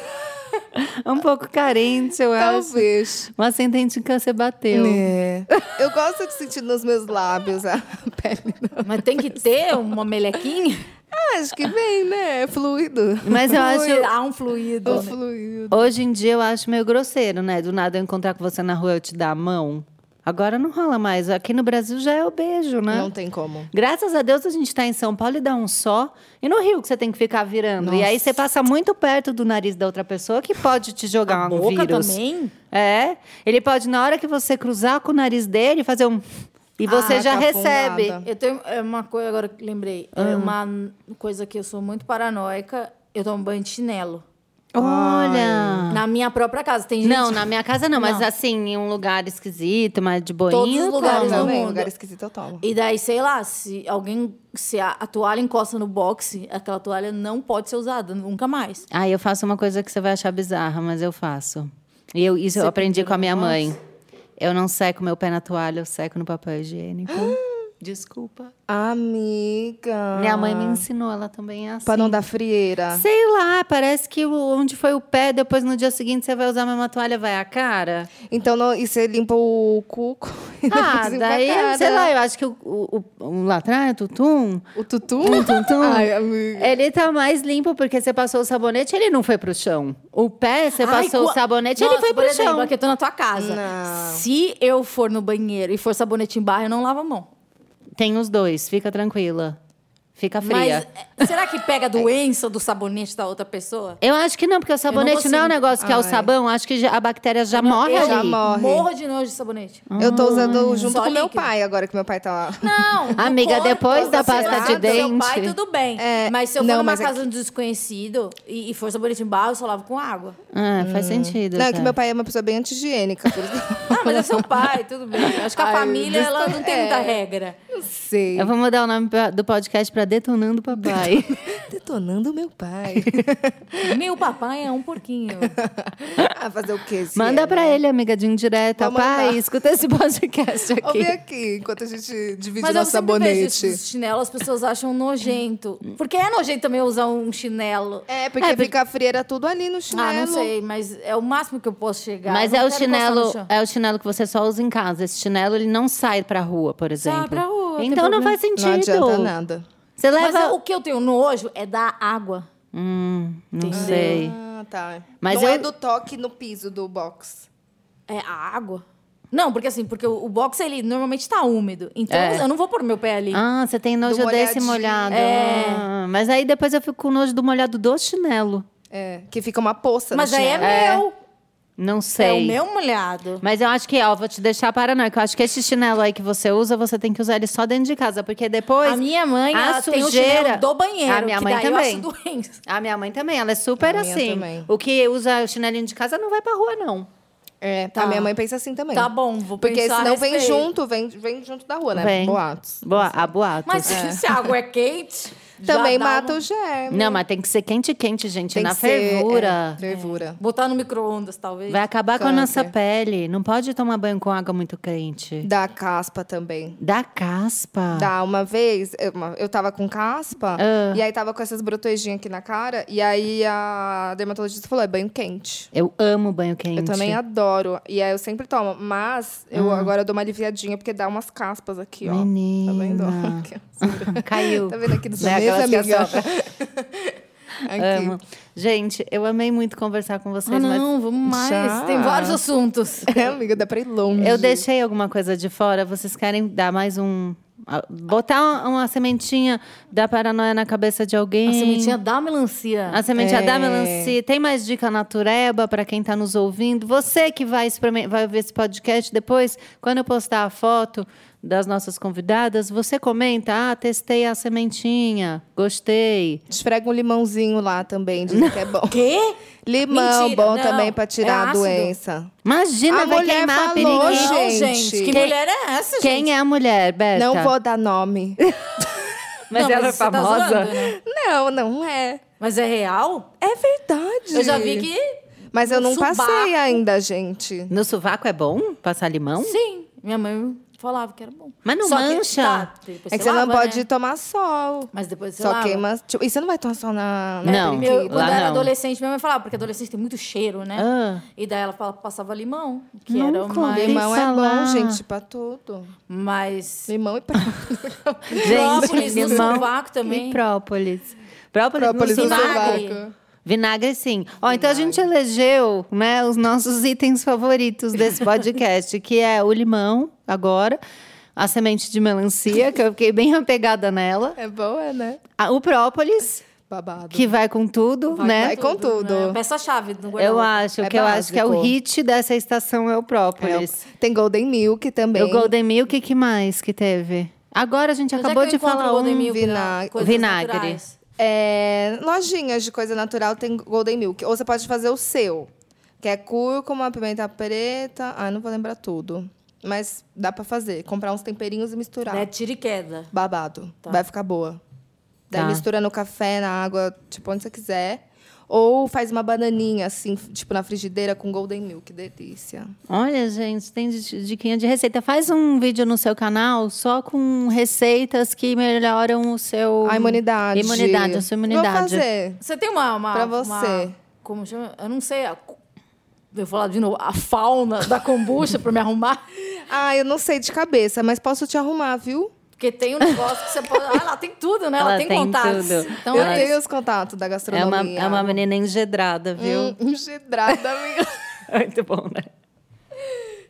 [SPEAKER 1] É um pouco carente, eu acho.
[SPEAKER 3] talvez.
[SPEAKER 1] Uma ascendente em câncer bateu.
[SPEAKER 3] É. Eu gosto de sentir nos meus lábios a pele.
[SPEAKER 2] Mas tem que ter uma melequinha.
[SPEAKER 3] Ah, acho que vem, né? É fluido.
[SPEAKER 1] Mas eu acho.
[SPEAKER 2] Flui- Há um fluido.
[SPEAKER 3] É fluido.
[SPEAKER 1] Hoje em dia eu acho meio grosseiro, né? Do nada eu encontrar com você na rua eu te dar a mão. Agora não rola mais. Aqui no Brasil já é o beijo, né?
[SPEAKER 3] Não tem como.
[SPEAKER 1] Graças a Deus a gente tá em São Paulo e dá um só. E no Rio que você tem que ficar virando. E aí você passa muito perto do nariz da outra pessoa que pode te jogar
[SPEAKER 2] A
[SPEAKER 1] um
[SPEAKER 2] boca
[SPEAKER 1] vírus.
[SPEAKER 2] também?
[SPEAKER 1] É. Ele pode, na hora que você cruzar com o nariz dele, fazer um. E você
[SPEAKER 3] Ah,
[SPEAKER 1] já
[SPEAKER 3] tá
[SPEAKER 1] recebe.
[SPEAKER 3] afundada.
[SPEAKER 2] Eu tenho é uma coisa agora que lembrei. É
[SPEAKER 1] Ah.
[SPEAKER 2] uma coisa que eu sou muito paranoica. Eu tomo banho de chinelo.
[SPEAKER 1] Olha.
[SPEAKER 2] Na minha própria casa. Tem gente
[SPEAKER 1] Ah. Não, na minha casa não, mas
[SPEAKER 2] Não.
[SPEAKER 1] assim, em um lugar esquisito, mas de boinha.
[SPEAKER 2] Todos os
[SPEAKER 1] eu
[SPEAKER 2] lugares
[SPEAKER 1] tomo.
[SPEAKER 2] do
[SPEAKER 3] Também,
[SPEAKER 2] mundo.
[SPEAKER 3] um lugar esquisito eu tomo.
[SPEAKER 2] E daí, sei lá, se alguém. Se a, a toalha encosta no boxe, aquela toalha não pode ser usada, nunca mais.
[SPEAKER 1] Ah, eu faço uma coisa que você vai achar bizarra, mas eu faço. E eu, isso eu
[SPEAKER 2] Você
[SPEAKER 1] aprendi
[SPEAKER 2] pendura
[SPEAKER 1] com a minha
[SPEAKER 2] no
[SPEAKER 1] mãe.
[SPEAKER 2] negócio?
[SPEAKER 1] Eu não seco meu pé na toalha, eu seco no papel higiênico. Desculpa.
[SPEAKER 3] Amiga.
[SPEAKER 1] Minha mãe me ensinou, ela também é assim.
[SPEAKER 3] Pra não dar frieira.
[SPEAKER 1] Sei lá, parece que o- onde foi o pé, depois no dia seguinte você vai usar a mesma toalha, vai a cara.
[SPEAKER 3] Então, não, e você limpa o cuco e
[SPEAKER 1] Ah,
[SPEAKER 3] depois limpa a
[SPEAKER 1] daí,
[SPEAKER 3] cara.
[SPEAKER 1] sei lá, eu acho que o, o, o, o lá atrás, o tutum,
[SPEAKER 3] O tutu?
[SPEAKER 1] tutum.
[SPEAKER 3] Ai, amiga.
[SPEAKER 1] ele tá mais limpo porque você passou o sabonete, ele não foi pro chão. O pé, você
[SPEAKER 2] Ai,
[SPEAKER 1] passou
[SPEAKER 2] qua-
[SPEAKER 1] o sabonete,
[SPEAKER 2] Nossa,
[SPEAKER 1] ele foi
[SPEAKER 2] por
[SPEAKER 1] pro
[SPEAKER 2] exemplo,
[SPEAKER 1] chão.
[SPEAKER 2] Aqui eu tô na tua casa.
[SPEAKER 3] Não.
[SPEAKER 2] Se eu for no banheiro e for sabonete em barra, eu não lavo a mão.
[SPEAKER 1] Tem os dois, fica tranquila. Fica fria.
[SPEAKER 2] Mas eh, será que pega a doença do sabonete da outra pessoa?
[SPEAKER 1] Eu acho que não, porque o sabonete
[SPEAKER 2] consigo.
[SPEAKER 1] não é um negócio que é o
[SPEAKER 3] Ai.
[SPEAKER 1] sabão. Acho que já- a bactéria já morre
[SPEAKER 2] eu
[SPEAKER 1] ali. Hum.
[SPEAKER 3] morre.
[SPEAKER 2] morro de nojo de sabonete.
[SPEAKER 3] Eu tô usando junto
[SPEAKER 2] Só
[SPEAKER 3] com meu
[SPEAKER 2] líquido.
[SPEAKER 3] pai agora, que meu pai tá lá.
[SPEAKER 2] Não. do
[SPEAKER 1] Amiga,
[SPEAKER 2] corpo,
[SPEAKER 1] depois da
[SPEAKER 2] você
[SPEAKER 1] pasta
[SPEAKER 2] lá,
[SPEAKER 1] de
[SPEAKER 2] do Seu
[SPEAKER 1] dente.
[SPEAKER 2] pai, tudo bem.
[SPEAKER 3] É,
[SPEAKER 2] mas se eu for
[SPEAKER 3] não,
[SPEAKER 2] numa
[SPEAKER 3] mas é
[SPEAKER 2] casa de um desconhecido e, e for sabonete em barro, eu só lavo com água.
[SPEAKER 1] Ah, faz sentido.
[SPEAKER 3] Não, é
[SPEAKER 1] tá.
[SPEAKER 3] que meu pai é uma pessoa bem anti-higiênica, por isso que
[SPEAKER 2] Ah, mas é seu pai, tudo bem. Acho que a
[SPEAKER 3] Ai,
[SPEAKER 2] família, ela não tem
[SPEAKER 3] é.
[SPEAKER 2] muita regra.
[SPEAKER 3] eu não sei.
[SPEAKER 1] Eu vou mudar o nome pra- do podcast pra Detonando o Papai.
[SPEAKER 3] Tá Detonando meu pai.
[SPEAKER 2] Meu papai é um porquinho.
[SPEAKER 3] ah, fazer o quê? se
[SPEAKER 1] Manda
[SPEAKER 3] é,
[SPEAKER 1] pra
[SPEAKER 3] né?
[SPEAKER 1] ele, amiga de indireta.
[SPEAKER 3] Vou mandar.
[SPEAKER 1] Pai, escuta esse podcast aqui.
[SPEAKER 3] Ouve aqui, enquanto a gente divide
[SPEAKER 2] Mas eu
[SPEAKER 3] nosso
[SPEAKER 2] sempre vejo
[SPEAKER 3] sabonete.
[SPEAKER 2] esses chinelos, as pessoas acham nojento. Porque é nojento também usar um chinelo.
[SPEAKER 3] É, porque fica a frieira tudo ali no chinelo.
[SPEAKER 2] Ah, não sei, mas é o máximo que eu posso chegar.
[SPEAKER 1] É um Mas
[SPEAKER 2] Eu
[SPEAKER 1] é
[SPEAKER 2] não
[SPEAKER 1] o
[SPEAKER 2] quero encostar no
[SPEAKER 1] chinelo,
[SPEAKER 2] chão.
[SPEAKER 1] é o chinelo que você só usa em casa. Esse chinelo ele não sai pra rua, por exemplo.
[SPEAKER 2] pra rua, não tem
[SPEAKER 1] Então não
[SPEAKER 2] problema.
[SPEAKER 1] faz sentido.
[SPEAKER 3] Não adianta nada.
[SPEAKER 1] Você
[SPEAKER 2] Mas
[SPEAKER 1] leva. um.
[SPEAKER 2] eu- o que eu tenho nojo é da água.
[SPEAKER 1] Hum, não
[SPEAKER 2] Entendeu?
[SPEAKER 1] sei.
[SPEAKER 3] Ah, tá.
[SPEAKER 1] Mas
[SPEAKER 3] não
[SPEAKER 1] eu-
[SPEAKER 3] é do toque no piso do box.
[SPEAKER 2] É a água. Não, porque assim, porque o, o box ele normalmente tá úmido. Então
[SPEAKER 1] É.
[SPEAKER 2] eu não vou pôr meu pé ali.
[SPEAKER 1] Ah, você tem nojo
[SPEAKER 3] Do
[SPEAKER 1] desse
[SPEAKER 3] molhadinho.
[SPEAKER 1] molhado.
[SPEAKER 2] É.
[SPEAKER 1] Ah, mas aí depois eu fico com nojo do molhado do chinelo.
[SPEAKER 3] É, que fica uma poça
[SPEAKER 2] mas
[SPEAKER 3] no
[SPEAKER 2] aí é
[SPEAKER 3] chinelo.
[SPEAKER 2] meu.
[SPEAKER 1] Não
[SPEAKER 2] É,
[SPEAKER 1] sei.
[SPEAKER 2] o meu molhado.
[SPEAKER 1] Mas eu acho que, ó, vou te deixar paranoica. Eu acho que esse chinelo aí que você usa, você tem que usar ele só dentro de casa. Porque depois.
[SPEAKER 2] a minha mãe,
[SPEAKER 1] a
[SPEAKER 2] ela tem o
[SPEAKER 1] sujeira-
[SPEAKER 2] chinelo do banheiro.
[SPEAKER 1] A minha
[SPEAKER 2] que
[SPEAKER 1] mãe
[SPEAKER 2] daí
[SPEAKER 1] também.
[SPEAKER 2] Eu acho doença.
[SPEAKER 1] A minha mãe também, ela é super
[SPEAKER 3] A minha
[SPEAKER 1] assim.
[SPEAKER 3] também.
[SPEAKER 1] O que usa o chinelinho de casa não vai pra rua, não.
[SPEAKER 3] É,
[SPEAKER 2] Tá.
[SPEAKER 3] a minha mãe pensa assim também.
[SPEAKER 2] Tá bom, vou
[SPEAKER 3] Porque
[SPEAKER 2] pensar a
[SPEAKER 3] senão vem
[SPEAKER 2] respeito.
[SPEAKER 3] junto, vem, vem junto da rua, né?
[SPEAKER 1] Vem.
[SPEAKER 3] Boatos.
[SPEAKER 1] Boa, a boatos.
[SPEAKER 2] Mas se a água é quente... já
[SPEAKER 3] Também
[SPEAKER 2] dá
[SPEAKER 3] mata
[SPEAKER 2] um-
[SPEAKER 3] o germe.
[SPEAKER 1] Não, mas tem que ser quente, quente, gente.
[SPEAKER 3] Tem
[SPEAKER 1] na
[SPEAKER 3] que ser,
[SPEAKER 1] fervura.
[SPEAKER 3] é, fervura.
[SPEAKER 2] Botar no micro-ondas, talvez. Ah,
[SPEAKER 1] Vai acabar com a nossa
[SPEAKER 3] Câncer.
[SPEAKER 1] pele. Não pode tomar banho com água muito quente.
[SPEAKER 3] Dá caspa também.
[SPEAKER 1] Dá caspa.
[SPEAKER 3] Dá, uma vez, eu, uma- eu tava com caspa,
[SPEAKER 1] Ah.
[SPEAKER 3] e aí tava com essas brotojinhas aqui na cara, e aí a dermatologista falou, é banho quente.
[SPEAKER 1] Eu amo banho quente.
[SPEAKER 3] Eu também adoro. E aí eu sempre tomo, mas eu
[SPEAKER 1] Ah.
[SPEAKER 3] agora dou uma aliviadinha, porque dá umas caspas aqui, ó. Tá vendo?
[SPEAKER 1] Menina. Caiu.
[SPEAKER 3] Tá vendo aqui
[SPEAKER 1] Né,
[SPEAKER 3] no sorvete,
[SPEAKER 1] aquelas que
[SPEAKER 3] amiga?
[SPEAKER 1] assopra.
[SPEAKER 3] Aqui.
[SPEAKER 1] Amo. Gente, eu amei muito conversar com vocês,
[SPEAKER 2] Ah,
[SPEAKER 1] mas
[SPEAKER 2] não, vamos mais.
[SPEAKER 3] Já.
[SPEAKER 2] Tem vários assuntos.
[SPEAKER 3] É, amiga, dá pra ir longe.
[SPEAKER 1] eu deixei alguma coisa de fora. Vocês querem dar mais um. ah, Botar uma, uma sementinha da paranoia na cabeça de alguém?
[SPEAKER 2] A sementinha da melancia.
[SPEAKER 1] A sementinha
[SPEAKER 3] É.
[SPEAKER 1] da melancia. Tem mais dica natureba para quem está nos ouvindo? Você que vai, experimen- vai ver esse podcast depois, quando eu postar a foto das nossas convidadas, você comenta: ah, testei a sementinha, gostei.
[SPEAKER 3] Esfrega um limãozinho lá também, dizem que é bom.
[SPEAKER 2] Quê?
[SPEAKER 3] Limão
[SPEAKER 2] Mentira,
[SPEAKER 3] bom
[SPEAKER 2] não.
[SPEAKER 3] também pra tirar
[SPEAKER 2] É
[SPEAKER 3] a
[SPEAKER 2] ácido.
[SPEAKER 3] doença.
[SPEAKER 1] Imagina,
[SPEAKER 3] A
[SPEAKER 1] vai
[SPEAKER 3] mulher
[SPEAKER 1] queimar a
[SPEAKER 3] falou,
[SPEAKER 1] periquita.
[SPEAKER 3] gente.
[SPEAKER 2] Não, Então, gente. Que
[SPEAKER 1] Quem-
[SPEAKER 2] mulher é essa, gente?
[SPEAKER 1] Quem é a mulher, Beta?
[SPEAKER 3] Não vou dar nome.
[SPEAKER 1] Mas
[SPEAKER 2] Não,
[SPEAKER 1] ela é
[SPEAKER 2] você tá
[SPEAKER 1] famosa?
[SPEAKER 2] zoando, né?
[SPEAKER 3] não, não é.
[SPEAKER 2] Mas é real?
[SPEAKER 3] É verdade.
[SPEAKER 2] Eu já vi que...
[SPEAKER 3] Mas eu
[SPEAKER 2] no
[SPEAKER 3] não
[SPEAKER 2] subaco.
[SPEAKER 3] passei ainda, gente.
[SPEAKER 1] No sovaco é bom passar limão?
[SPEAKER 2] Sim, minha mãe falava que era bom.
[SPEAKER 1] Mas não
[SPEAKER 2] Só
[SPEAKER 1] mancha?
[SPEAKER 2] Que, tá, depois
[SPEAKER 3] É que você
[SPEAKER 2] lava,
[SPEAKER 3] não pode
[SPEAKER 2] né?
[SPEAKER 3] tomar sol.
[SPEAKER 2] Mas depois você
[SPEAKER 3] Só
[SPEAKER 2] lava.
[SPEAKER 3] queima. tipo, e você não vai tomar sol na. na
[SPEAKER 1] Não.
[SPEAKER 3] periquita?
[SPEAKER 2] Meu, quando
[SPEAKER 1] lá
[SPEAKER 2] eu era
[SPEAKER 1] Ah, não.
[SPEAKER 2] adolescente, minha mãe falava, porque adolescente tem muito cheiro, né?
[SPEAKER 1] Ah.
[SPEAKER 2] E daí ela fala- passava limão, que
[SPEAKER 1] Não
[SPEAKER 2] era
[SPEAKER 1] come.
[SPEAKER 2] mais.
[SPEAKER 3] Limão é
[SPEAKER 1] Pensa lá.
[SPEAKER 3] bom, gente, pra tudo.
[SPEAKER 2] mais...
[SPEAKER 3] Limão e pra.
[SPEAKER 2] Própolis no
[SPEAKER 1] limão
[SPEAKER 2] sovaco também.
[SPEAKER 1] E própolis. Própolis,
[SPEAKER 3] Própolis
[SPEAKER 1] no
[SPEAKER 3] no
[SPEAKER 1] sovaco.
[SPEAKER 2] vinagre.
[SPEAKER 3] sovaco.
[SPEAKER 1] Vinagre, sim. Ó, então a gente elegeu, né, os nossos itens favoritos desse podcast, que é o limão, agora, a semente de melancia, que eu fiquei bem apegada nela,
[SPEAKER 3] É boa, né?
[SPEAKER 1] a- o própolis,
[SPEAKER 3] Babado.
[SPEAKER 1] que vai com tudo, né?
[SPEAKER 3] vai com tudo.
[SPEAKER 2] Peça-chave do
[SPEAKER 1] Eu
[SPEAKER 2] guarda-roupa.
[SPEAKER 1] acho,
[SPEAKER 3] É
[SPEAKER 1] que eu acho que é o
[SPEAKER 3] básico.
[SPEAKER 1] hit dessa estação é o
[SPEAKER 3] É,
[SPEAKER 1] própolis.
[SPEAKER 3] tem Golden Milk também.
[SPEAKER 1] O Golden Milk, que mais que teve? Agora a gente
[SPEAKER 2] Onde é
[SPEAKER 1] acabou
[SPEAKER 2] que
[SPEAKER 1] de
[SPEAKER 2] eu encontro
[SPEAKER 1] falar
[SPEAKER 2] Golden
[SPEAKER 1] um.
[SPEAKER 2] Milk, né?
[SPEAKER 3] vinag-
[SPEAKER 2] Coisas
[SPEAKER 1] vinagre.
[SPEAKER 2] naturais.
[SPEAKER 3] É, lojinhas de coisa natural tem Golden Milk. Ou você pode fazer o seu, que é cúrcuma, pimenta preta. Ah, não vou lembrar tudo. Mas dá pra fazer. Comprar uns temperinhos e misturar.
[SPEAKER 1] Tá. Né?
[SPEAKER 2] É tiro e queda.
[SPEAKER 3] Babado. Vai ficar boa. Daí
[SPEAKER 1] Tá.
[SPEAKER 3] mistura no café, na água, tipo onde você quiser. Ou faz uma bananinha, assim, tipo na frigideira com Golden Milk. Delícia.
[SPEAKER 1] Olha, gente, tem di- diquinha de receita. Faz um vídeo no seu canal só com receitas que melhoram o seu.
[SPEAKER 3] A Ah, imunidade.
[SPEAKER 1] Imunidade, a sua imunidade.
[SPEAKER 3] Vou fazer.
[SPEAKER 2] Você tem uma. uma
[SPEAKER 3] Pra
[SPEAKER 2] uma-
[SPEAKER 3] você.
[SPEAKER 2] como chama? Eu não sei. a- eu vou falar de novo. A fauna da kombucha pra me arrumar.
[SPEAKER 3] Ah, eu não sei de cabeça, mas posso te arrumar, viu?
[SPEAKER 2] Porque tem um negócio que você pode. Ah, ela tem tudo, né? Ela,
[SPEAKER 1] Ela
[SPEAKER 2] tem,
[SPEAKER 1] tem
[SPEAKER 2] contatos.
[SPEAKER 1] tudo.
[SPEAKER 2] Então
[SPEAKER 3] eu
[SPEAKER 2] é
[SPEAKER 3] tenho os contatos da
[SPEAKER 1] É uma,
[SPEAKER 3] gastronomia.
[SPEAKER 1] é uma
[SPEAKER 3] Um
[SPEAKER 1] menina engedrada, viu?
[SPEAKER 3] Hum, engendrada, amiga.
[SPEAKER 1] Muito bom, né?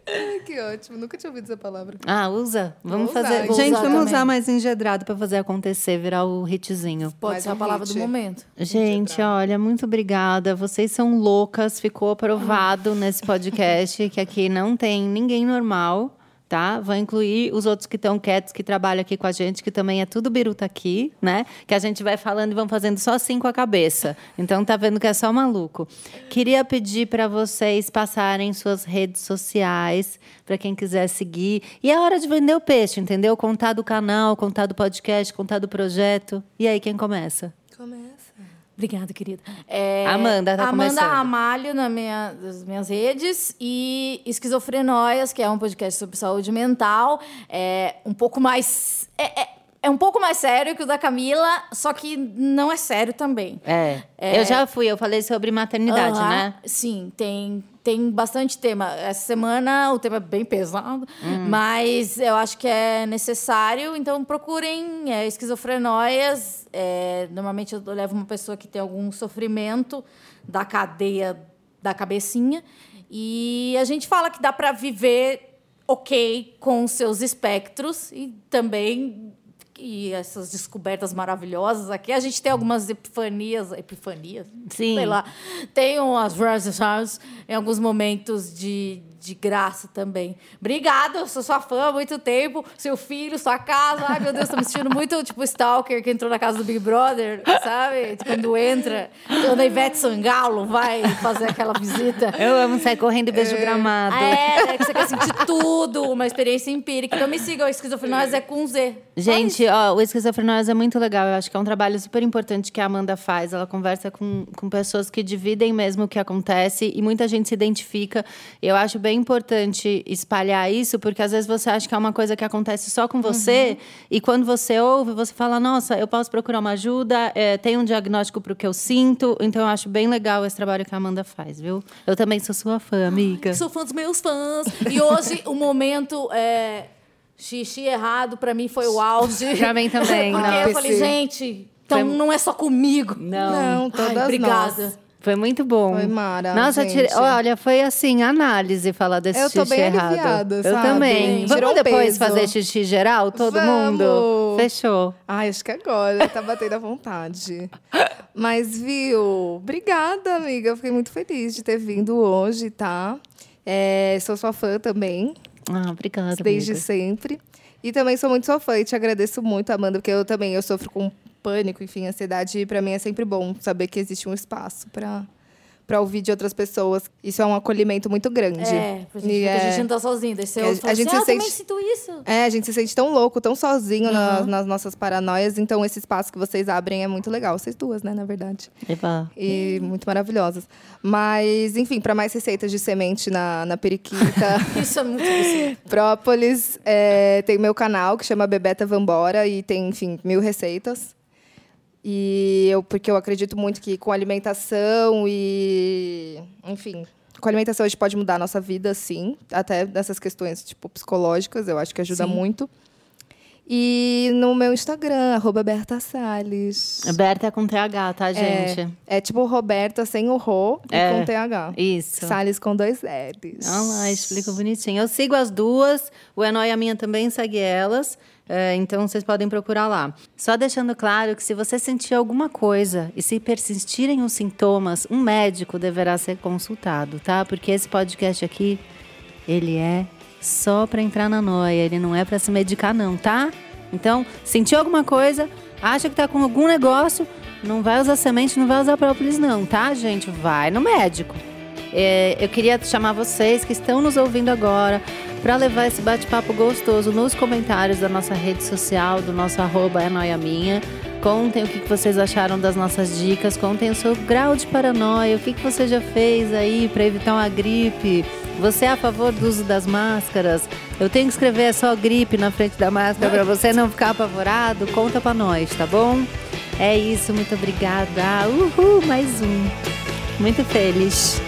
[SPEAKER 3] Ai, que ótimo. Nunca tinha ouvido essa palavra.
[SPEAKER 1] Ah, usa. Vamos
[SPEAKER 3] Vou
[SPEAKER 1] fazer.
[SPEAKER 3] usar, vou
[SPEAKER 1] Gente,
[SPEAKER 2] usar
[SPEAKER 1] vamos
[SPEAKER 2] também.
[SPEAKER 1] usar mais engedrado pra fazer acontecer, virar o hitzinho.
[SPEAKER 2] Pode
[SPEAKER 3] Mais
[SPEAKER 2] ser a
[SPEAKER 3] um
[SPEAKER 2] palavra
[SPEAKER 3] hit.
[SPEAKER 2] do momento.
[SPEAKER 1] Gente, olha, muito obrigada. Vocês são loucas. Ficou aprovado nesse podcast que aqui não tem ninguém normal, tá? Vou incluir os outros que estão quietos, que trabalham aqui com a gente, que também é tudo biruta aqui, né? Que a gente vai falando e vão fazendo só assim com a cabeça. Então tá vendo que é só maluco. Queria pedir para vocês passarem suas redes sociais para quem quiser seguir. E é hora de vender o peixe, entendeu? Contar do canal, contar do podcast, contar do projeto. E aí quem começa?
[SPEAKER 3] Começa.
[SPEAKER 2] Obrigada, querida. É,
[SPEAKER 1] Amanda tá
[SPEAKER 2] Amanda
[SPEAKER 1] começando.
[SPEAKER 2] Ramalho na minha, nas minhas redes e Esquizofrenóias, que é um podcast sobre saúde mental. É um pouco mais. É, é, é um pouco mais sério que o da Camila, só que não é sério também.
[SPEAKER 1] É.
[SPEAKER 2] É.
[SPEAKER 1] Eu já fui, eu falei sobre maternidade,
[SPEAKER 2] Aham,
[SPEAKER 1] né?
[SPEAKER 2] Sim, tem, tem bastante tema. Essa semana o tema é bem pesado, mas eu acho que é necessário. Então procurem é, esquizofrenóias. É, normalmente eu levo uma pessoa que tem algum sofrimento da cadeia da cabecinha. E a gente fala que dá para viver ok com seus espectros e também e essas descobertas maravilhosas aqui. A gente tem algumas epifanias, epifanias,
[SPEAKER 1] Sim.
[SPEAKER 2] sei lá. Tem um umas verses hours em alguns momentos de, de graça também. Obrigada, eu sou sua fã há muito tempo. Seu filho, sua casa. Ai, meu Deus, tô me sentindo muito tipo Stalker que entrou na casa do Big Brother, sabe? Quando entra, quando a Ivete Sangalo vai fazer aquela visita.
[SPEAKER 1] Eu amo sair correndo e beijo o gramado.
[SPEAKER 2] Ah, É, é que você quer sentir tudo, uma experiência empírica. Então me sigam, esquizofrenóis é com Z.
[SPEAKER 1] Gente, ó, o Esquizofrenose é muito legal. Eu acho que é um trabalho super importante que a Amanda faz. Ela conversa com, com pessoas que dividem mesmo o que acontece e muita gente se identifica. Eu acho bem importante espalhar isso, porque às vezes você acha que é uma coisa que acontece só com você e quando você ouve, você fala: nossa, eu posso procurar uma ajuda, é, tem um diagnóstico para o que eu sinto. Então eu acho bem legal esse trabalho que a Amanda faz, viu? Eu também sou sua fã, amiga.
[SPEAKER 2] Sou fã dos meus fãs. E hoje o momento é, xixi errado pra mim foi o auge.
[SPEAKER 1] Pra mim também,
[SPEAKER 2] Porque
[SPEAKER 1] não.
[SPEAKER 2] eu falei, gente, então não é só comigo.
[SPEAKER 3] Não, todas
[SPEAKER 2] Ai,
[SPEAKER 3] nós.
[SPEAKER 2] obrigada.
[SPEAKER 1] Foi muito bom.
[SPEAKER 3] Foi mara,
[SPEAKER 1] Nossa,
[SPEAKER 3] gente.
[SPEAKER 1] tirei- olha, foi assim, análise falar desse
[SPEAKER 3] Eu tô
[SPEAKER 1] xixi
[SPEAKER 3] bem
[SPEAKER 1] errado.
[SPEAKER 3] aliviada,
[SPEAKER 1] Eu
[SPEAKER 3] sabe?
[SPEAKER 1] também.
[SPEAKER 3] Tirou
[SPEAKER 1] Vamos
[SPEAKER 3] um
[SPEAKER 1] depois
[SPEAKER 3] peso.
[SPEAKER 1] fazer xixi geral, todo
[SPEAKER 3] Vamos!
[SPEAKER 1] mundo? Fechou.
[SPEAKER 3] Ai, acho que agora tá batendo à vontade. Mas, viu? Obrigada, amiga. Eu Fiquei muito feliz de ter vindo hoje, tá? É, sou sua fã também,
[SPEAKER 1] Ah, obrigada,
[SPEAKER 3] desde
[SPEAKER 1] amiga.
[SPEAKER 3] sempre. E também sou muito sua fã e te agradeço muito, Amanda, porque eu também eu sofro com pânico, enfim, ansiedade. E pra mim é sempre bom saber que existe um espaço pra, pra ouvir de outras pessoas. Isso é um acolhimento muito grande.
[SPEAKER 2] É, pra gente,
[SPEAKER 3] E
[SPEAKER 2] ver que a
[SPEAKER 3] é-
[SPEAKER 2] gente não tá sozinho. Daí você
[SPEAKER 3] Que a-
[SPEAKER 2] ouve e fala
[SPEAKER 3] a gente
[SPEAKER 2] assim,
[SPEAKER 3] se
[SPEAKER 2] "Ah, eu também
[SPEAKER 3] sente-
[SPEAKER 2] sinto isso.
[SPEAKER 3] É, a gente se sente tão louco, tão sozinho na- nas nossas paranoias. Então, esse espaço que vocês abrem é muito legal. Vocês duas, né, na verdade.
[SPEAKER 1] Eba.
[SPEAKER 3] E muito maravilhosas. Mas, enfim, para mais receitas de semente na, na periquita,
[SPEAKER 2] Isso é muito difícil.
[SPEAKER 3] própolis, é, tem meu canal que chama Bebeta Vambora. E tem, enfim, mil receitas. E eu, porque eu acredito muito que com alimentação e. Enfim. Com alimentação a gente pode mudar a nossa vida, sim. Até nessas questões, tipo, psicológicas, eu acho que ajuda muito. E no meu Instagram, arroba Berta Salles.
[SPEAKER 1] Berta é com TH, tá, gente?
[SPEAKER 3] É, é tipo Roberta sem o Rô e
[SPEAKER 1] É.
[SPEAKER 3] com TH.
[SPEAKER 1] Isso.
[SPEAKER 3] Salles com dois L's.
[SPEAKER 1] Olha lá, explica bonitinho. Eu sigo as duas, o Enóia Minha também segue elas, é, então vocês podem procurar lá. Só deixando claro que se você sentir alguma coisa e se persistirem os sintomas, um médico deverá ser consultado, tá? Porque esse podcast aqui, ele é só pra entrar na noia, ele não é pra se medicar não, tá? Então, sentiu alguma coisa, acha que tá com algum negócio, não vai usar semente, não vai usar própolis não, tá, gente? Vai no médico. É, eu queria chamar vocês que estão nos ouvindo agora para levar esse bate-papo gostoso nos comentários da nossa rede social, do nosso arroba é noia minha. Contem o que que vocês acharam das nossas dicas, contem o seu grau de paranoia, o que que você já fez aí para evitar uma gripe. Você é a favor do uso das máscaras? Eu tenho que escrever só gripe na frente da máscara para você não ficar apavorado? Conta para nós, tá bom? É isso, muito obrigada. Uhul, mais um. Muito feliz.